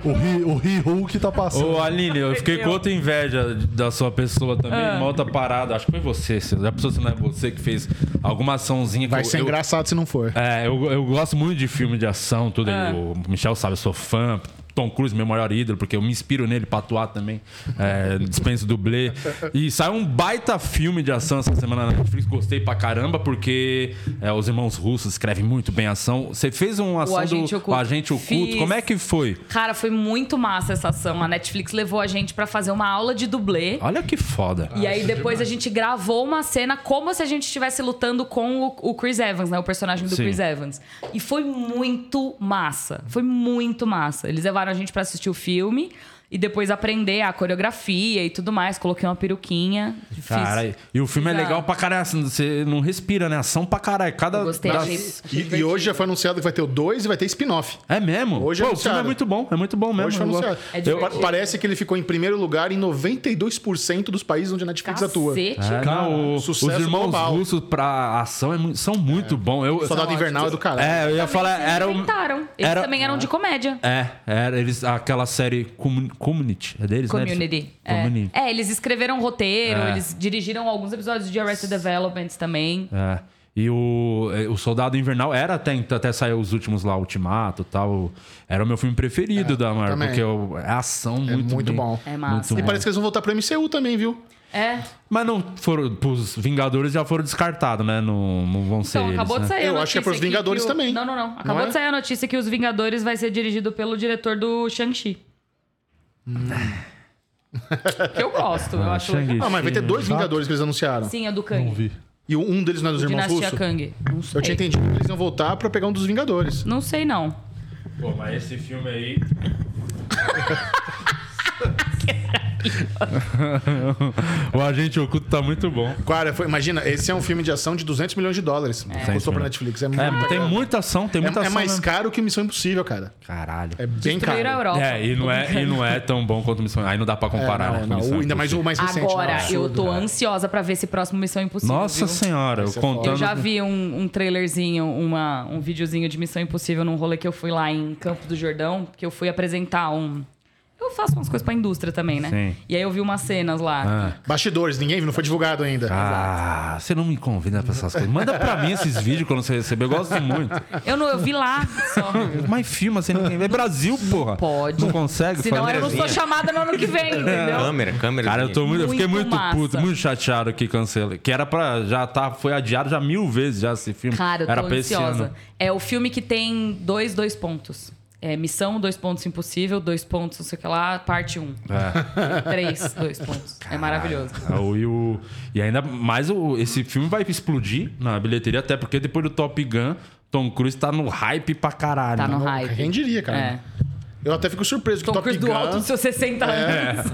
O Ri- O Ri-Hulk tá passando.
Ô, Aline, eu fiquei com outra inveja da sua pessoa também, uma outra parada. Acho que foi você. se- Já pensou se não é você que fez alguma açãozinha que
Vai
eu-
ser
eu,
engraçado se não for.
É, eu, eu gosto muito de filme de ação, tudo.
Ah.
aí. O Michel sabe, eu sou fã. Tom Cruise, meu maior ídolo, porque eu me inspiro nele pra atuar também. É, dispenso dublê. E saiu um baita filme de ação essa semana na Netflix. Gostei pra caramba, porque é, os irmãos russos escrevem muito bem ação. Você fez um ação
Agente
do
Oculto.
o Agente Oculto.
Fiz.
Como é que foi?
Cara, foi muito massa essa ação. A Netflix levou a gente pra fazer uma aula de dublê.
Olha que foda.
E aí depois a gente gravou uma cena como se a gente estivesse lutando com o, o Chris Evans, né? O personagem do
Sim.
Chris Evans. E foi muito massa. Foi muito massa. Eles levaram a gente pra assistir o filme e depois aprender a coreografia e tudo mais. Coloquei uma peruquinha. fiz-
Cara, e o filme é
fiz a-
legal pra caralho. assim, Você não respira, né? Ação pra caralho. Cada.
Eu gostei,
das-
achei-
E,
achei
e hoje já foi anunciado que vai ter o 2 e vai ter spin-off.
É mesmo?
Hoje
Pô, o filme
anunciaram.
é muito bom. É muito bom mesmo.
Hoje foi
eu gosto.
anunciado.
É
Eu-
divertido.
parece que ele ficou em primeiro lugar em 92% dos países onde a Netflix atua.
Cacete.
É, não, o- os
sucesso
irmãos
global.
russos pra ação é mu- são muito bons. Eu,
Soldado Invernal é do caralho.
É, eu ia falar.
Eles
Era, um-
inventaram. Eles
era-
também eram de comédia.
é, era eles, aquela série Commun- Community. É deles,
Community.
né?
É.
Community.
É, eles escreveram roteiro,
É.
eles dirigiram alguns episódios de Arrested Development também.
É. E o, é, o Soldado Invernal era até, então, até saiu os últimos lá, Ultimato e tal. Era o meu filme preferido da Marvel,
É, também.
porque eu- é ação muito,
muito
bem-
bom.
É massa.
muito
E
bom.
parece que eles vão voltar pro MCU também, viu?
É.
Mas não foram. Os Vingadores já foram descartados, né? Não, não vão ser.
Então, acabou
eles,
de
né?
sair a
Eu acho que é
notícia
pros
aqui
Vingadores
o-
também.
Não, não, não. Acabou
Não é?
de sair a notícia que os Vingadores vai ser dirigido pelo diretor do Shang-Chi. que eu gosto, eu acho.
Shang-Chi.
Ah, mas vai ter dois Vingadores que eles anunciaram.
Sim, é do
Não
Kang.
vi.
E um deles não é dos irmãos
Dinastia É.
Russo.
Kang. Não sei.
Eu tinha entendido que eles iam voltar pra pegar um dos Vingadores.
Não sei, não.
Pô, mas esse filme aí. <laughs> o Agente Oculto tá muito bom.
Cara, foi- imagina, esse é um filme de ação de 200 milhões de dólares. Custou pra Netflix. É, muito
É, tem
caro.
muita ação, tem
É-
muita
é
ação.
mais
né?
caro que Missão Impossível, cara.
Caralho.
É bem
Primeiro a
caro.
Europa.
É, e não é, e não é tão bom quanto Missão. Aí não dá pra
um É,
comparar,
não,
né?
não,
Missão
o- ainda mais o
Impossível.
mais recente.
Agora,
não.
eu tô ansiosa pra ver esse próximo Missão Impossível.
Nossa
viu?
senhora, eu
ser é foda.
contando.
Eu já vi um, um trailerzinho, uma, um videozinho de Missão Impossível num rolê que eu fui lá em Campo do Jordão, que eu fui apresentar um. Eu faço umas coisas pra indústria também, né?
Sim.
E aí eu vi umas cenas lá.
Bastidores, ninguém viu, não foi divulgado ainda.
Ah, você não me convida pra essas coisas. Manda pra mim esses vídeos quando você receber. Eu gosto muito.
Eu não, eu vi lá só.
<laughs> Mas filma sem ninguém. É Brasil, porra.
pode.
Não consegue
Senão
é
fazer. assim.
eu não sou chamada no ano que
<laughs>
vem, entendeu?
Câmera, câmera.
Cara, eu, tô muito, eu fiquei
Muito
muito
massa.
puto, muito chateado que cancela. Que era pra. Já tá, foi adiado já mil vezes já esse filme.
Cara, eu
era
tô
pra esse
ansiosa.
ano.
É o filme que tem dois, dois pontos. É, missão, dois pontos impossível, dois pontos, não sei o que lá, parte um.
É.
Três, dois pontos. É maravilhoso.
Ah, o- E, o- e ainda mais o, esse filme vai explodir na bilheteria, até porque depois do Top Gun, Tom Cruise tá no hype pra caralho.
Tá no
Não-
hype.
Quem diria, cara?
É.
Eu até fico surpreso que
Tom
Top
Cruise
Gun... É.
do alto dos seus 60 anos.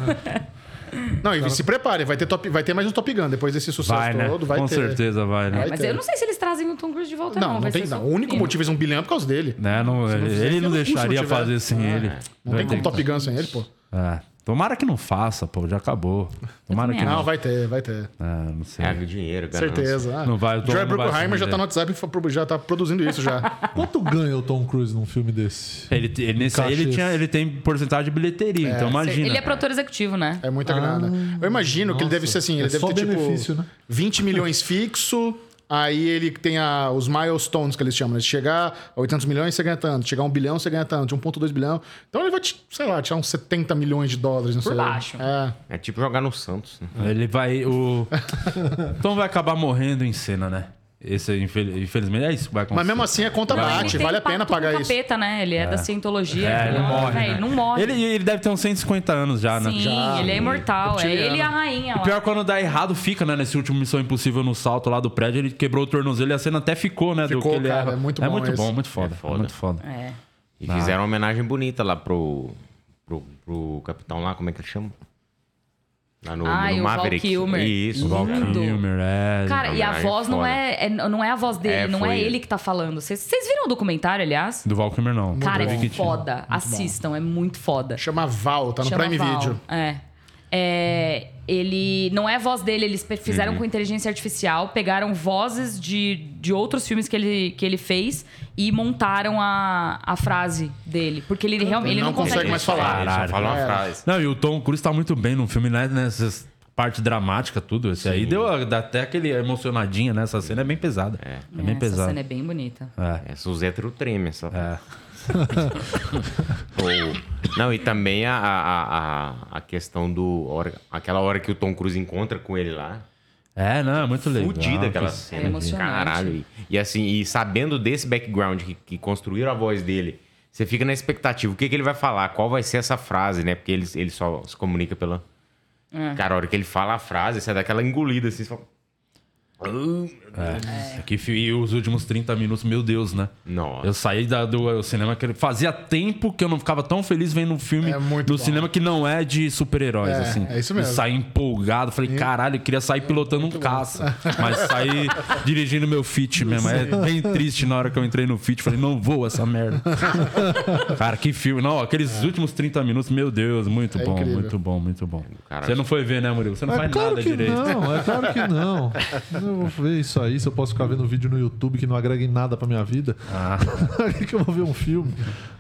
Não, e se prepare, vai ter, top... vai ter mais um Top Gun depois desse sucesso
Vai, né?
todo. Vai
Com
ter.
certeza vai, né?
Vai
Mas
ter.
eu não sei se eles trazem o Tom Cruise de volta,
Não, não,
Então vai
tem.
ser
Não.
só
O único
filme.
motivo é um bilhão é por causa dele.
Né, não- ele,
fizer,
ele não
eu não puxo,
deixaria
se eu tiver. É,
fazer sem ele.
Não tem como Top Gun sem ele, pô.
É. Tomara que não faça, pô, já acabou. Tomara
também
que não.
Não, vai ter, vai ter.
É, não sei.
É, dinheiro, ganância.
Certeza. Ah,
Não vai, o Tom
Joy
não vai
Bruckheimer já
assumir,
tá no WhatsApp, e já tá produzindo
<laughs>
isso já.
Quanto ganha o Tom Cruise num filme desse?
Ele, te- ele- nesse aí ele,
Cachês.
tinha, ele tem porcentagem de bilheteria, então imagina.
Ele é produtor executivo, né?
É muita grana. Eu imagino que ele
nossa.
deve ser assim,
É
ele deve
só
ter
benefício,
tipo
né?
20 milhões fixo, aí ele tem a- os milestones que eles chamam, né? Se chegar a 800 milhões, você ganha tanto. Chegar a 1 bilhão, você ganha tanto. De 1.2 bilhão. Então ele vai, te- sei lá, tirar uns 70 milhões de dólares, não
Por
sei
baixo.
É.
É tipo jogar no Santos. né?
É. Ele vai. O <laughs> Tom vai acabar morrendo em cena, né? Esse, infel- infelizmente, é isso que vai acontecer.
Mas mesmo assim, a conta
Mas ele
bate,
tem
vale a
pacto
pena
com o
pagar isso.
capeta, né? Ele é, da cientologia.
É, ele
então,
morre.
velho,
né?
Não
assim-
morre.
Ele, ele deve ter uns 150 anos já, né?
Sim, ele é imortal. É ele e a rainha
E
lá.
pior quando dá errado fica, né? Nesse último Missão Impossível no salto lá do prédio, ele quebrou o tornozelo e a cena até ficou, né? do
Ficou,
que ele
cara,
erra.
é muito
É
bom
muito
esse.
bom, muito foda.
É foda.
Muito foda.
É.
E fizeram uma homenagem bonita lá pro, pro, pro capitão lá, como é que ele chama? Lá no,
Ah,
no
e o Val
Maverick.
Kilmer.
Isso,
Lindo.
Hum.
Val Kilmer.
Kilmer, é.
Cara, e a
Homenagem
voz não
foda.
é, é- não é a voz dele,
É,
não é
foi-
ele que tá falando. Vocês vocês viram o documentário, aliás?
Do Valkymer, não.
Cara,
Eu vi
é
que tinha.
foda. Assistam, é muito foda.
Chama Val, tá no
Chama
Prime
Val.
Video.
É. É, ele não é a voz dele, eles pe- fizeram
Uhum.
com inteligência artificial, pegaram vozes de, de outros filmes que ele, que ele fez e montaram a, a frase dele. Porque ele realmente ele não, consegue
mais falar.
é
Ele só
Caralho. É.
fala uma frase.
Não, e o Tom Cruise tá muito bem no filme, né? Nessa parte dramática, tudo. Esse aí deu a- dá até aquele emocionadinha, né? Essa cena é bem pesada. É, bem
Essa
pesada.
cena é bem bonita.
É, Suzeta o treme, essa
É.
<laughs> Ou- Não, e também a, a, a- a questão do. hora- aquela hora que o Tom Cruise encontra com ele lá.
É, não, é muito legal.
Fudida aquela
Nossa.
cena.
É emocionante.
Caralho. E, e assim, e sabendo desse background que, que construíram a voz dele, você fica na expectativa. O que, que ele vai falar? Qual vai ser essa frase, né? Porque ele, ele só se comunica pela. Cara, a hora que ele fala a frase, você dá aquela engolida assim, você fala. "Hum,
É. Que, fi- e os últimos 30 minutos, meu Deus, né?
Nossa.
Eu saí da- do cinema que fazia tempo que eu não ficava tão feliz vendo um filme
É muito
do
bom.
cinema que não é de super-heróis,
É,
assim.
é isso mesmo. É
E saí empolgado, falei, caralho, eu queria sair pilotando um
<laughs>
caça. Mas saí dirigindo meu Fit mesmo. É bem triste na hora que eu entrei no Fit, falei, não vou essa
<laughs>
merda. Cara, que filme. Não, aqueles últimos 30 minutos, meu Deus, muito
É
bom,
incrível. Ah,
muito bom, muito bom.
Caralho.
Você não foi ver, né, Murilo? Você não
É
faz
claro
nada
que
direito.
não, é claro que
<laughs>
não. Eu não vou ver isso aí, se eu posso ficar vendo vídeo no YouTube que não agrega em nada pra minha vida.
Ah.
<laughs> Pra que que eu vou ver um filme?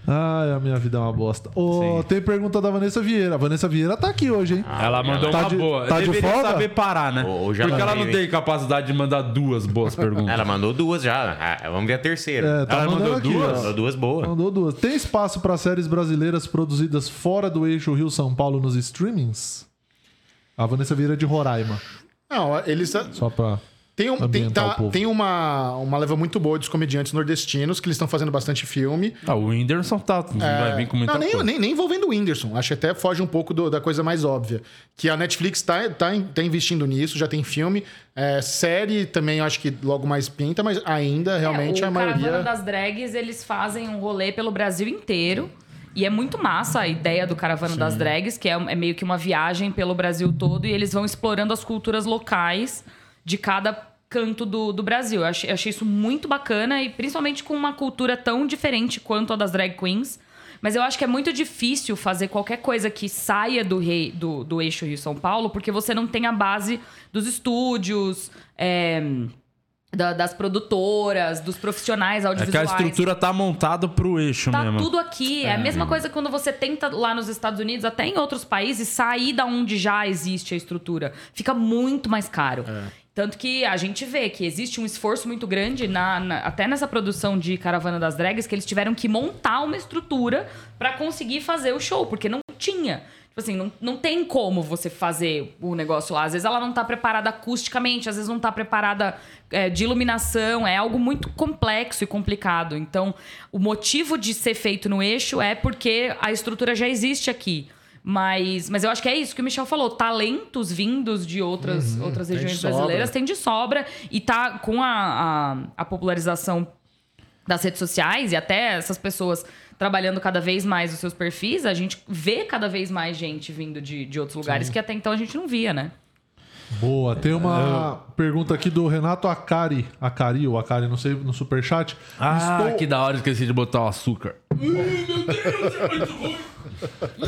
Ai, a minha vida é uma bosta. Ô, tem pergunta da Vanessa Vieira. A Vanessa Vieira tá aqui hoje, hein?
Ah, Ela mandou
Tá
uma
de-
boa.
tá de
Deveria
folga?
saber parar, né?
Ou- ou já
Porque ela
mandei,
não tem capacidade de mandar duas <laughs> boas perguntas.
Ela mandou duas já. Ah, vamos ver a terceira.
É, tá
Ela mandou
mandando aqui,
duas?
ó.
Mandou duas boas.
Mandou duas. Tem espaço pra séries brasileiras produzidas fora do eixo Rio-São Paulo nos streamings? A Vanessa Vieira é de Roraima.
Não, eles. ah,
Só pra.
Tem, um, tem,
Ambientar
tá-
o povo.
tem uma, uma leva muito boa dos comediantes nordestinos, que eles estão fazendo bastante filme.
Ah, o Whindersson tá, vai vir com muita
É. Não, nem,
coisa.
nem, nem envolvendo o Whindersson. Acho que até foge um pouco do- da coisa mais óbvia. Que a Netflix tá, tá, in- tá investindo nisso, já tem filme. É, série também acho que logo mais pinta, mas ainda realmente
É, o
a
Caravana
maioria.
das Drags, eles fazem um rolê pelo Brasil inteiro. E é muito massa a ideia do Caravana das Drags, que é, é meio que uma viagem pelo Brasil todo. E eles vão explorando as culturas locais de cada canto do, do Brasil. Eu achei, eu achei isso muito bacana. E principalmente com uma cultura tão diferente quanto a das drag queens. Mas eu acho que é muito difícil fazer qualquer coisa que saia do, rei, do, do eixo Rio-São Paulo, porque você não tem a base dos estúdios... é, da- das produtoras, dos profissionais
É
audiovisuais.
que a estrutura tá montada pro eixo
Tá
mesmo.
tudo aqui. É. a mesma coisa quando você tenta lá nos Estados Unidos, até em outros países, sair da onde já existe a estrutura. Fica muito mais caro.
É.
Tanto que a gente vê que existe um esforço muito grande, na, na- até nessa produção de Caravana das Drags, que eles tiveram que montar uma estrutura pra conseguir fazer o show, porque não tinha. Tipo assim, não, não tem como você fazer o negócio lá. Às vezes ela não tá preparada acusticamente, às vezes não tá preparada é, de iluminação. É algo muito complexo e complicado. Então, o motivo de ser feito no eixo é porque a estrutura já existe aqui. Mas, mas eu acho que é isso que o Michel falou. Talentos vindos de outras, outras
Uhum. tem de
regiões
sobra.
brasileiras tem de sobra. E tá com a, a, a popularização das redes sociais e até essas pessoas trabalhando cada vez mais os seus perfis, a gente vê cada vez mais gente vindo de, de outros lugares que até então a gente não via, né?
Boa. Tem uma pergunta aqui do Renato Acari. Acari ou Acari, não sei, no superchat.
Ah,
Estou-
que da hora, esqueci de botar o açúcar.
é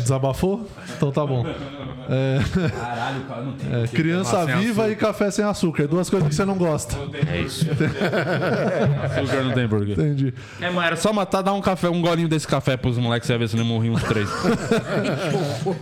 Desabafou? Então tá bom.
Caralho, cara, não tem.
É, criança
assim,
viva e café sem açúcar. É Duas coisas que você não gosta.
É isso.
Açúcar não tem porquê.
Entendi.
É, mas era só matar, dar um café, um golinho desse café pros moleques, você ia ver se não morriam uns três.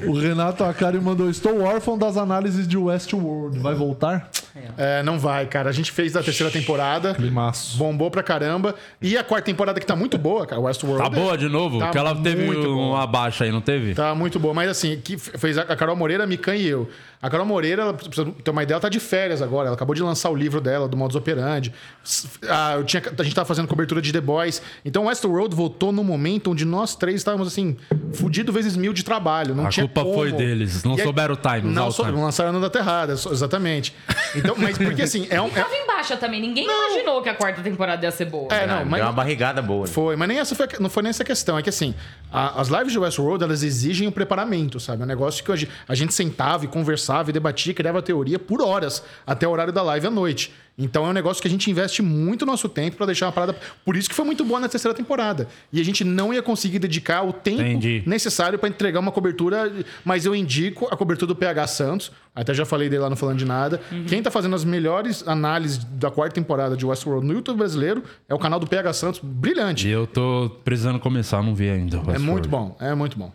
O Renato Acari mandou: Estou órfão das análises de Westworld. Vai voltar?
É, não vai, cara. A gente fez da terceira temporada.
Climaço.
Bombou pra caramba. E a quarta temporada que tá muito boa, cara. Westworld.
Tá boa de novo?
Tá
Porque ela teve
muito boa.
uma baixa aí, não teve?
Tá muito boa, mas assim, que f- fez a a Carol Moreira, a Mikan e eu. A Carol Moreira, ela, pra você ter uma ideia, ela tá de férias agora. Ela acabou de lançar o livro dela, do Modus Operandi. S- Ah, eu tinha, a gente tava fazendo cobertura de The Boys. Então, Westworld voltou num momento onde nós três estávamos, assim, fudido vezes mil de trabalho. Não
A
tinha
culpa
como.
foi deles, não
E aí-
souberam o time, usar
Não,
o
sou,
time.
não lançaram a data errada, so- exatamente. Então, mas porque assim, é um.
E
é-
tava em baixa também. Ninguém imaginou que a quarta temporada ia ser boa.
É, não,
Não,
mas-
Deu uma barrigada boa. né?
Foi, mas nem essa foi, a- não foi nem essa a questão. É que assim, a- as lives de Westworld, elas exigem um preparamento, sabe? É um negócio que hoje a gente sentava e conversava e debatia, criava teoria por horas, até o horário da live à noite. Então é um negócio que a gente investe muito nosso tempo pra deixar uma parada. Por isso que foi muito boa na terceira temporada. E a gente não ia conseguir dedicar o tempo
Entendi.
necessário pra entregar uma cobertura, mas eu indico a cobertura do PH Santos. Até já falei dele lá no Falando de Nada.
Uhum.
Quem tá fazendo as melhores análises da quarta temporada de Westworld no YouTube brasileiro é o canal do PH Santos. Brilhante.
E eu tô precisando começar, não vi ainda.
É muito bom, é muito bom.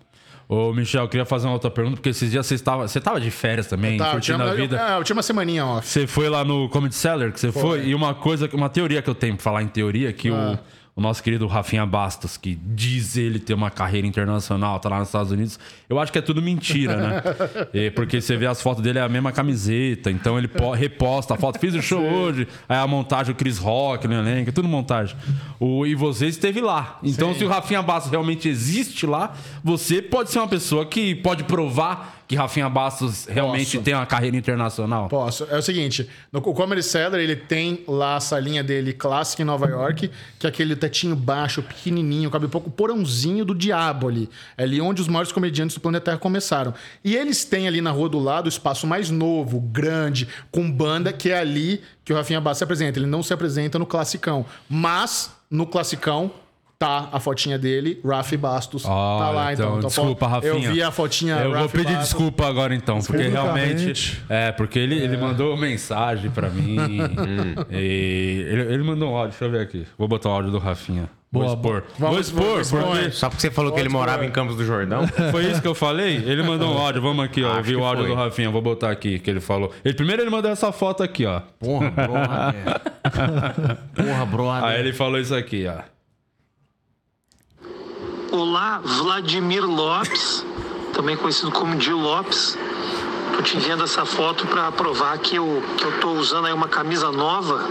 Ô, Michel, eu queria fazer uma outra pergunta, porque esses dias você estava, você estava de férias também,
Tá, eu, tinha,
curtindo a
eu-
vida.
é, eu tinha uma semaninha off.
Você foi lá no Comedy Cellar que você foi, e uma coisa, uma teoria que eu tenho pra falar em teoria, é que o, o nosso querido Rafinha Bastos, que diz ele ter uma carreira internacional, tá lá nos Estados Unidos, eu acho que é tudo mentira, né? É, porque você vê as fotos dele, é a mesma camiseta, então ele po- reposta a foto, fiz o show hoje, aí a montagem, o Chris Rock no elenco, é tudo montagem. O, e você esteve lá. Então, se o Rafinha Bastos realmente existe lá, você pode ser uma pessoa que pode provar que Rafinha Bastos realmente
Posso.
tem uma carreira internacional.
Posso. É o seguinte, no, o Comedy Cellar, ele tem lá a salinha dele clássica em Nova York, que é aquele tetinho baixo, pequenininho, cabe pouco, porãozinho do diabo ali. É ali onde os maiores comediantes do planeta Terra começaram. E eles têm ali na rua do lado o espaço mais novo, grande, com banda, que é ali que o Rafinha Bastos se apresenta. Ele não se apresenta no classicão, mas no classicão tá a fotinha dele, Rafi Bastos, tá
Olha,
lá então. Então,
Desculpa,
fo-
Rafinha.
Eu vi a fotinha
É, Eu vou
Rafi
pedir
Bastos.
desculpa agora então, porque
Publicamente.
realmente. É, porque ele, ele mandou mensagem pra
<laughs>
mim.
Hum.
e ele, ele mandou um áudio, deixa eu ver aqui. Vou botar o áudio do Rafinha. vou expor. vou
Vamos-
expor,
vamos- vamos-
porque-
Só porque você falou que ele morava em Campos do Jordão.
Foi isso que eu falei? Ele mandou
<laughs>
um áudio, vamos aqui, ó.
Acho
Eu vi
que
o áudio
foi.
do Rafinha, vou botar aqui que ele falou. Ele, primeiro ele mandou essa foto aqui, ó.
Porra, brother. <laughs> Porra, brother.
Aí ele falou isso aqui, ó.
Olá, Vladimir Lopes, também conhecido como Gil Lopes. Tô te enviando essa foto para provar que eu, que eu tô usando aí uma camisa nova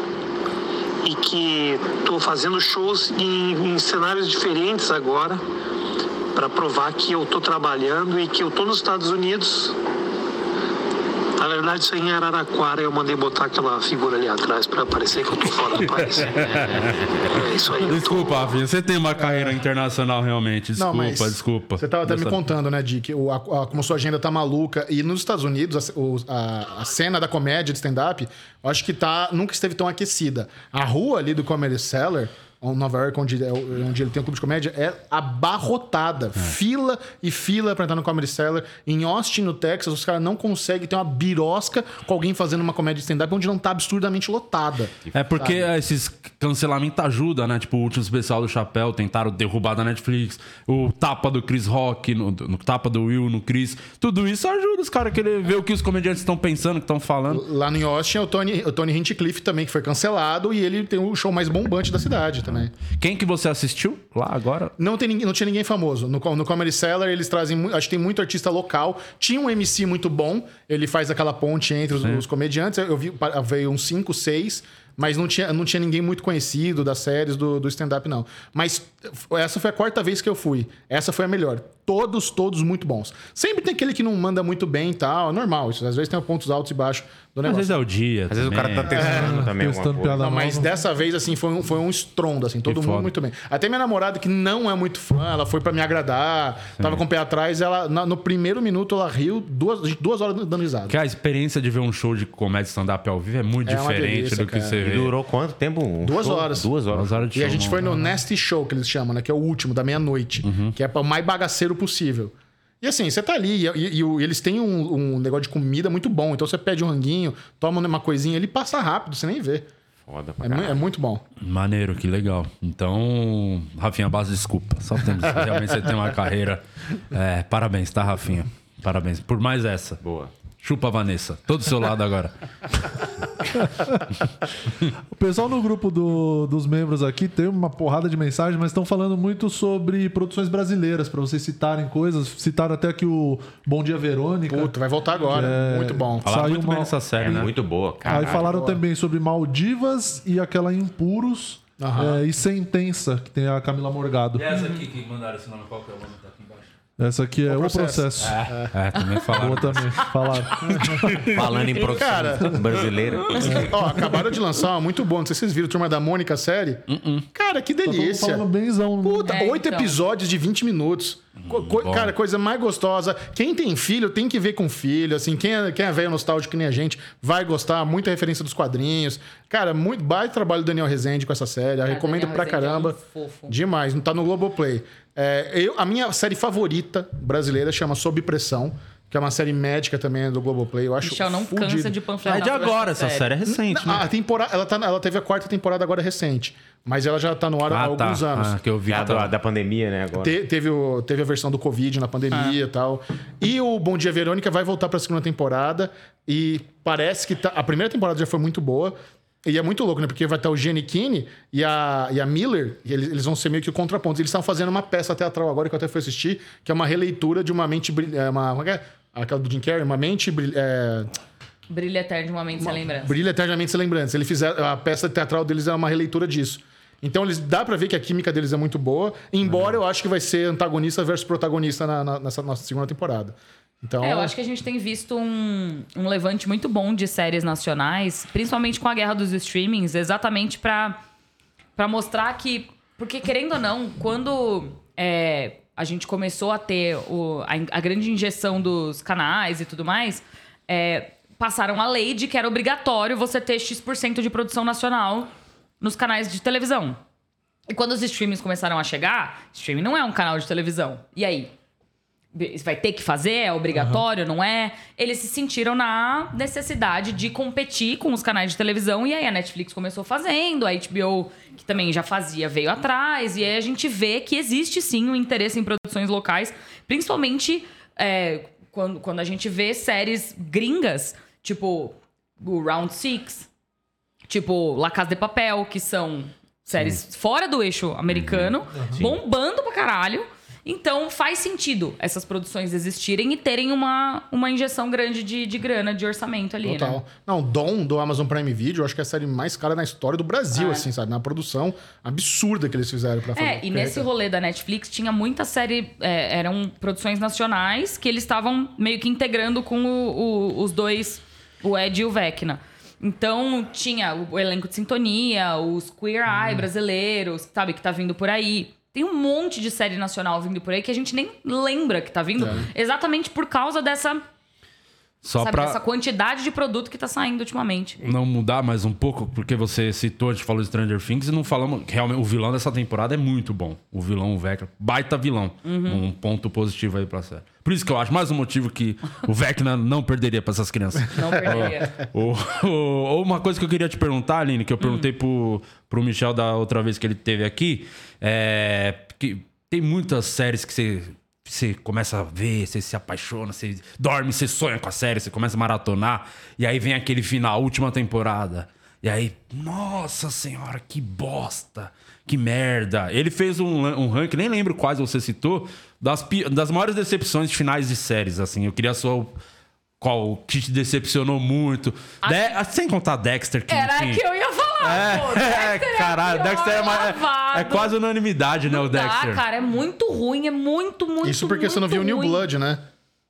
e que tô fazendo shows em, em cenários diferentes agora para provar que eu tô trabalhando e que eu tô nos Estados Unidos. Na verdade, isso aí é em Araraquara. Eu mandei botar aquela figura ali atrás para parecer que eu tô fora do país. É isso aí. eu tô-
Desculpa, Rafinha, você tem uma carreira internacional realmente. Desculpa, desculpa.
Você tava até me
Dessa-
contando, né, Dick, o- a- a- como sua agenda tá maluca. E nos Estados Unidos, a, ce- o- a- a cena da comédia de stand-up, eu acho que tá, nunca esteve tão aquecida. A rua ali do Comedy Cellar, em Nova York, onde, é o- onde ele tem o clube de comédia, é abarrotada.
É.
Fila e fila pra entrar no Comedy Cellar. Em Austin, no Texas, os caras não conseguem ter uma birosca com alguém fazendo uma comédia de stand-up onde não tá absurdamente lotada.
É porque esses cancelamentos ajudam, né? Tipo, o último especial do Chapéu tentaram derrubar da Netflix, o tapa do Chris Rock, no, no tapa do Will no Chris. Tudo isso ajuda os caras a querer ver o que os comediantes estão pensando, que estão falando.
Lá em Austin é o Tony, o Tony Hinchcliffe também, que foi cancelado, e ele tem o show mais bombante da cidade também.
Quem que você assistiu lá agora?
Não, tem, ninguém- não tinha ninguém famoso. No, com- no Comedy Cellar, eles trazem. mu- Acho que tem muito artista local. Tinha um MC muito bom. Ele faz aquela ponte entre os, os comediantes. Eu vi, pa- veio uns 5, 6. Mas não tinha, não tinha ninguém muito conhecido das séries do, do stand-up, não. Mas f- essa foi a quarta vez que eu fui. Essa foi a melhor. Todos, todos muito bons. Sempre tem aquele que não manda muito bem e tal. É normal isso. Às vezes tem pontos altos e baixos do
Às
negócio.
vezes é o dia.
Às vezes o cara tá testando também alguma
É. Testando
coisa.
piada
Não, mas
nova.
dessa vez, assim, foi um, foi um estrondo, assim, todo
Que
mundo
foda.
muito bem. Até minha namorada, que não é muito fã, ela foi pra me agradar, tava com o pé atrás, ela, na- no primeiro minuto, ela riu duas, duas horas dando risada.
Porque a experiência de ver um show de comédia stand-up ao vivo é muito
É uma
diferente
delícia,
do que
cara.
você
E
vê.
durou quanto tempo? Um
Duas
show?
horas.
Duas horas.
Duas horas de
E
show,
a gente
não.
foi no Nasty Show, que eles chamam, né? Que é o último, da meia-noite. Que é o mais bagaceiro possível. E assim, você tá ali, e, e- e o- eles têm um, um negócio de comida muito bom. Então você pede um ranguinho, toma uma coisinha, ele passa rápido, você nem vê.
Foda
É,
pra
mu-
caralho.
é muito bom.
Maneiro, que legal. Então, Rafinha Bass, desculpa. Só temos, realmente você tem uma carreira. É, parabéns, tá, Rafinha? Parabéns. Por mais essa.
Boa.
Chupa, Vanessa. Todo seu lado agora.
O pessoal no grupo do- dos membros aqui tem uma porrada de mensagens, mas estão falando muito sobre produções brasileiras, pra vocês citarem coisas. Citaram até que o Bom Dia Verônica.
Puta, vai voltar agora. Muito bom.
Falaram
Saiu
muito
uma-
bem dessa série,
É
né?
muito boa, cara.
Aí falaram também sobre Maldivas e aquela Impuros
Aham.
é, e Sentença, que tem a Camila Morgado.
essa aqui que mandaram esse nome, qual que é o nome? Tá aqui embaixo.
Essa aqui é o processo.
processo.
É, também falaram.
Boa também. <laughs> Falaram.
Falando em produção
Cara.
brasileira.
Ó, acabaram de lançar uma muito boa. Não sei se vocês viram Turma da Mônica a série. Cara, que
Uh-uh. Todo mundo
delícia.
falando né? Hum, benzão.
Puta,
É,
oito
então.
episódios de 20 minutos. Co- co- cara, coisa mais gostosa. Quem tem filho tem que ver com filho. Assim, quem é, quem é velho nostálgico que nem a gente vai gostar. Muita referência dos quadrinhos. Cara, muito baita trabalho do Daniel Rezende com essa série. Eu recomendo
Daniel
pra
Rezende é um
caramba.
fofo.
Demais. Não tá no Globoplay. É, eu, a minha série favorita brasileira chama Sob Pressão, que é uma série médica também do Globoplay. Eu acho
Michel não
fudido.
cansa de
É
panfletar.
de
sobre
agora, essa série é recente,
Ah,
né?
a temporada, ela, tá, na- ela teve a quarta temporada agora recente, mas ela já tá no ar há
Ah, tá.
alguns anos.
Ah, que eu vi.
Ah,
que tá-
da, da pandemia, né? Agora.
Te- teve, o- teve a versão do Covid na
Ah.
pandemia e tal. E o Bom Dia Verônica vai voltar pra segunda temporada. E parece que tá- a primeira temporada já foi muito boa. E é muito louco, né? Porque vai estar o Giannichini e a, e a Miller, e eles, eles vão ser meio que o contraponto. Eles estão fazendo uma peça teatral agora que eu até fui assistir, que é uma releitura de uma mente brilhante. Uma, como é que é? aquela do Jim Carrey, uma mente é, brilhante.
Brilha eterno de uma mente sem lembrança.
Brilha eternamente sem lembrança. Ele fizeram, a peça teatral deles é uma releitura disso. Então eles dá pra ver que a química deles é muito boa, embora eu acho que vai ser antagonista versus protagonista na- na- nessa nossa segunda temporada. Então,
É, eu acho que a gente tem visto um, um levante muito bom de séries nacionais, principalmente com a guerra dos streamings, exatamente pra, pra mostrar que. Porque, querendo ou não, quando é, a gente começou a ter o- a, in- a grande injeção dos canais e tudo mais, é, passaram a lei de que era obrigatório você ter X% de produção nacional nos canais de televisão. E quando os streamings começaram a chegar, streaming não é um canal de televisão. E aí? vai ter que fazer, é obrigatório, não é? Eles se sentiram na necessidade de competir com os canais de televisão e aí a Netflix começou fazendo, a HBO, que também já fazia, veio atrás, e aí a gente vê que existe sim um interesse em produções locais, principalmente é, quando, quando a gente vê séries gringas, tipo o Round Six, tipo La Casa de Papel, que são séries fora do eixo americano, bombando pra caralho. Então faz sentido essas produções existirem e terem uma, uma injeção grande de, de grana, de orçamento ali,
Total.
né?
Não, Dom do Amazon Prime Video, eu acho que é a série mais cara na história do Brasil, assim, sabe? Na produção absurda que eles fizeram pra fazer.
É, e nesse rolê da Netflix tinha muita série. é, eram produções nacionais que eles estavam meio que integrando com o- o- os dois, o Ed e o Vecna. Então tinha o elenco de sintonia, os Queer
Uhum.
Eye brasileiros, sabe, que tá vindo por aí. Tem um monte de série nacional vindo por aí que a gente nem lembra que tá vindo, exatamente por causa dessa,
É. Só
sabe,
pra
dessa quantidade de produto que tá saindo ultimamente.
não mudar mais um pouco, porque você citou, a gente falou de Stranger Things e não falamos. Realmente, o vilão dessa temporada é muito bom. O vilão, o Vecna, baita vilão. Um ponto positivo aí pra série. Por isso que eu acho mais um motivo que o Vecna não perderia pra essas crianças. <laughs>
Não perderia.
Ou, ou- ou uma coisa que eu queria te perguntar, Aline, que eu perguntei pro, pro Michel da outra vez que ele teve aqui, é. Que tem muitas séries que você. Você começa a ver, você se apaixona, você dorme, você sonha com a série, você começa a maratonar, e aí vem aquele final, última temporada. E aí, nossa senhora, que bosta, que merda. Ele fez um, lan- um ranking, nem lembro quais você citou, das, pi- das maiores decepções de finais de séries, assim. Eu queria a sua qual que te decepcionou muito. De- ah, Sem contar Dexter, que
Era
enfim-
que eu ia falar, pô.
<laughs> É,
Dexter
caralho,
pior
Dexter é, uma- é-
lavado.
é quase unanimidade, né, o
Tá,
Dexter.
cara, é muito ruim, é muito, muito
Isso porque você não viu o
muito
New
ruim.
Blood, né?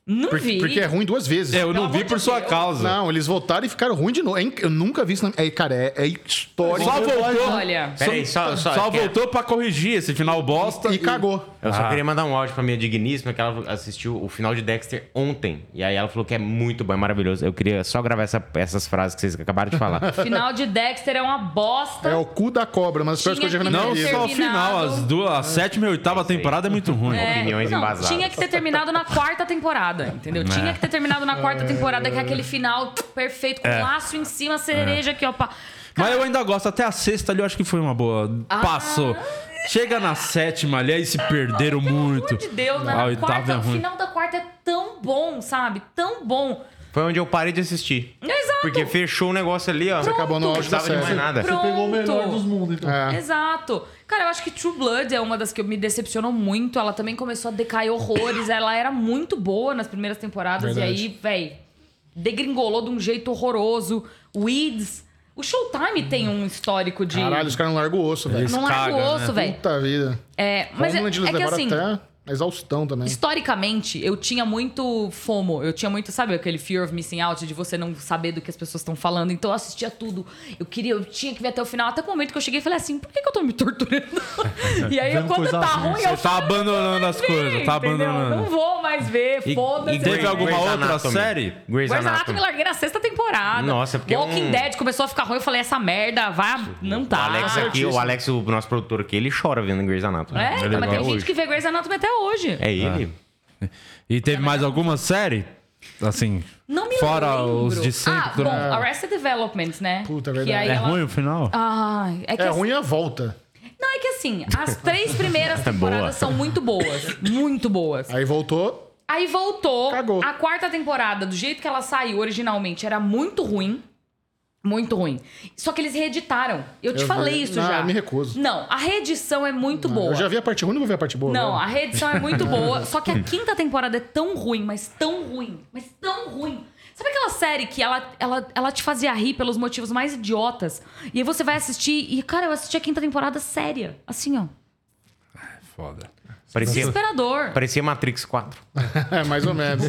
Não
Porque,
vi.
porque é ruim duas vezes.
É, eu não
Pelo
vi
amor
por
de
sua
Deus.
causa.
Não, eles voltaram e ficaram ruim de novo. É inc- eu nunca vi isso na... é, Cara, é, é histórico.
Só voltou.
Olha.
Peraí, só- só- é-
só
quer-
voltou pra corrigir esse final bosta.
E cagou.
Eu só
Ah.
queria mandar um áudio pra minha digníssima, que ela assistiu o final de Dexter ontem. E aí ela falou que é muito bom, é maravilhoso. Eu queria só gravar essa- essas frases que vocês acabaram de falar.
Final de Dexter é uma bosta.
É o cu da cobra, mas pior que eu já vi na minha
Não
vida.
só o
Terminado.
final, as duas, a sétima e a oitava temporada é muito ruim.
Opiniões
não,
embasadas.
Tinha que ter terminado na quarta temporada, entendeu? Tinha que ter terminado na quarta temporada, que é aquele final perfeito, com
É.
laço em cima, cereja aqui, ó. pá.
Mas eu ainda gosto, até a sexta ali eu acho que foi uma boa.
Ah.
Passou. Chega na sétima ali, aí se perderam muito.
Pelo amor de Deus, né?
a
Na
oitava
quarta,
é
o
ruim.
final da quarta é tão bom, sabe? Tão bom.
Foi onde eu parei de assistir.
Exato.
Porque fechou o negócio ali, ó.
acabou no
Não
auge da
precisava de mais
série.
nada.
Pronto.
Você pegou o melhor dos mundos, então.
É.
Exato. Cara, eu acho que True Blood é uma das que me decepcionou muito. Ela também começou a decair horrores. Ela era muito boa nas primeiras temporadas. E aí, véi, degringolou de um jeito horroroso. Weeds. O Showtime tem um histórico de.
Caralho, os caras não largam o osso, velho.
Eles
não larga o
cagam,
osso,
né?
velho.
Puta vida.
É, mas é,
Vamos, eles
é que
levaram
assim,
até- Exaustão também.
Historicamente, eu tinha muito FOMO. Eu tinha muito, sabe, aquele fear of missing out, de você não saber do que as pessoas estão falando. Então eu assistia tudo. Eu queria, eu tinha que ver até o final. Até o momento que eu cheguei e falei assim, por que, que eu tô
<laughs>
me torturando? e aí,
Vendo
quando
coisa
tá
ruim.
ruim,
Você
eu
tá
falo,
abandonando as
"Não vou mais
coisas,
ver",
tá
entendeu?
abandonando.
Não vou mais ver,
E-
foda-se.
e
Teve alguma
Grey's
outra
Anatomy.
série?
Grey's
Grey's Anatomy
Anatomy.
eu larguei na sexta temporada.
Nossa, porque é
Walking
um-
Dead começou a ficar ruim. Eu falei, essa merda vai... Não tá.
O Alex aqui, né? o Alex, o nosso produtor aqui, ele chora vendo Grey's Anatomy.
É, então, mas
Até
tem gente
hoje.
que vê Grey's Anatomy até hoje.
É ele?
E teve mais alguma série? Assim,
Não me
fora
lembro.
os de sempre.
Ah,
que
bom,
todo mundo-
Arrested Development, né?
Puta, é
Que
verdade.
aí
é
ela-
ruim o final?
Ah, é que
É
assim-
ruim a volta.
Não, é que assim,
<laughs>
as três
É
primeiras temporadas são muito boas. Muito boas.
Aí voltou.
Aí voltou.
Cagou.
A quarta temporada, do jeito que ela saiu originalmente, era muito ruim. Muito ruim. Só que eles reeditaram. Eu te
Eu
falei
vi-
isso
Não,
já.
eu me recuso.
Não, a reedição é muito boa.
Eu já vi a parte ruim, não vou ver a parte boa.
Não,
agora.
a reedição é muito boa. Só que a quinta temporada é tão ruim, mas tão ruim, mas tão ruim. Sabe aquela série que ela, ela, ela te fazia rir pelos motivos mais idiotas? E aí você vai assistir e, cara, eu assisti a quinta temporada séria. Assim, ó.
Foda.
Parecia,
Desesperador.
parecia Matrix 4.
<laughs> É, mais
<laughs>
ou menos.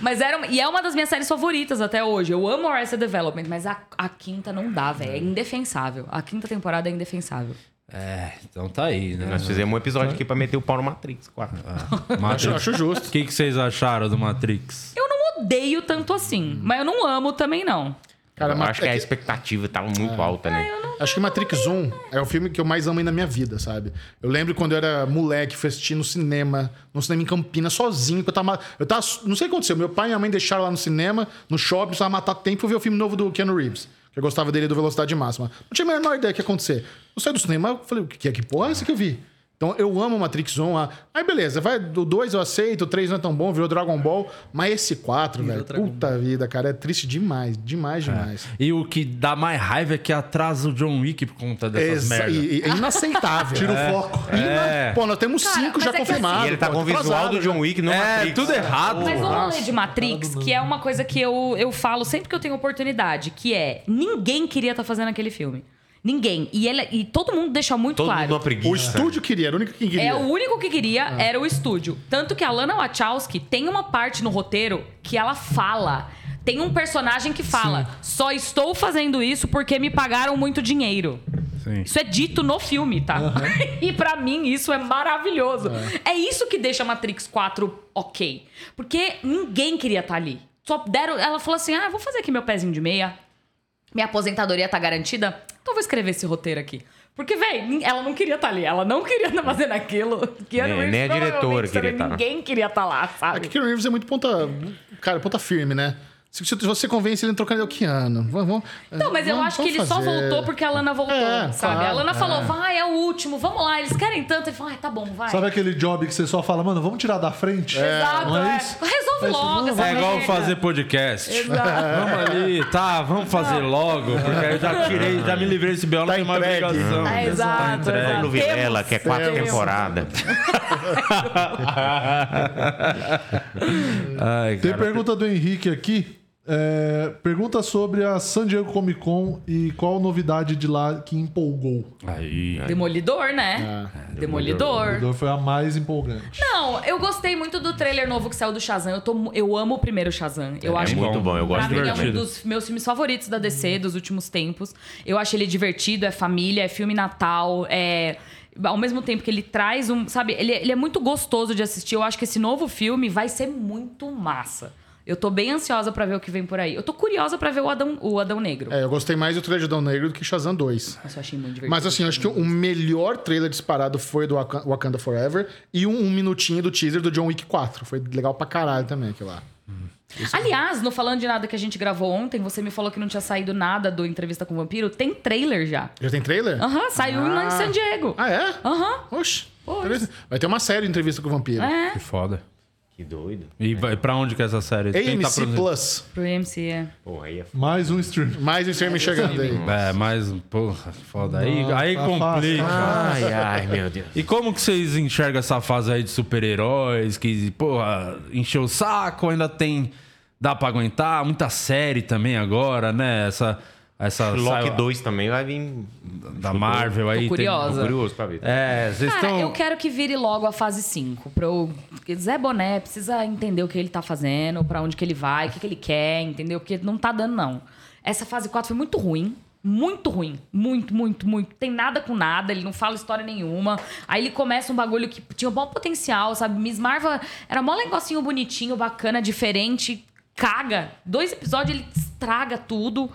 Mas era, uma- e é uma das minhas séries favoritas até hoje. Eu amo Arrested Development, mas a, a quinta não dá, velho. É indefensável. A quinta temporada é indefensável.
É, então tá aí, né?
Nós fizemos um episódio aqui pra meter o pau no Matrix 4.
Ah. É.
acho,
Matrix.
acho justo.
O que, que vocês acharam do Matrix?
Eu não odeio tanto assim, mas eu não amo também, não.
Cara,
eu
mas
acho que
é
a
que-
expectativa tava muito alta,
Ah,
né?
Acho que Matrix 1 é o filme que eu mais amei na minha vida, sabe? Eu lembro quando eu era moleque, fui assistir no cinema, num cinema em Campinas, sozinho, que eu tava. Eu tava. Não sei o que aconteceu. Meu pai e minha mãe deixaram lá no cinema, no shopping, precisava matar tempo e ver o filme novo do Keanu Reeves. Que eu gostava dele do Velocidade Máxima. Não tinha a menor ideia do que ia acontecer. Eu saí do cinema, eu falei, o que é que porra é essa que eu vi? Então eu amo Matrix 1. ah, Aí beleza, vai, do 2 eu aceito, o 3 não é tão bom, virou Dragon Ball. Mas esse 4, velho, puta vida, cara, é triste demais, demais, demais.
E o que dá mais raiva é que atrasa o John Wick por conta dessas
Essa-
merdas.
e- e- é <laughs> inaceitável.
Tira o foco.
Ina- Pô, nós temos
Cara,
cinco
mas
já
é que
confirmados.
assim-
É. E ele tá
pô,
com o visual
atrasado
do
já.
John Wick no
É,
Matrix.
tudo
Ah,
errado.
Mas vamos rolê de Matrix, que é uma coisa que eu, eu falo sempre que eu tenho oportunidade, que é ninguém queria estar fazendo aquele filme. Ninguém. E, ele, e todo mundo deixa muito
Todo mundo Ah.
claro.
uma
O
preguiça.
estúdio queria, era o único que queria.
É o único que queria era o estúdio. Tanto que a Lana Wachowski tem uma parte no roteiro que ela fala. Tem um personagem que fala: só estou fazendo isso porque me pagaram muito dinheiro.
Sim.
Isso é dito no filme, tá? <laughs> e pra mim isso é maravilhoso. É. isso que deixa Matrix 4 ok. Porque ninguém queria estar ali. Só deram. Ela falou assim: ah, vou fazer aqui meu pezinho de meia. Minha aposentadoria tá garantida? Então eu vou escrever esse roteiro aqui. Porque, véi, ela não queria estar ali. Ela não queria estar fazendo aquilo. Keanu
Nem-
Reeves
nem a
provavelmente
diretora
seria-
queria tá.
Ninguém queria estar lá,
É
sabe?
que Keanu Reeves é muito ponta. Cara, ponta firme, né? Se se você convence ele a trocar ele é o Keanu. Vamos, vamos,
Não, mas eu
vamos-
acho que
vamos
ele só
fazer.
voltou porque a Lana voltou,
É,
sabe?
claro,
a Lana
é.
falou, vai, é o último, vamos lá. Eles querem tanto. Ele falou, ai, tá bom, vai.
Sabe aquele job que você só fala, mano, vamos tirar da frente?
Exato,
Não é
é.
isso?
Resolve
É isso,
logo
não,
essa
É igual
merda. É.
fazer podcast. <laughs>
Exato.
Vamos ali, tá, vamos fazer logo, porque aí eu já tirei, já me livrei desse biólogo,
Tá
tem uma
entregue.
obrigação.
Ah, exato,
Tá entregue.
exato.
Paulo Vilela, que é quatro
Temos.
temporadas.
Ai,
Tem
cara.
pergunta do Henrique aqui. É, pergunta sobre a San Diego Comic Con e qual novidade de lá que empolgou.
Aí.
Demolidor, né? Demolidor.
Foi a mais empolgante.
Não, eu gostei muito do trailer novo que saiu do Shazam. Eu, tô, mu- eu amo o primeiro Shazam. Eu
É
acho que
muito bom, eu
Pra
gosto
mim, é um
divertido.
dos meus filmes favoritos da DC dos últimos tempos. Eu acho ele divertido, é família, é filme natal, é... Ao mesmo tempo que ele traz um... Sabe, ele, ele é muito gostoso de assistir. Eu acho que esse novo filme vai ser muito massa. Eu tô bem ansiosa pra ver o que vem por aí. Eu tô curiosa pra ver o Adão, o Adão Negro.
É, eu gostei mais do trailer de Dão Negro do que Shazam 2.
Nossa, eu achei muito divertido.
Mas assim, eu acho que o melhor trailer disparado foi do Waka- Wakanda Forever e um, um minutinho do teaser do John Wick 4. Foi legal pra caralho também aquilo lá.
Aliás, não falando de nada que a gente gravou ontem, você me falou que não tinha saído nada do Entrevista com o Vampiro. Tem trailer já.
Já tem trailer?
Aham, saiu lá em San Diego.
Ah, é?
Aham.
Oxe.
Pois.
Interessante. Vai ter uma série de entrevista com o vampiro.
É,
Que foda.
Que doido.
E vai, pra onde que é essa série? Quem tá
AMC
produzindo?
Plus.
pro MC, é.
Pô, aí é f...
Mais um stream.
Mais um streaming chegando aí.
É, mas, porra, que foda. Aí, aí
tá
complica.
Ai, ai, meu Deus.
E como que vocês enxergam essa fase aí de super-heróis que, porra, encheu o saco, ainda tem. dá pra aguentar, muita série também agora, né? Essa Essa
Loki
saia
2 também vai vir.
da Marvel aí. tem-
Tô
curiosa.
curioso pra ver.
É, vocês
Cara,
estão.
eu quero que vire logo a fase 5. Pro... Zé Boné precisa entender o que ele tá fazendo, pra onde que ele vai, o que, que ele quer, entendeu? Porque não tá dando, não. Essa fase 4 foi muito ruim. Muito ruim. Muito, muito, muito. Tem nada com nada, ele não fala história nenhuma. Aí ele começa um bagulho que tinha um bom potencial, sabe? Miss Marvel era mó negocinho bonitinho, bacana, diferente. Caga. Dois episódios, ele estraga tudo.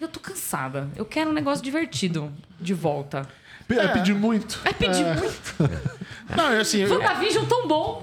Eu tô cansada. Eu quero um negócio divertido de volta.
Pe- É pedir muito.
É pedir muito.
Não, eu, assim. eu-
Vandavision tão bom.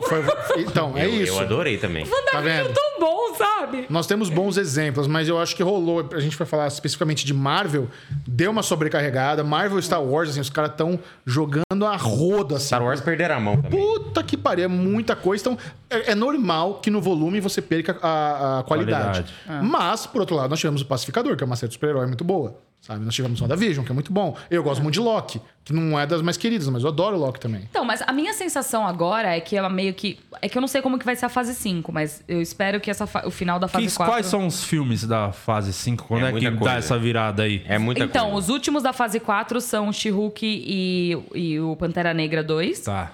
então, é
eu,
isso.
eu adorei também.
Tá
Vandavision
vendo?
tão bom, sabe?
Nós temos bons exemplos, mas eu acho que rolou. A gente vai falar especificamente de Marvel, deu uma sobrecarregada. Marvel e Star Wars, assim, os caras estão jogando a roda, assim.
Star Wars perderam a mão também.
Puta que pariu, é muita coisa. Então, é, é normal que no volume você perca a, a qualidade.
Qualidade.
Ah.
Mas, por outro lado, nós tivemos o Pacificador, que é uma série de super-herói muito boa. Sabe? Nós tivemos WandaVision, que é muito bom. Eu
Ah.
gosto muito de Loki, que não é das mais queridas, mas eu adoro Loki também.
Então, mas a minha sensação agora é que ela meio que. É que eu não sei como que vai ser a fase 5, mas eu espero que essa fa- o final da fase
Quis-
4.
Quais são os filmes da fase 5? Quando é,
É
que
muita
dá
coisa.
essa virada aí?
É muita
então,
coisa.
os últimos da fase 4 são o She-Hulk e, e o Pantera Negra 2.
Tá.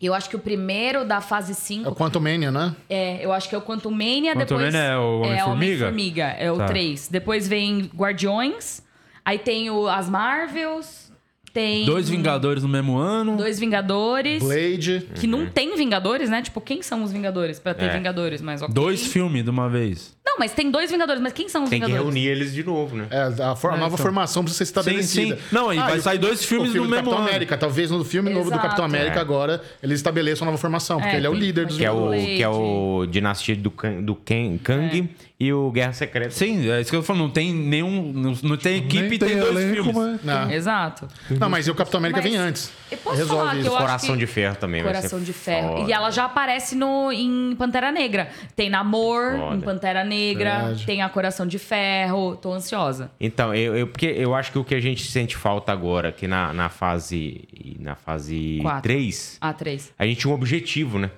Eu acho que o primeiro da fase
É o
5
Quantumania, né?
é, eu acho que é o Quantumania, depois
Quantumania é o Homem-Formiga?
Homem-Formiga, é o
Tá.
3. Depois vem Guardiões, aí tem o as Marvels, tem
Dois Vingadores no mesmo ano.
Dois Vingadores.
Blade.
Que não tem Vingadores, né? Tipo, quem são os Vingadores? Pra ter
É.
Vingadores, mas ok.
Dois filmes de uma vez.
Não, mas tem dois Vingadores, mas quem são os
Tem que
Vingadores?
reunir eles de novo, né?
É, a, for- a nova
então.
formação precisa ser estabelecida.
sim. Não, e vai
Ah, e o
sair
filme-
dois filmes
o filme
no
do
mesmo
Capitão
ano.
América. Talvez no filme novo do
Exato.
Capitão América
É.
agora, eles estabeleçam a nova formação, porque
É,
ele é o
tem-
líder dos
tem
Que é o,
Blade.
que é o Dinastia do Kang, do Ken-
É.
Kang e o Guerra Secreta.
Sim, é isso que eu tô falando. Não tem nenhum. Não, não tem equipe
Nem
e tem, dois
elenco,
filmes.
mas-
Não.
Exato.
Não, mas e o Capitão América
Mas
vem antes.
Eu posso
Resolve
falar que
isso.
eu acho
Coração
que...
de Ferro também. vai
Coração
ser
de Ferro.
foda.
E ela já aparece no, em Pantera Negra. Tem Namor
Foda.
em Pantera Negra,
Verdade.
tem a Coração de Ferro. Tô ansiosa.
Então, eu, eu- porque eu acho que o que a gente sente falta agora, que na, na fase. Na fase
Quatro.
3,
A três.
a gente tinha um objetivo, né?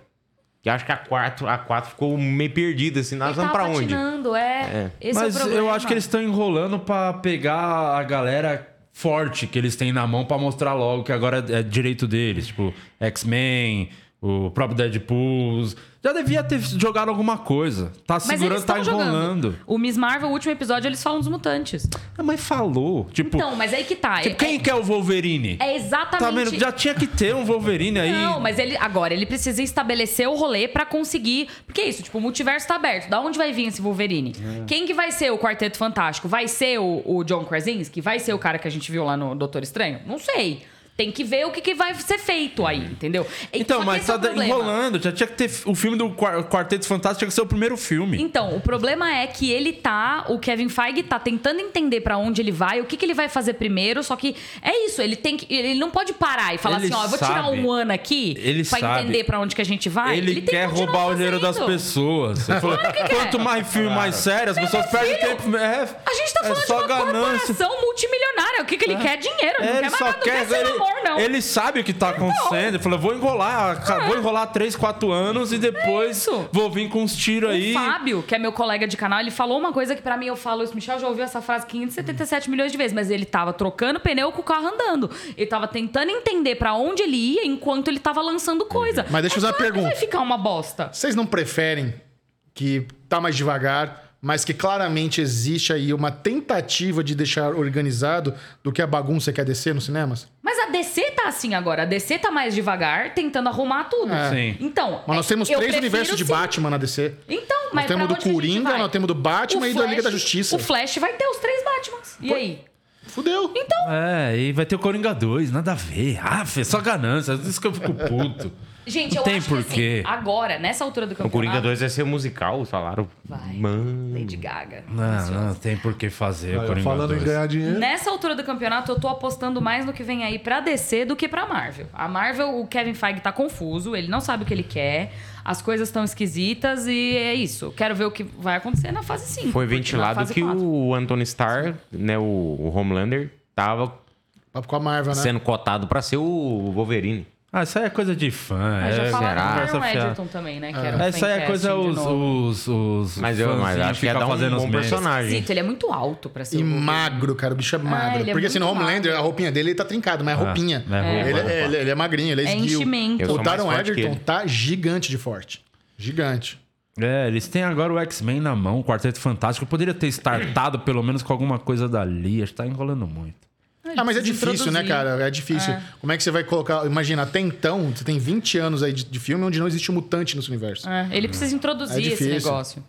E acho que a 4 a quatro ficou meio perdida, assim.
Ele
Nós vamos
tava
pra onde?
patinando, é. Esse é o
Mas
problema.
eu acho que eles estão enrolando pra pegar a galera forte que eles têm na mão pra mostrar logo que agora é direito deles. Tipo, X-Men, o próprio Deadpool. Já devia ter jogado alguma coisa. Tá
Mas eles
segurando, tá
tão jogando.
enrolando.
O Miss Marvel, o último episódio, eles falam dos mutantes.
Ah, mas falou. Tipo,
Então, mas aí que tá.
tipo,
É-
quem quer o Wolverine?
É
Tá
exatamente.
vendo? Já tinha que ter um Wolverine aí.
Não, mas ele agora ele precisa estabelecer o rolê pra conseguir, porque é isso, tipo, o multiverso tá aberto. Da onde vai vir esse Wolverine?
É.
Quem que vai ser o Quarteto Fantástico? Vai ser o, o John Krasinski? Vai ser o cara que a gente viu lá no Doutor Estranho? Não sei. Tem que ver o que, que vai ser feito aí, entendeu? E- só
Então,
que
mas
esse é
tá
o problema.
enrolando. Já tinha que ter. O filme do Quar- Quarteto Fantástico tinha que ser o primeiro filme.
Então, o problema é que ele tá, o Kevin Feige tá tentando entender pra onde ele vai, o que, que ele vai fazer primeiro, só que é isso, ele tem que, ele não pode parar e falar
Ele
assim, ó, eu vou tirar
sabe.
um ano aqui
Ele
pra
sabe.
entender pra onde que a gente vai.
ele
tem que
quer
continuar
roubar o dinheiro das
fazendo.
pessoas. Ele falou,
que quer.
quanto mais filme, mais sério, as pessoas perdem tempo. É,
A gente tá
é
falando
só
de uma
ganância. É.
corporação multimilionária. O que, que ele quer? Dinheiro. Ele não
Ele
quer mais
só
nada. Não quer
quer.
ser
Ele,
amor, não. Então.
ele sabe o que tá acontecendo. Ele falou: vou enrolar, ca- vou enrolar 3, 4 anos e depois
É isso.
vou vir com uns tiros aí.
O Fábio, que é meu colega de canal, ele falou uma coisa que pra mim eu falo isso. Michel já ouviu essa frase 577 milhões de vezes, mas ele tava trocando pneu com o carro andando. Ele tava tentando entender pra onde ele ia enquanto ele tava lançando coisa.
Mas deixa eu
É
fazer uma
claro que
pergunta.
Vai ficar uma bosta.
Vocês não preferem que tá mais devagar, mas que claramente existe aí uma tentativa de deixar organizado do que a bagunça que é descer nos cinemas?
Mas a DC tá assim agora. A DC tá mais devagar, tentando arrumar tudo.
É.
Sim.
Então.
Mas nós
é,
temos
eu
três
prefiro
universos de
sim.
Batman na DC.
Então, mas
Nós temos
pra
do
onde a gente
Coringa,
vai?
nós temos do
O
Batman e da Liga da Justiça.
O Flash vai ter os três Batmans. E aí?
Fudeu.
Então,
É, e vai ter o Coringa 2, nada a ver. Ah, é só ganância. É isso que eu fico
<laughs>
puto.
gente,
Não
eu
tem
acho que
porquê.
assim, agora, nessa altura do
O
campeonato...
Coringa 2 vai ser um musical, falaram.
Vai.
Mano.
Lady Gaga.
Hum. Não, não tem por que fazer o
Aí, ó,
Coringa
falando
2.
em ganhar dinheiro.
Nessa altura do campeonato, eu tô apostando mais no que vem aí pra DC do que pra Marvel. A Marvel, o Kevin Feige tá confuso, ele não sabe o que ele quer, as coisas estão esquisitas e é isso. Quero ver o que vai acontecer na fase 5.
Foi
porque na
ventilado
fase
que
4.
o Anthony Starr, né, o, o Homelander, tava
Papo com a Marvel, né?
sendo cotado pra ser o Wolverine.
Ah, isso aí é coisa de fã.
Ah, já
é,
falaram do
essa
Taron
fiada.
Edgerton também, né? Que era um
Essa aí é
fancast
coisa
de
os,
novo.
os, os
Mas eu mas
fãzinhos
acho que ia
ficar
dar um
fazendo os
bom
memes.
personagem. Um
Esquisito, ele é muito alto pra ser
E
o Wolverine.
magro, cara. O bicho é magro.
ele é
Porque assim, no
muito
Homelander,
magro.
a roupinha dele ele tá trincado, mas é
Ah,
roupinha.
é roupa,
Ele,
roupa.
é, ele- ele é magrinho, ele é
É
esguio.
enchimento.
né, Eu sou
O Taron
mais forte que
Egerton
ele.
tá gigante de forte. Gigante.
É, eles têm agora o X-Men na mão, o Quarteto Fantástico. Eu poderia ter startado pelo menos com alguma coisa dali. Acho que tá enrolando muito.
Ele
Ah, mas é
precisa
difícil, né,
introduzir.
cara? É difícil. Como é que você vai colocar. Imagina, até então, você tem 20 anos aí de, de filme onde não existe um mutante nesse universo.
É, ele precisa introduzir esse
difícil.
negócio.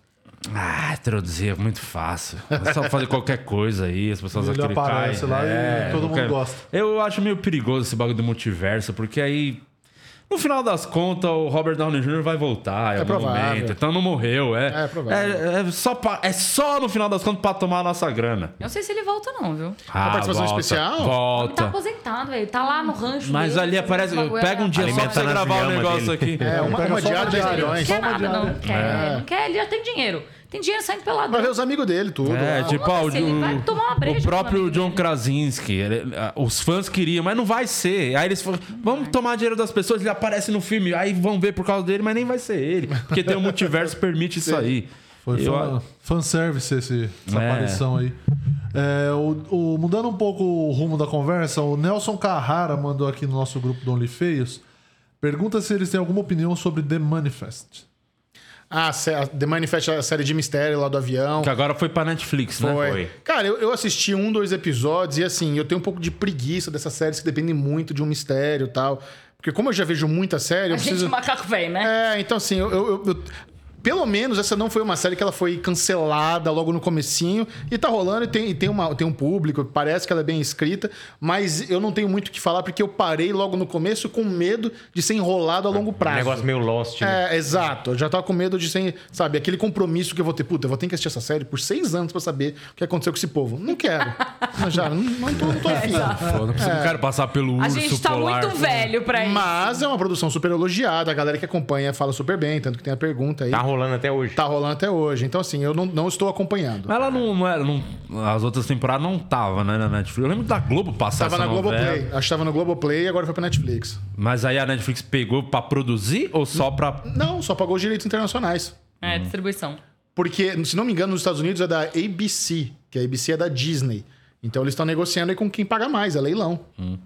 Ah, introduzir é muito fácil. É só fazer qualquer coisa aí, as pessoas
Ele
acreditam.
aparece lá e todo mundo gosta.
Eu acho meio perigoso esse bagulho do multiverso, porque aí. No final das contas, o Robert Downey Jr. vai voltar, é,
É
o
provável.
momento. Então não morreu, é.
É provável.
É, é só pra- é só no final das contas pra tomar a nossa grana.
Eu não sei se ele volta, não, viu?
Ah,
participação especial?
Ele tá
Volta.
aposentado, velho. Tá lá no rancho.
Mas
dele,
ali
fazendo
aparece.
esse né? bagulho, é
Pega um dia só pra
Alimentando
você
as
gravar o
almas
negócio
dele.
aqui.
É, uma,
pega
uma
só
diária
uma
de
diária,
10
Ele não
milhões.
quer nada, não. Quer,
É.
Não quer, ele já tem dinheiro. Tem dinheiro saindo pela
Pra ver os amigos dele, tudo.
É,
Ah,
tipo, ó, o,
Foda-se, ele vai tomar uma
o
breja com
próprio
uma
John
amiga.
Krasinski, ele- ah, os fãs queriam, mas não vai ser. Aí eles falam, vamos tomar dinheiro das pessoas, ele aparece no filme, aí vão ver por causa dele, mas nem vai ser ele. Porque tem o
<laughs>
multiverso permite isso aí.
Foi
Eu-
fan, fanservice esse- essa
É.
aparição aí. É, o- o- mudando um pouco o rumo da conversa, o Nelson Carrara mandou aqui no nosso grupo do Only Feios. Pergunta se eles têm alguma opinião sobre The Manifest.
Ah, sé- a The Manifest, a série de mistério lá do avião.
Que agora foi pra Netflix, né?
Foi.
Foi.
Cara, eu, eu assisti um, dois episódios e assim, eu tenho um pouco de preguiça dessas séries que dependem muito de um mistério e tal. Porque como eu já vejo muita série, eu
A gente
preciso.
é macaco velho, né?
É, então assim, eu, eu- eu- Pelo menos essa não foi uma série que ela foi cancelada logo no comecinho. E tá rolando e tem, e tem, uma, tem um público, parece que ela é bem escrita, mas eu não tenho muito o que falar porque eu parei logo no começo com medo de ser enrolado a longo
Um
prazo.
negócio meio lost, né?
É, exato. Eu já tava com medo de ser, sabe, aquele compromisso que eu vou ter. Puta, eu vou ter que assistir essa série por seis anos pra saber o que aconteceu com esse povo. Não quero. Não, já, não, não tô, não tô afim.
Foda, porque eu
É.
não quero passar pelo urso
A gente tá
polar.
muito velho pra isso.
Mas é uma produção super elogiada, a galera que acompanha fala super bem, tanto que tem a pergunta aí.
Tá
Tá,
rolando até hoje.
rolando até hoje. Então, assim, eu não, não estou acompanhando.
Mas ela não, não era. não- as outras temporadas não tava, né, na Netflix. Eu lembro da Globo passar
Tava
essa
na
novela.
Globoplay. Acho que tava no Globoplay e agora foi pra Netflix.
Mas aí a Netflix pegou pra produzir ou só pra.
Não, só pagou os direitos internacionais.
É, distribuição.
Porque, se não me engano, nos Estados Unidos é da ABC, que a ABC é da Disney. Então eles estão negociando aí com quem paga mais, é leilão.
Hum.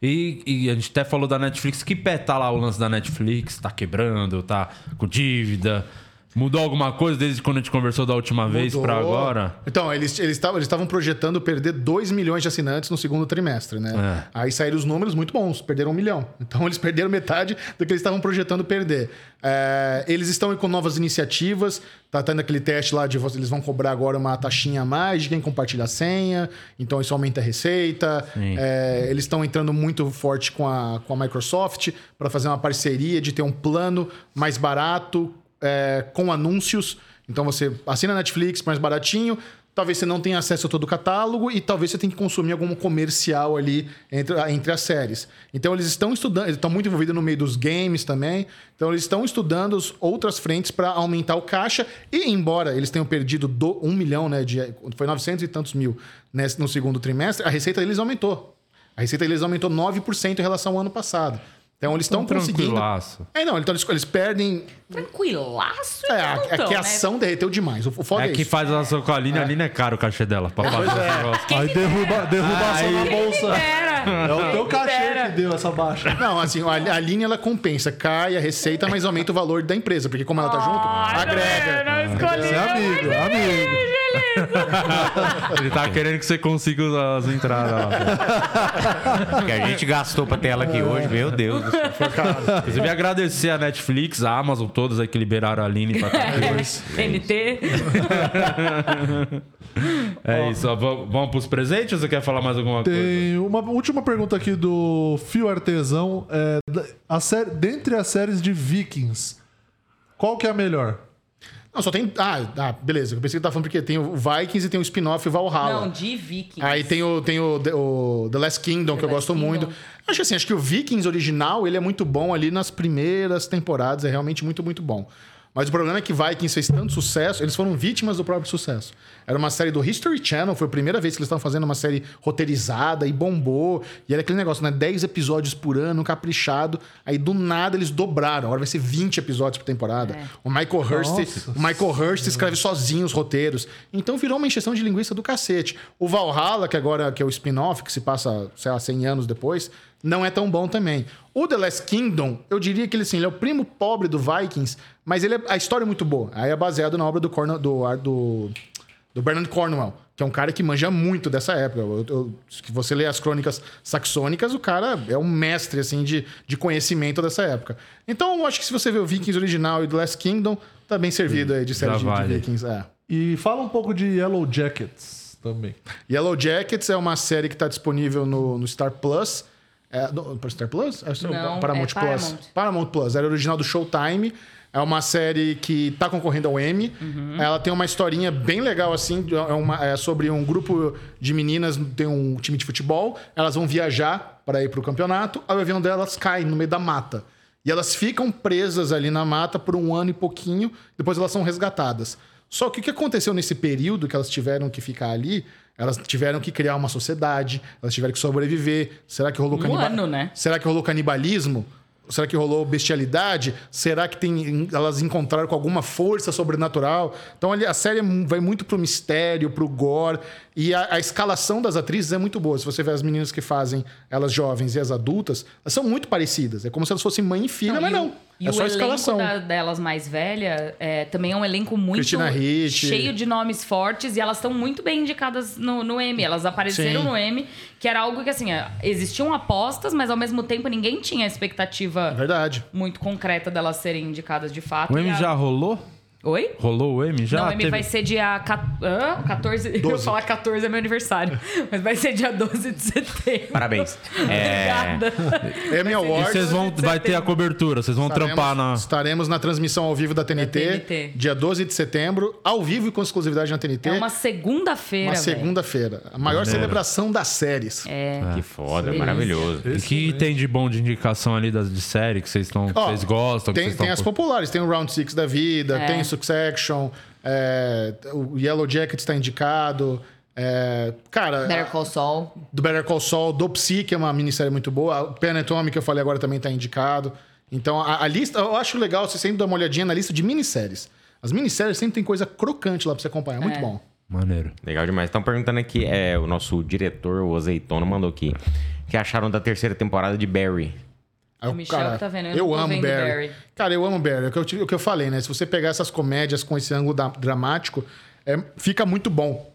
E, e a gente até falou da Netflix. Que pé tá lá o lance da Netflix? Tá quebrando? Tá com dívida? Mudou alguma coisa desde quando a gente conversou da última vez
Mudou.
pra agora?
Então, eles eles estavam eles estavam projetando perder 2 milhões de assinantes no segundo trimestre,
É.
né? Aí saíram os números muito bons, perderam um milhão. <laughs> Então, eles perderam metade do que eles estavam projetando perder. É, eles estão com novas iniciativas, tá tendo aquele teste lá de você- eles vão cobrar agora uma taxinha a mais de quem compartilha a senha, então isso aumenta a receita. É, eles estão entrando muito forte com a, com a Microsoft para fazer uma parceria de ter um plano mais barato é, com anúncios. Então você assina a Netflix mais baratinho, talvez você não tenha acesso a todo o catálogo e talvez você tenha que consumir algum comercial ali entre, entre as séries. Então eles estão estudando, eles estão muito envolvidos no meio dos games também. Então eles estão estudando as outras frentes para aumentar o caixa e embora eles tenham perdido do, um milhão, né, de, foi 900 e tantos mil nesse- no segundo trimestre, a receita deles aumentou. A receita deles aumentou 9% em relação ao ano passado. Então eles estão conseguindo.
Tranquilaço.
É, não, então eles, eles perdem
Tranquilaço,
é,
então,
a, é que a ação derreteu demais. O, o foda é,
É que
isso.
faz a ação com a Aline. A Aline é caro o cachê dela pra fazer esse negócio.
Aí derruba, derruba ação na bolsa.
Era.
É o teu cachê
dera.
que deu essa baixa.
Não, assim, a, a linha ela compensa, cai a receita, mas aumenta o valor da empresa, porque como ela tá junto,
Ah.
agrega.
Não
Você é amigo, é amigo.
Ele tá querendo que você consiga usar as entradas lá.
Que a gente gastou pra ter ela
É.
aqui hoje, meu Deus.
<laughs>
do céu.
Inclusive, agradecer a Netflix, a Amazon, todas aí que liberaram a Aline pra estar
É
aqui.
TNT.
É isso. ó, Vamos vamos pros presentes ou você quer falar mais alguma coisa?
Tem uma última pergunta aqui do Fio Artesão. É, da- a série, dentre as séries de Vikings, qual que é a melhor?
Não, só tem. Ah, ah, beleza. Eu pensei que tá falando porque tem o Vikings e tem o spin-off Valhalla.
Não, de Viking.
Aí tem o, tem o, The- o The Last Kingdom, que eu
Last
gosto muito.
Kingdom.
Acho assim, acho que o Vikings original, ele é muito bom ali nas primeiras temporadas, é realmente muito, muito bom. Mas o problema é que Vikings fez tanto sucesso, eles foram vítimas do próprio sucesso. Era uma série do History Channel, foi a primeira vez que eles estavam fazendo uma série roteirizada e bombou. E era aquele negócio, né? 10 episódios por ano, caprichado. Aí do nada eles dobraram. Agora vai ser 20 episódios por temporada.
É.
O Michael Hurst,
Nossa.
o Michael Hurst escreve sozinho os roteiros. Então virou uma encheção de linguiça do cacete. O Valhalla, que agora que é o spin-off, que se passa, sei lá, 100 anos depois, não é tão bom também. O The Last Kingdom, eu diria que ele, assim, ele é o primo pobre do Vikings, mas ele é- a história é muito boa. Aí é baseado na obra do, Corno, do, ar- do, do Bernard Cornwell, que é um cara que manja muito dessa época. Eu- eu- se você lê as crônicas saxônicas, o cara é um mestre assim de, de conhecimento dessa época. Então, eu acho que se você ver o Vikings original e The Last Kingdom, tá bem servido aí de série
Hum, já
de,
vale.
de Vikings. É.
E fala um pouco de Yellow Jackets também.
Yellow Jackets é uma série que está disponível no, no Star Plus. É, no, para Star Plus? É,
Não,
Pa-
é
Paramount Plus.
Paramount.
Paramount Plus. Era original do Showtime. É uma série que tá concorrendo ao Emmy.
Uhum.
Ela tem uma historinha bem legal, assim. É, uma- é sobre um grupo de meninas, tem um time de futebol. Elas vão viajar para ir pro campeonato. Aí o avião delas cai no meio da mata. E elas ficam presas ali na mata por um ano e pouquinho. Depois elas são resgatadas. Só que o que aconteceu nesse período que elas tiveram que ficar ali? Elas tiveram que criar uma sociedade, elas tiveram que sobreviver. Será que rolou
Um
caniba-
ano, né?
Será que rolou canibalismo? Será que rolou bestialidade? Será que tem, elas encontraram com alguma força sobrenatural? Então ali, a série vai muito pro mistério, pro gore. E a, a escalação das atrizes é muito boa. Se você ver as meninas que fazem elas jovens e as adultas, elas são muito parecidas. É como se elas fossem mãe e filha, mas
e o-
não.
E
é
o
só a
elenco
escalação.
da- delas mais velha é, também é um elenco muito
Christina Ricci.
cheio de nomes fortes e elas estão muito bem indicadas no, no M. Elas apareceram
Sim.
no M, que era algo que assim, é, existiam apostas, mas ao mesmo tempo ninguém tinha a expectativa
É Verdade.
muito concreta delas serem indicadas de fato.
O
E
M
a-
já rolou?
Oi?
Rolou o M já?
não, o M
Teve-
vai ser dia ca- hã? 14. Eu ia falar 14 é meu
<laughs>
aniversário. Mas vai ser dia 12 de setembro.
Parabéns. É,
Obrigada.
Emmy
E
Awards.
vocês vão, vai ter a cobertura, vocês vão trampar na.
Estaremos na transmissão ao vivo da TNT,
TNT.
dia 12 de setembro, ao vivo e com exclusividade na TNT.
É uma segunda-feira.
Uma
velho. É,
segunda-feira. A maior celebração das séries.
Tá.
que foda,
Beleza.
maravilhoso.
O que tem de bom de indicação ali das, de série que vocês estão. que
Ó,
Vocês gostam? que
Tem,
vocês
tem
tão
as
cur-
populares, tem o Round Six da
É.
vida, tem Succession, é, o Yellow Jacket está indicado. é, cara,
Better Call Saul.
do Better Call Saul, do Psy, que é uma minissérie muito boa. O Pen Anatomy, que eu falei agora, também tá indicado. Então, a, a lista... Eu acho legal você sempre dar uma olhadinha na lista de minisséries. As minisséries sempre tem coisa crocante lá pra você acompanhar. é
É.
Muito bom.
Maneiro.
Legal demais. Estão perguntando aqui, é, o nosso diretor, o Azeitona, mandou aqui. O que acharam da terceira temporada de Barry?
Aí
O Michel que tá vendo, eu
Eu,
não tô
amo
vendo
Barry.
Barry.
Cara, eu amo Barry. É o que eu, tive- o que eu falei, né? Se você pegar essas comédias com esse ângulo da- dramático, é, fica muito bom.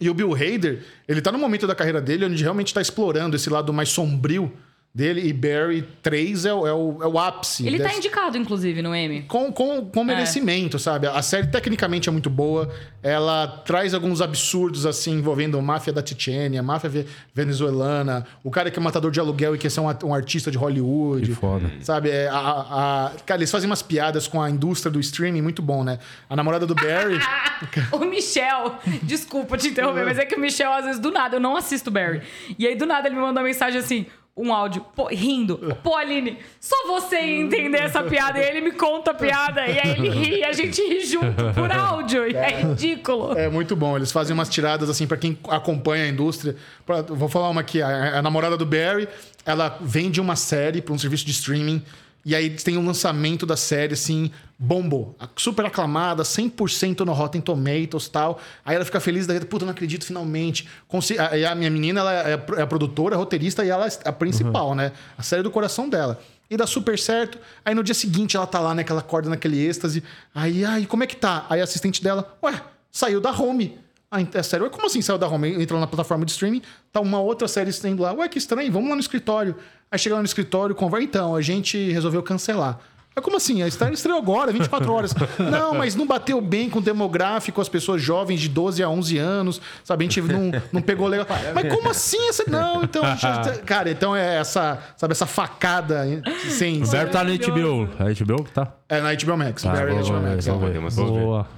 E o Bill Hader, ele tá no momento da carreira dele onde realmente tá explorando esse lado mais sombrio dele. E Barry 3 é, o- é o, é o ápice.
Ele tá
dessa-
indicado, inclusive, no <laughs> M.
com, com, com merecimento, sabe? A série tecnicamente é muito boa. Ela traz alguns absurdos, assim, envolvendo máfia da Tchênia, máfia ve- venezuelana, o cara que é matador de aluguel e que é ser um, at- um artista de Hollywood.
Que foda.
Sabe? É, a, a- a- Cara, eles fazem umas piadas com a indústria do streaming muito bom, né? A namorada do Barry.
Ah, O <laughs> Michel, desculpa te interromper, mas é que o Michel, às vezes, do nada, eu não assisto Barry. E aí, do nada, ele me manda uma mensagem assim, um áudio, pô, rindo. Pô, Aline, só você ia entender essa piada. E ele me conta a piada, e aí ele ri, e a gente ri junto por áudio. E é ridículo.
<laughs> É muito bom. Eles fazem umas tiradas assim pra quem acompanha a indústria. Pra- vou falar uma aqui. A, a namorada do Barry, ela vende uma série pra um serviço de streaming. E aí tem um lançamento da série, assim, bombou. A- Super aclamada, 100% no Rotten Tomatoes e tal. Aí ela fica feliz da vida. Puta, não acredito, finalmente. Consi- a, e a minha menina, ela é a pro- é a produtora, a roteirista e ela é a principal, né? A série do coração dela. E dá super certo. Aí no dia seguinte ela tá lá, né? Que ela acorda naquele êxtase. Aí, ai, como é que tá? Aí a assistente dela, ué, saiu da home. Ah, ent- é sério? Ué, como assim saiu da home? Entrou na plataforma de streaming, tá uma outra série saindo lá. Ué, que estranho, vamos lá no escritório. Aí chega lá no escritório, conversa. Então, a gente resolveu cancelar. Mas como assim? A Star estreou agora, 24 horas. <laughs> Não, mas não bateu bem com o demográfico, as pessoas jovens de 12 a 11 anos, sabe? A gente não, não pegou
<laughs>
legal. Mas como assim? Essa... Não, então. já- Cara, então é essa, sabe, essa facada hein, sem.
O Barry tá na
Maravilhoso.
HBO. A HBO que tá?
É na HBO Max.
Tá,
Barry
boa,
HBO Max.
boa,
é.
boa.
Deu uma
Boa.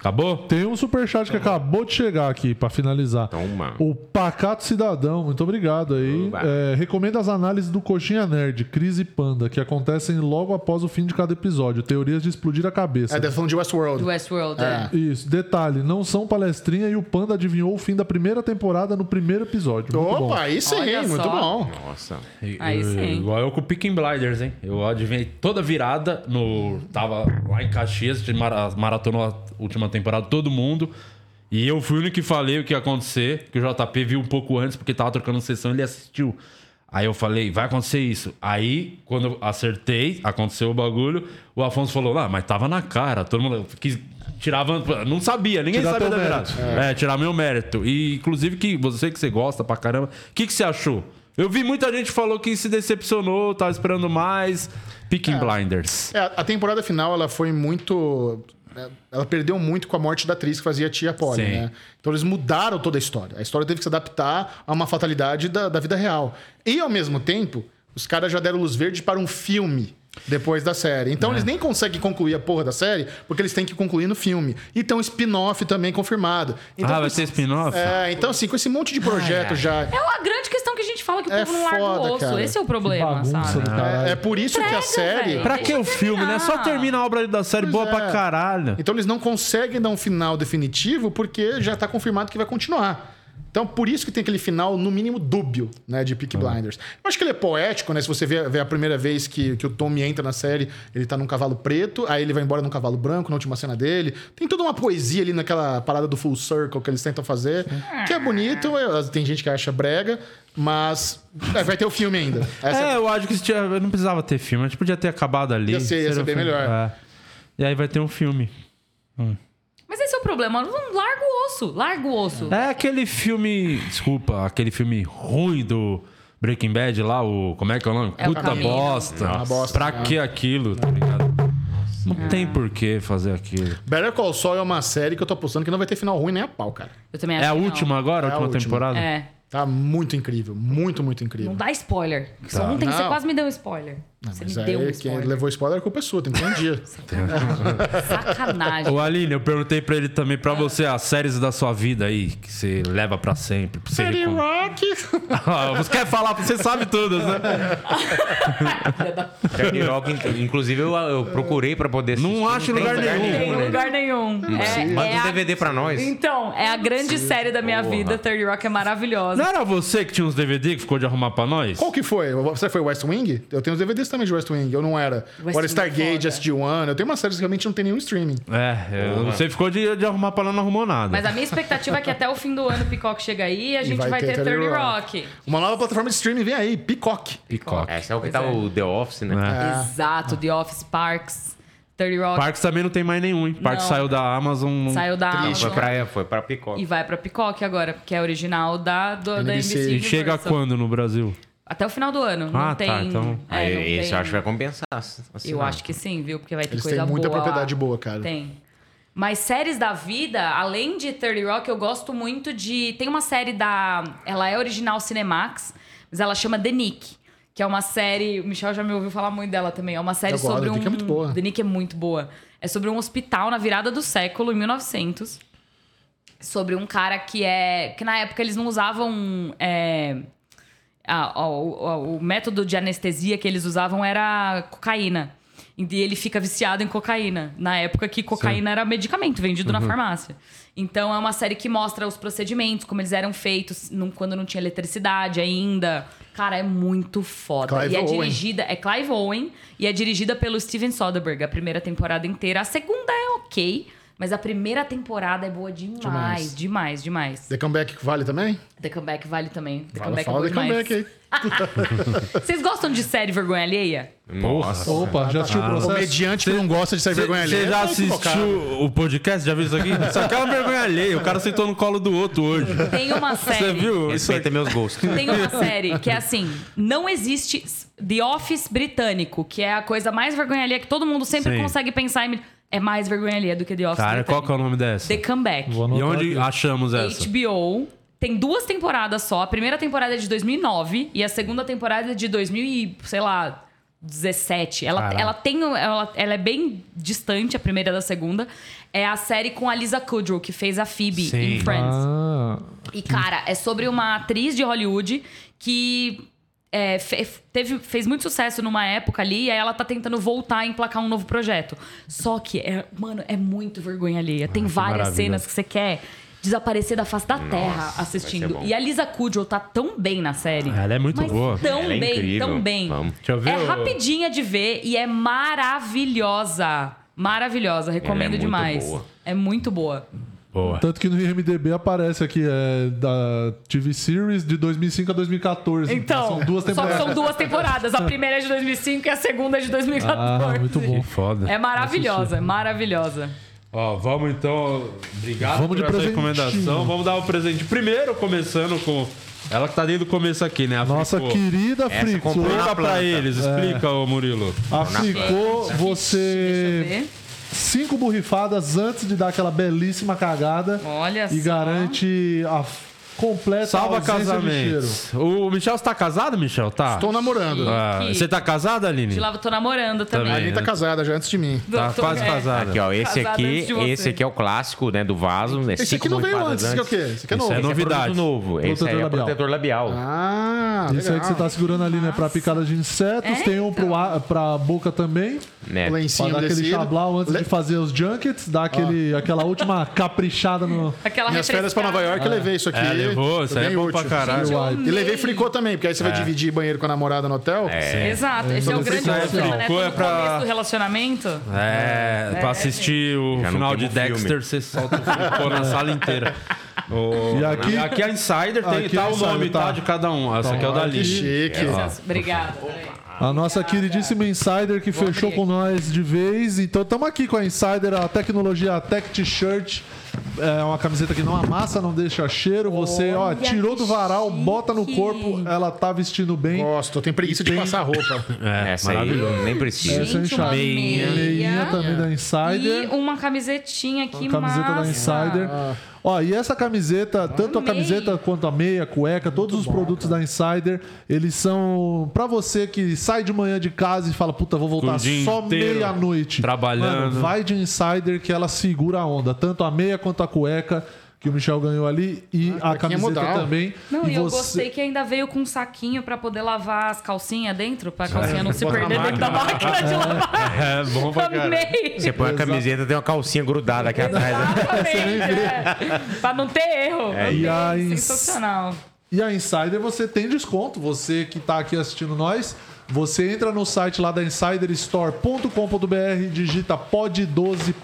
Acabou?
Tem um superchat que acabou de chegar aqui pra finalizar.
Toma.
O Pacato Cidadão, muito obrigado aí.
Oba.
É, recomendo as análises do Coxinha Nerd, Crise Panda, que acontecem logo após o fim de cada episódio. Teorias de explodir a cabeça.
É, deve falando de Westworld.
Do Westworld. É.
Isso, detalhe, não são palestrinha e o Panda adivinhou o fim da primeira temporada no primeiro episódio. Muito bom.
Opa, aí sim,
Olha
muito
só.
bom.
Nossa.
Aí sim.
Igual eu com o Picking Blinders, hein? Eu adivinhei toda virada no. Tava lá em Caxias, de mara- maratonou a última temporada, todo mundo. E eu fui o único que falei o que ia acontecer, que o JP viu um pouco antes, porque tava trocando sessão e ele assistiu. Aí eu falei, vai acontecer isso. Aí, quando eu acertei, aconteceu o bagulho, o Afonso falou, ah, mas tava na cara, todo mundo quis tirava, não sabia, ninguém
Tirar
sabia
teu
da
mérito.
verdade. É, tirar meu mérito. E inclusive que você que você gosta pra caramba, o que, que você achou? Eu vi muita gente falou que se decepcionou, tava esperando mais. Picking Blinders.
É, a temporada final ela foi muito. é, Ela perdeu muito com a morte da atriz que fazia a tia Polly,
Sim.
né? Então eles mudaram toda a história. A história teve que se adaptar a uma fatalidade da, da vida real. E ao mesmo tempo, os caras já deram luz verde para um filme depois da série.
Né?
Então eles nem conseguem concluir a porra da série porque eles têm que concluir no filme. E tem um spin-off também confirmado. Então,
ah, vai
com-
ser spin-off?
É, então assim, com esse monte de projeto já. né?
É uma grande questão que a gente fala que o
É
povo não larga
foda,
o osso.
cara.
Esse é o problema,
bagunça,
sabe?
né?
Ah.
Caralho.
É, é por isso que a
Entrega,
série.
velho.
Pra que o
Deixa
filme, né? Só
terminar.
termina a obra da série boa
é.
pra caralho.
Então eles não conseguem dar um final definitivo porque já está confirmado que vai continuar. Então, por isso que tem aquele final, no mínimo, dúbio, né, de Peak Blinders. Eu acho que ele é poético, né? Se você vê, vê a primeira vez que, que o Tommy entra na série, ele tá num cavalo preto, aí ele vai embora num cavalo branco na última cena dele. Tem toda uma poesia ali naquela parada do full circle que eles tentam fazer, que é bonito, é- tem gente que acha brega, mas é, vai ter o filme ainda. Essa
<laughs> É, eu acho que isso tinha- não precisava ter filme. A gente podia ter acabado ali.
Ia ser- ia
Seria
ser
um
bem
filme.
melhor.
É. E aí vai ter um filme.
Mas esse é o problema. Não larga o osso. Larga o osso.
É aquele filme. Desculpa, aquele filme ruim do Breaking Bad lá, o. Como é que é o nome?
É o
Puta
Caminho.
bosta.
Uma bosta, né?
pra que aquilo, tá ligado? Não tem por que fazer aquilo.
Better Call Saul é uma série que eu tô apostando que não vai ter final ruim nem a pau, cara.
Eu também
É
acho
a
que não.
última agora,
É a
a última,
última.
temporada?
É.
Tá muito incrível, muito, muito incrível.
Não dá spoiler. Só ontem você
Não.
quase me deu um spoiler. você me
Mas aí,
deu um
é, quem
spoiler.
levou spoiler, a culpa é sua, tem que ter um
<laughs>
dia.
Sacanagem.
Ô Aline, eu perguntei pra ele também, pra você, as séries da sua vida aí, que você leva pra sempre. Pra você recomendar.
Rock!
Ah, <laughs> você quer falar, você sabe todas,
<laughs>
né?
Dirty Rock, in- inclusive, eu, eu procurei pra poder assistir.
Não acho <laughs> em
tem
lugar nenhum.
Não tem
né?
lugar nenhum. É,
Manda
é
um
a-
DVD pra nós.
Então, é a grande série da minha vida. 30 Rock é maravilhosa.
Não era você que tinha uns DVD que ficou de arrumar pra nós?
<laughs> Qual que foi? Você foi West Wing? Eu tenho os DVDs também de West Wing, eu não era.
Wing é
Agora Stargate,
foda.
SG-1, eu tenho uma série que realmente não tem nenhum streaming.
É, eu- você ficou de, de arrumar pra lá, não arrumou nada.
Mas a minha expectativa é que até o fim do ano o Peacock chega aí e a gente vai, ter, 30 Rock.
Uma nova plataforma de streaming vem aí, Peacock.
Peacock.
Essa é o que tá o The Office,
É.
É.
né?
Exato, The Office, Parks, 30 Rock.
Parks também não tem mais nenhum, hein? Parks
Não.
saiu da Amazon. não-
Saiu da
Não, foi
Amazon
é um pra, é, foi pra Peacock.
e vai pra Peacock agora, porque é original da, do, da
NBC.
NBC.
E
E
Universal.
chega quando no Brasil?
Até o final do ano.
Ah,
não
tá,
tem.
então-
é,
Aí,
não
esse
tem-
eu acho que vai compensar. assinar.
Eu acho que sim, viu? Porque vai ter
Eles
coisa
têm
boa.
muita
lá.
propriedade boa, cara.
Tem. Mas séries da vida, além de 30 Rock, eu gosto muito de. Tem uma série da. Ela é original Cinemax, mas ela chama The Nick. Que é uma série. O Michel já me ouviu falar muito dela também. É uma série
Eu gosto,
sobre
The
um.
Nick é muito boa.
The Nick é muito boa. É sobre um hospital na virada do século, em 1900 sobre um cara que é. Que na época eles não usavam. é, a- a- o, a- o método de anestesia que eles usavam era cocaína. E ele fica viciado em cocaína. Na época que cocaína era medicamento vendido
Uhum.
na farmácia. Então é uma série que mostra os procedimentos, como eles eram feitos num- quando não tinha eletricidade ainda. Cara, é muito foda.
Clive
e é
Owen.
dirigida. É Clive Owen e é dirigida pelo Steven Soderbergh a primeira temporada inteira. A segunda é ok, mas a primeira temporada é boa demais. Demais, demais, demais.
The Comeback vale também?
The Comeback vale também. The
Fala,
Comeback é
fala
boa
The Comeback
demais.
aí.
Vocês gostam de série vergonha alheia?
é-
Nossa.
Opa,
Ah, tá.
já assistiu o processo?
Comediante que não gosta de sair vergonha
Você
alheia.
já
É muito focado.
assistiu o podcast? Já viu isso aqui? Isso aqui é uma vergonha alheia. O cara sentou no colo do outro hoje.
Tem uma série.
<laughs> Você viu? Isso
Respeita meus gostos.
Tem uma série que é assim: não existe The Office britânico, que é a coisa mais vergonha alheia que todo mundo sempre
Sim.
consegue pensar em. É mais vergonha alheia do que The Office
Cara, qual
britânico.
que é o nome dessa?
The Comeback.
E
Vou anotar
onde
aqui.
achamos essa?
HBO. Tem duas temporadas só. A primeira temporada é de 2009 e a segunda temporada é de 2000 e, sei lá, 17. Ela,
Caralho.
ela tem. um- Ela, ela é bem distante, a primeira da segunda. É a série com a Lisa Kudrow, que fez a Phoebe
Sim.
em Friends.
Ah,
E, cara, é sobre uma atriz de Hollywood que é, fe- teve, fez muito sucesso numa época ali, e aí ela tá tentando voltar e emplacar um novo projeto. Só que, é, mano, é muito vergonha alheia.
Ah,
Tem
que
várias
maravilha.
cenas que você quer desaparecer da face da terra
vai ser
assistindo.
bom. Ah,
E a Lisa Kudrow tá tão bem na série.
Ela é muito
Mas
boa.
Tão
Ela é
bem,
incrível.
tão bem.
Vamos.
Deixa eu ver
É
o-
rapidinha de ver e é maravilhosa. Maravilhosa, recomendo
é muito
demais.
boa.
É muito boa.
Boa.
tanto que no IMDB aparece aqui, é da TV Series de 2005 a 2014.
Então,
são duas
só que
temporadas.
são duas temporadas. A primeira é de 2005 e a segunda é de 2014.
Ah, muito bom.
Que foda.
É maravilhosa, é maravilhosa.
Ó, vamos então. Obrigado
Vamos de
por essa
presentinho.
recomendação. Vamos dar o presente. Primeiro, começando com. Ela que tá desde o começo aqui, né? A
Nossa
Fricô.
querida Fricô.
comprou
Explica
na
pra
planta.
eles, explica, ô Murilo.
A Fricô,
Deixa
você.
eu ver.
Cinco borrifadas antes de dar aquela belíssima cagada.
Olha
E
só.
garante a completa
Salva
ausência de
casamentos. O Michel, você tá casado, Michel? Tá.
Estou namorando.
Sim.
Ah,
aqui.
você tá casada, Aline?
De lá eu tô namorando também.
A
Também.
Aline tá casada já antes de mim.
Tá
Tô-
quase
é.
casada.
Aqui, ó, esse
Casada
aqui,
antes de você.
esse aqui é o clássico, né, do vaso. Né,
Esse
cinco
aqui não veio
borrifadas
antes. Esse aqui é o quê? Esse aqui é
Isso
novo.
é
Esse
Novidade.
produto novo. Esse aí é
Protetor
protetor labial.
Ah,
Isso aí que você tá segurando ali, né? Pra picada de insetos.
É,
Tem um pro ar, pra boca também.
né?
O
Pra
lencinho
dar aquele
descido.
chablau antes
Le-
de fazer os junkets. Dar aquele, aquela última caprichada no...
Aquela
Minhas férias pra Nova
refrescada.
York, eu levei isso aqui.
É, levou, isso aí
Bem
é bom
útil.
pra caralho. É.
Gente, eu amei.
E levei fricô também, porque aí você vai dividir banheiro com a namorada no hotel.
Exato, esse é o
Isso
grande
aí
problema, né?
ficou,
Todo
é pra-
começo do relacionamento.
É, pra assistir o
Já não
final de
queima o filme.
Dexter, você solta o Fricô na sala inteira. Ô,
E aqui-
aqui a Insider tem
Aqui
tá
a
o nome
Insider, tá.
tá, de cada um. Essa aqui é o da
Ah, que
Aline.
chique.
Obrigada. peraí.
A nossa queridíssima Insider que fechou com nós de vez. Então estamos aqui com a Insider, a tecnologia a Tech T-shirt. É uma camiseta que não amassa, não deixa cheiro. Você, ó,
Olha
tirou do
que
varal, bota no
chique.
corpo, ela tá vestindo bem.
Gosto, eu tenho preguiça de passar
<laughs>
roupa.
É,
Essa aí
maravilhoso.
nem precisa.
Essa é
Gente, uma
inchada.
meia.
Meinha também da
E
Insider.
uma camisetinha aqui,
Camiseta
massa.
da Insider. Ó, e essa camiseta, tanto a
Amei.
camiseta quanto a meia, cueca, todos os produtos da Insider, eles são pra você que sai de manhã de casa e fala, puta, vou
Com
voltar
o dia
só
inteiro
meia-noite.
trabalhando.
Mano, vai de Insider que ela segura a onda, tanto a meia quanto a cueca que o Michel ganhou ali e a
cuequinha
camiseta
modal.
também.
é Não, e eu
você-
gostei que ainda veio com um saquinho pra poder lavar as calcinhas dentro, pra calcinha não se
Bota na
perder dentro da máquina de lavar.
<laughs> É, bom pra caralho.
Amei!
Você né? põe a camiseta, tem uma calcinha grudada
É.
aqui atrás. né?
Exatamente, é. Pra não ter erro.
E a
Amei,
ins-
Sensacional.
E a Insider você tem desconto. Você que está aqui assistindo nós, você entra no site lá da insiderstore.com.br, digita POD12,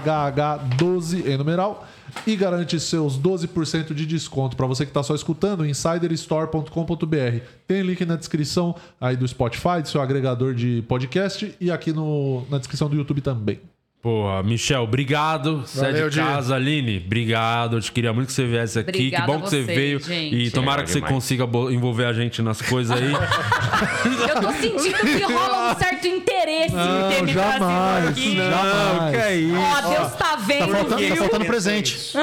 P-O-D-I-H-H-12 em numeral e garante seus 12% de desconto. Para você que está só escutando, insiderstore.com.br. Tem link na descrição aí do Spotify, do seu agregador de podcast e aqui no- na descrição do YouTube também.
Porra, Michel, obrigado. Você é
Valeu,
de
Di.
casa, Aline. Obrigado. Eu te queria muito que você viesse aqui.
Obrigada
que bom que
a
você
vocês,
veio.
gente.
E tomara que você
Demais.
consiga bo- envolver a gente nas coisas aí.
Eu tô sentindo que rola um certo interesse em ter
Não,
me trazido
jamais,
aqui.
Não,
jamais.
que é isso?
Ó, Deus tá vendo.
Faltando, tá
viu?
faltando presente.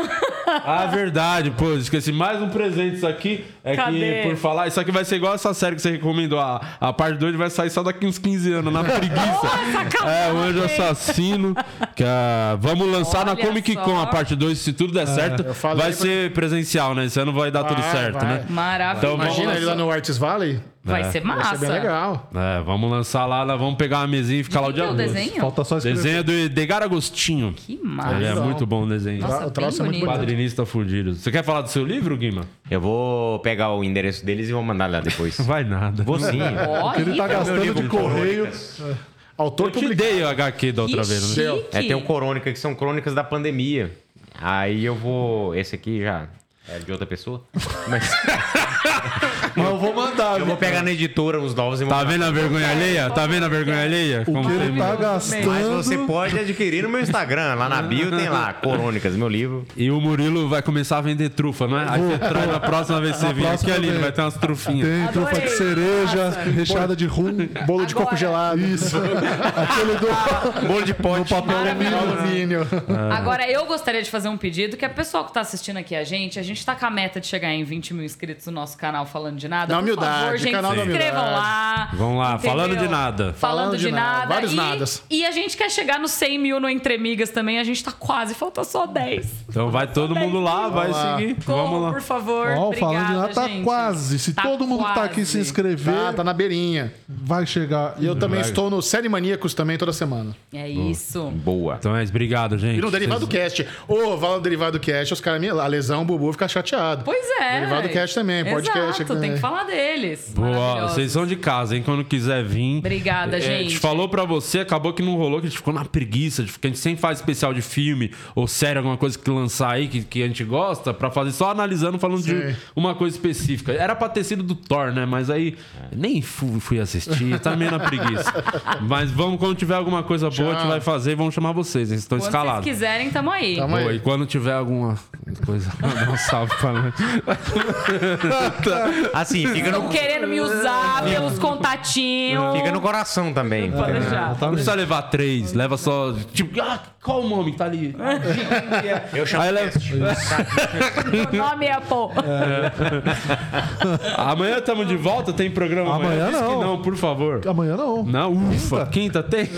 Ah, verdade, pô, esqueci. Mais um presente isso aqui. É
Cadê?
que, por falar, isso aqui vai ser igual essa série que você recomendou. A, a parte 2 vai sair só daqui uns 15 anos, na preguiça. É, o Anjo Assassino. Que, ah, vamos lançar na
Olha
Comic
só.
Con a parte 2, se tudo der certo.
É, falei
Vai
pra-
ser presencial, né? Esse ano vai dar tudo
Vai,
certo,
vai.
né?
Maravilhoso.
Então,
Imagina ele lá no Arts Valley.
Vai ser massa.
Vai ser bem legal.
É, vamos lançar lá, lá, vamos pegar uma mesinha e ficar lá o
Quem
dia
deu o
todo.
um desenho?
Falta só escrever.
Desenho é do Degar Agostinho.
Que massa.
Ele é muito bom o desenho.
Nossa,
O troço
bem
é Ah, então. muito
bonito.
Quadrinista fudido. Você quer falar do seu livro, Guima?
Eu vou pegar o endereço deles e vou mandar lá depois.
Vai nada.
Vou sim.
Ó,
Ele tá
livro.
gastando de correio.
<laughs>
Autor
Eu te
publicado.
dei o HQ da outra
Que
vez, né?
chique.
É, tem o Crônica, que são crônicas da pandemia. Aí eu vou. Esse aqui já é de outra pessoa. Mas
Mas eu vou mandar.
eu vou pegar na editora uns novos e vou
Tá
mandar.
vendo a vergonha alheia? Tá vendo a vergonha alheia?
O que ele
tem-
tá gastando.
Mas você pode adquirir no meu Instagram. Lá na bio
<laughs>
tem lá, Crônicas, meu livro.
E o Murilo vai começar a vender trufa, não é? Aí você traz na próxima vez que você vir aqui,
próxima
Aline,
vez.
vai ter umas trufinhas.
Tem
Adorei.
trufa de cereja,
Nossa.
recheada de rum,
Bolo de coco
Agora-
gelado.
isso. Aquele do
Bolo de
<laughs>
pote.
Alumínio.
Agora, eu gostaria de fazer um pedido que a pessoa que tá assistindo aqui a gente, a gente tá com a meta de chegar em 20 mil inscritos no nosso canal falando de nada.
Na
Por
humildade,
favor, gente,
canal
se
da
inscrevam
humildade.
lá.
Vão lá,
entendeu?
falando de nada.
Falando, de, nada.
vários
e,
nadas.
E a gente quer chegar nos 100 mil no Entre Migas também. A gente tá quase, falta só 10.
Então vai todo mundo lá, vai
Vamos lá.
seguir.
Como,
Vamos lá.
por favor.
Ó,
Obrigada,
falando de nada, tá
gente.
quase. Se
Tá
todo mundo que tá aqui se
quase.
inscrever,
Tá, tá na beirinha.
vai chegar.
E eu também
Vai.
estou no Série Maníacos também toda semana.
É isso.
Boa.
Então é isso, obrigado, gente.
E no Derivado Cast. Ô, vai lá no Derivado Cast, os caras, me- a lesão, o Bubu fica chateado.
Pois é.
Derivado Cast também, podcast aqui
Exato, tem
também.
que falar deles.
Boa,
Maravilhosos.
vocês são de casa, hein? Quando quiser vir. É,
Obrigada,
A gente
gente.
falou pra você, acabou que não rolou, que a gente ficou na preguiça, de- que a gente sempre faz especial de filme ou série, alguma coisa que lançar aí que, que a gente gosta, pra fazer só analisando, falando de
Sim.
uma coisa específica. Era pra ter sido do Thor, né? Mas aí nem fu- fui assistir, tá meio na preguiça. Mas vamos, quando tiver alguma coisa boa, a gente
Tchau.
vai fazer e vamos chamar vocês, eles estão
Quando
escalados.
vocês quiserem, tamo aí.
Tamo
Boa,
aí.
e quando tiver alguma coisa, <laughs> dá um salve pra nós.
Assim, fica
Estão
no,
querendo me usar pelos contatinhos.
fica no coração também.
Pode deixar.
Não precisa levar três, leva só. Tipo, ah, qual o nome que tá ali?
Eu chamo
Aí leva-
Meu nome é, pô.
Amanhã estamos de volta? Tem programa amanhã?
Amanhã
Diz que
não.
não, por favor.
Amanhã não.
Não, ufa, quinta
<laughs>
tem?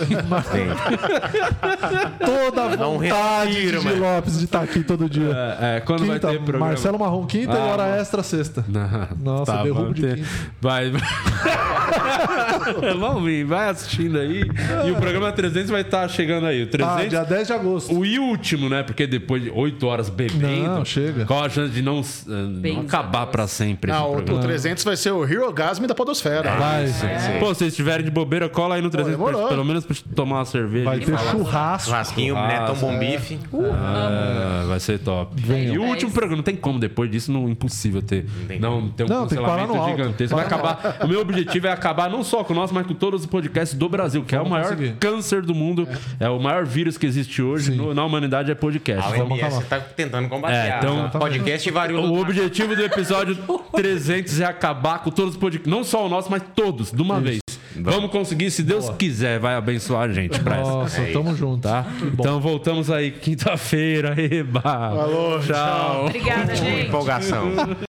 Toda a
Não
vontade
respira,
de
mano.
Lopes de estar aqui todo dia.
É, é, quando vai ter
Quinta,
programa?
Marcelo Marrom, quinta
Ah,
e hora
mano.
extra sexta.
Ah,
Nossa, derrubo
vamos
de
ter-
quinta.
Vai. <laughs> Vamos vir, vai assistindo aí. E o programa 300 vai estar chegando aí. O
Ah,
300
dia 10 de agosto.
O e último, né? Porque depois de 8 horas bebendo.
Não, chega. Ah,
Qual a chance de não, eh, não
Bem,
acabar pra Ah, sempre? esse
Não, o, o
programa?
300 vai ser o Hero Gasm da Podosfera.
Vai,
Pô, se vocês estiverem de bobeira, cola aí no 300, pra-
demorou.
pelo menos pra tomar uma cerveja.
vai
e
ter
falar.
churrasco.
Churrasquinho, né? Tão bom bife.
Ah, vai ser top.
Venham.
E o último
Dez.
programa, não tem como depois disso, não impossível ter. Não, ter um
Não, tem que parar
cancelamento
no alto.
gigantesco. Vai acabar. O meu objetivo é acabar não só com o nosso, mas com todos os podcasts do Brasil, que é o maior
conseguir.
câncer do mundo, é. o maior vírus que existe hoje no- na humanidade é podcast.
A OMS tá tentando combater.
É, então-
a podcast e varíola do
O objetivo do episódio 300 é acabar com todos os podcasts. Não só o nosso, mas todos, de uma vez. Vamos conseguir, se Deus quiser, vai abençoar a gente pra essa.
Nossa, tamo junto.
Tá? Então <laughs> voltamos aí quinta-feira. Eba! Falou, tchau.
Obrigada, gente.
empolgação.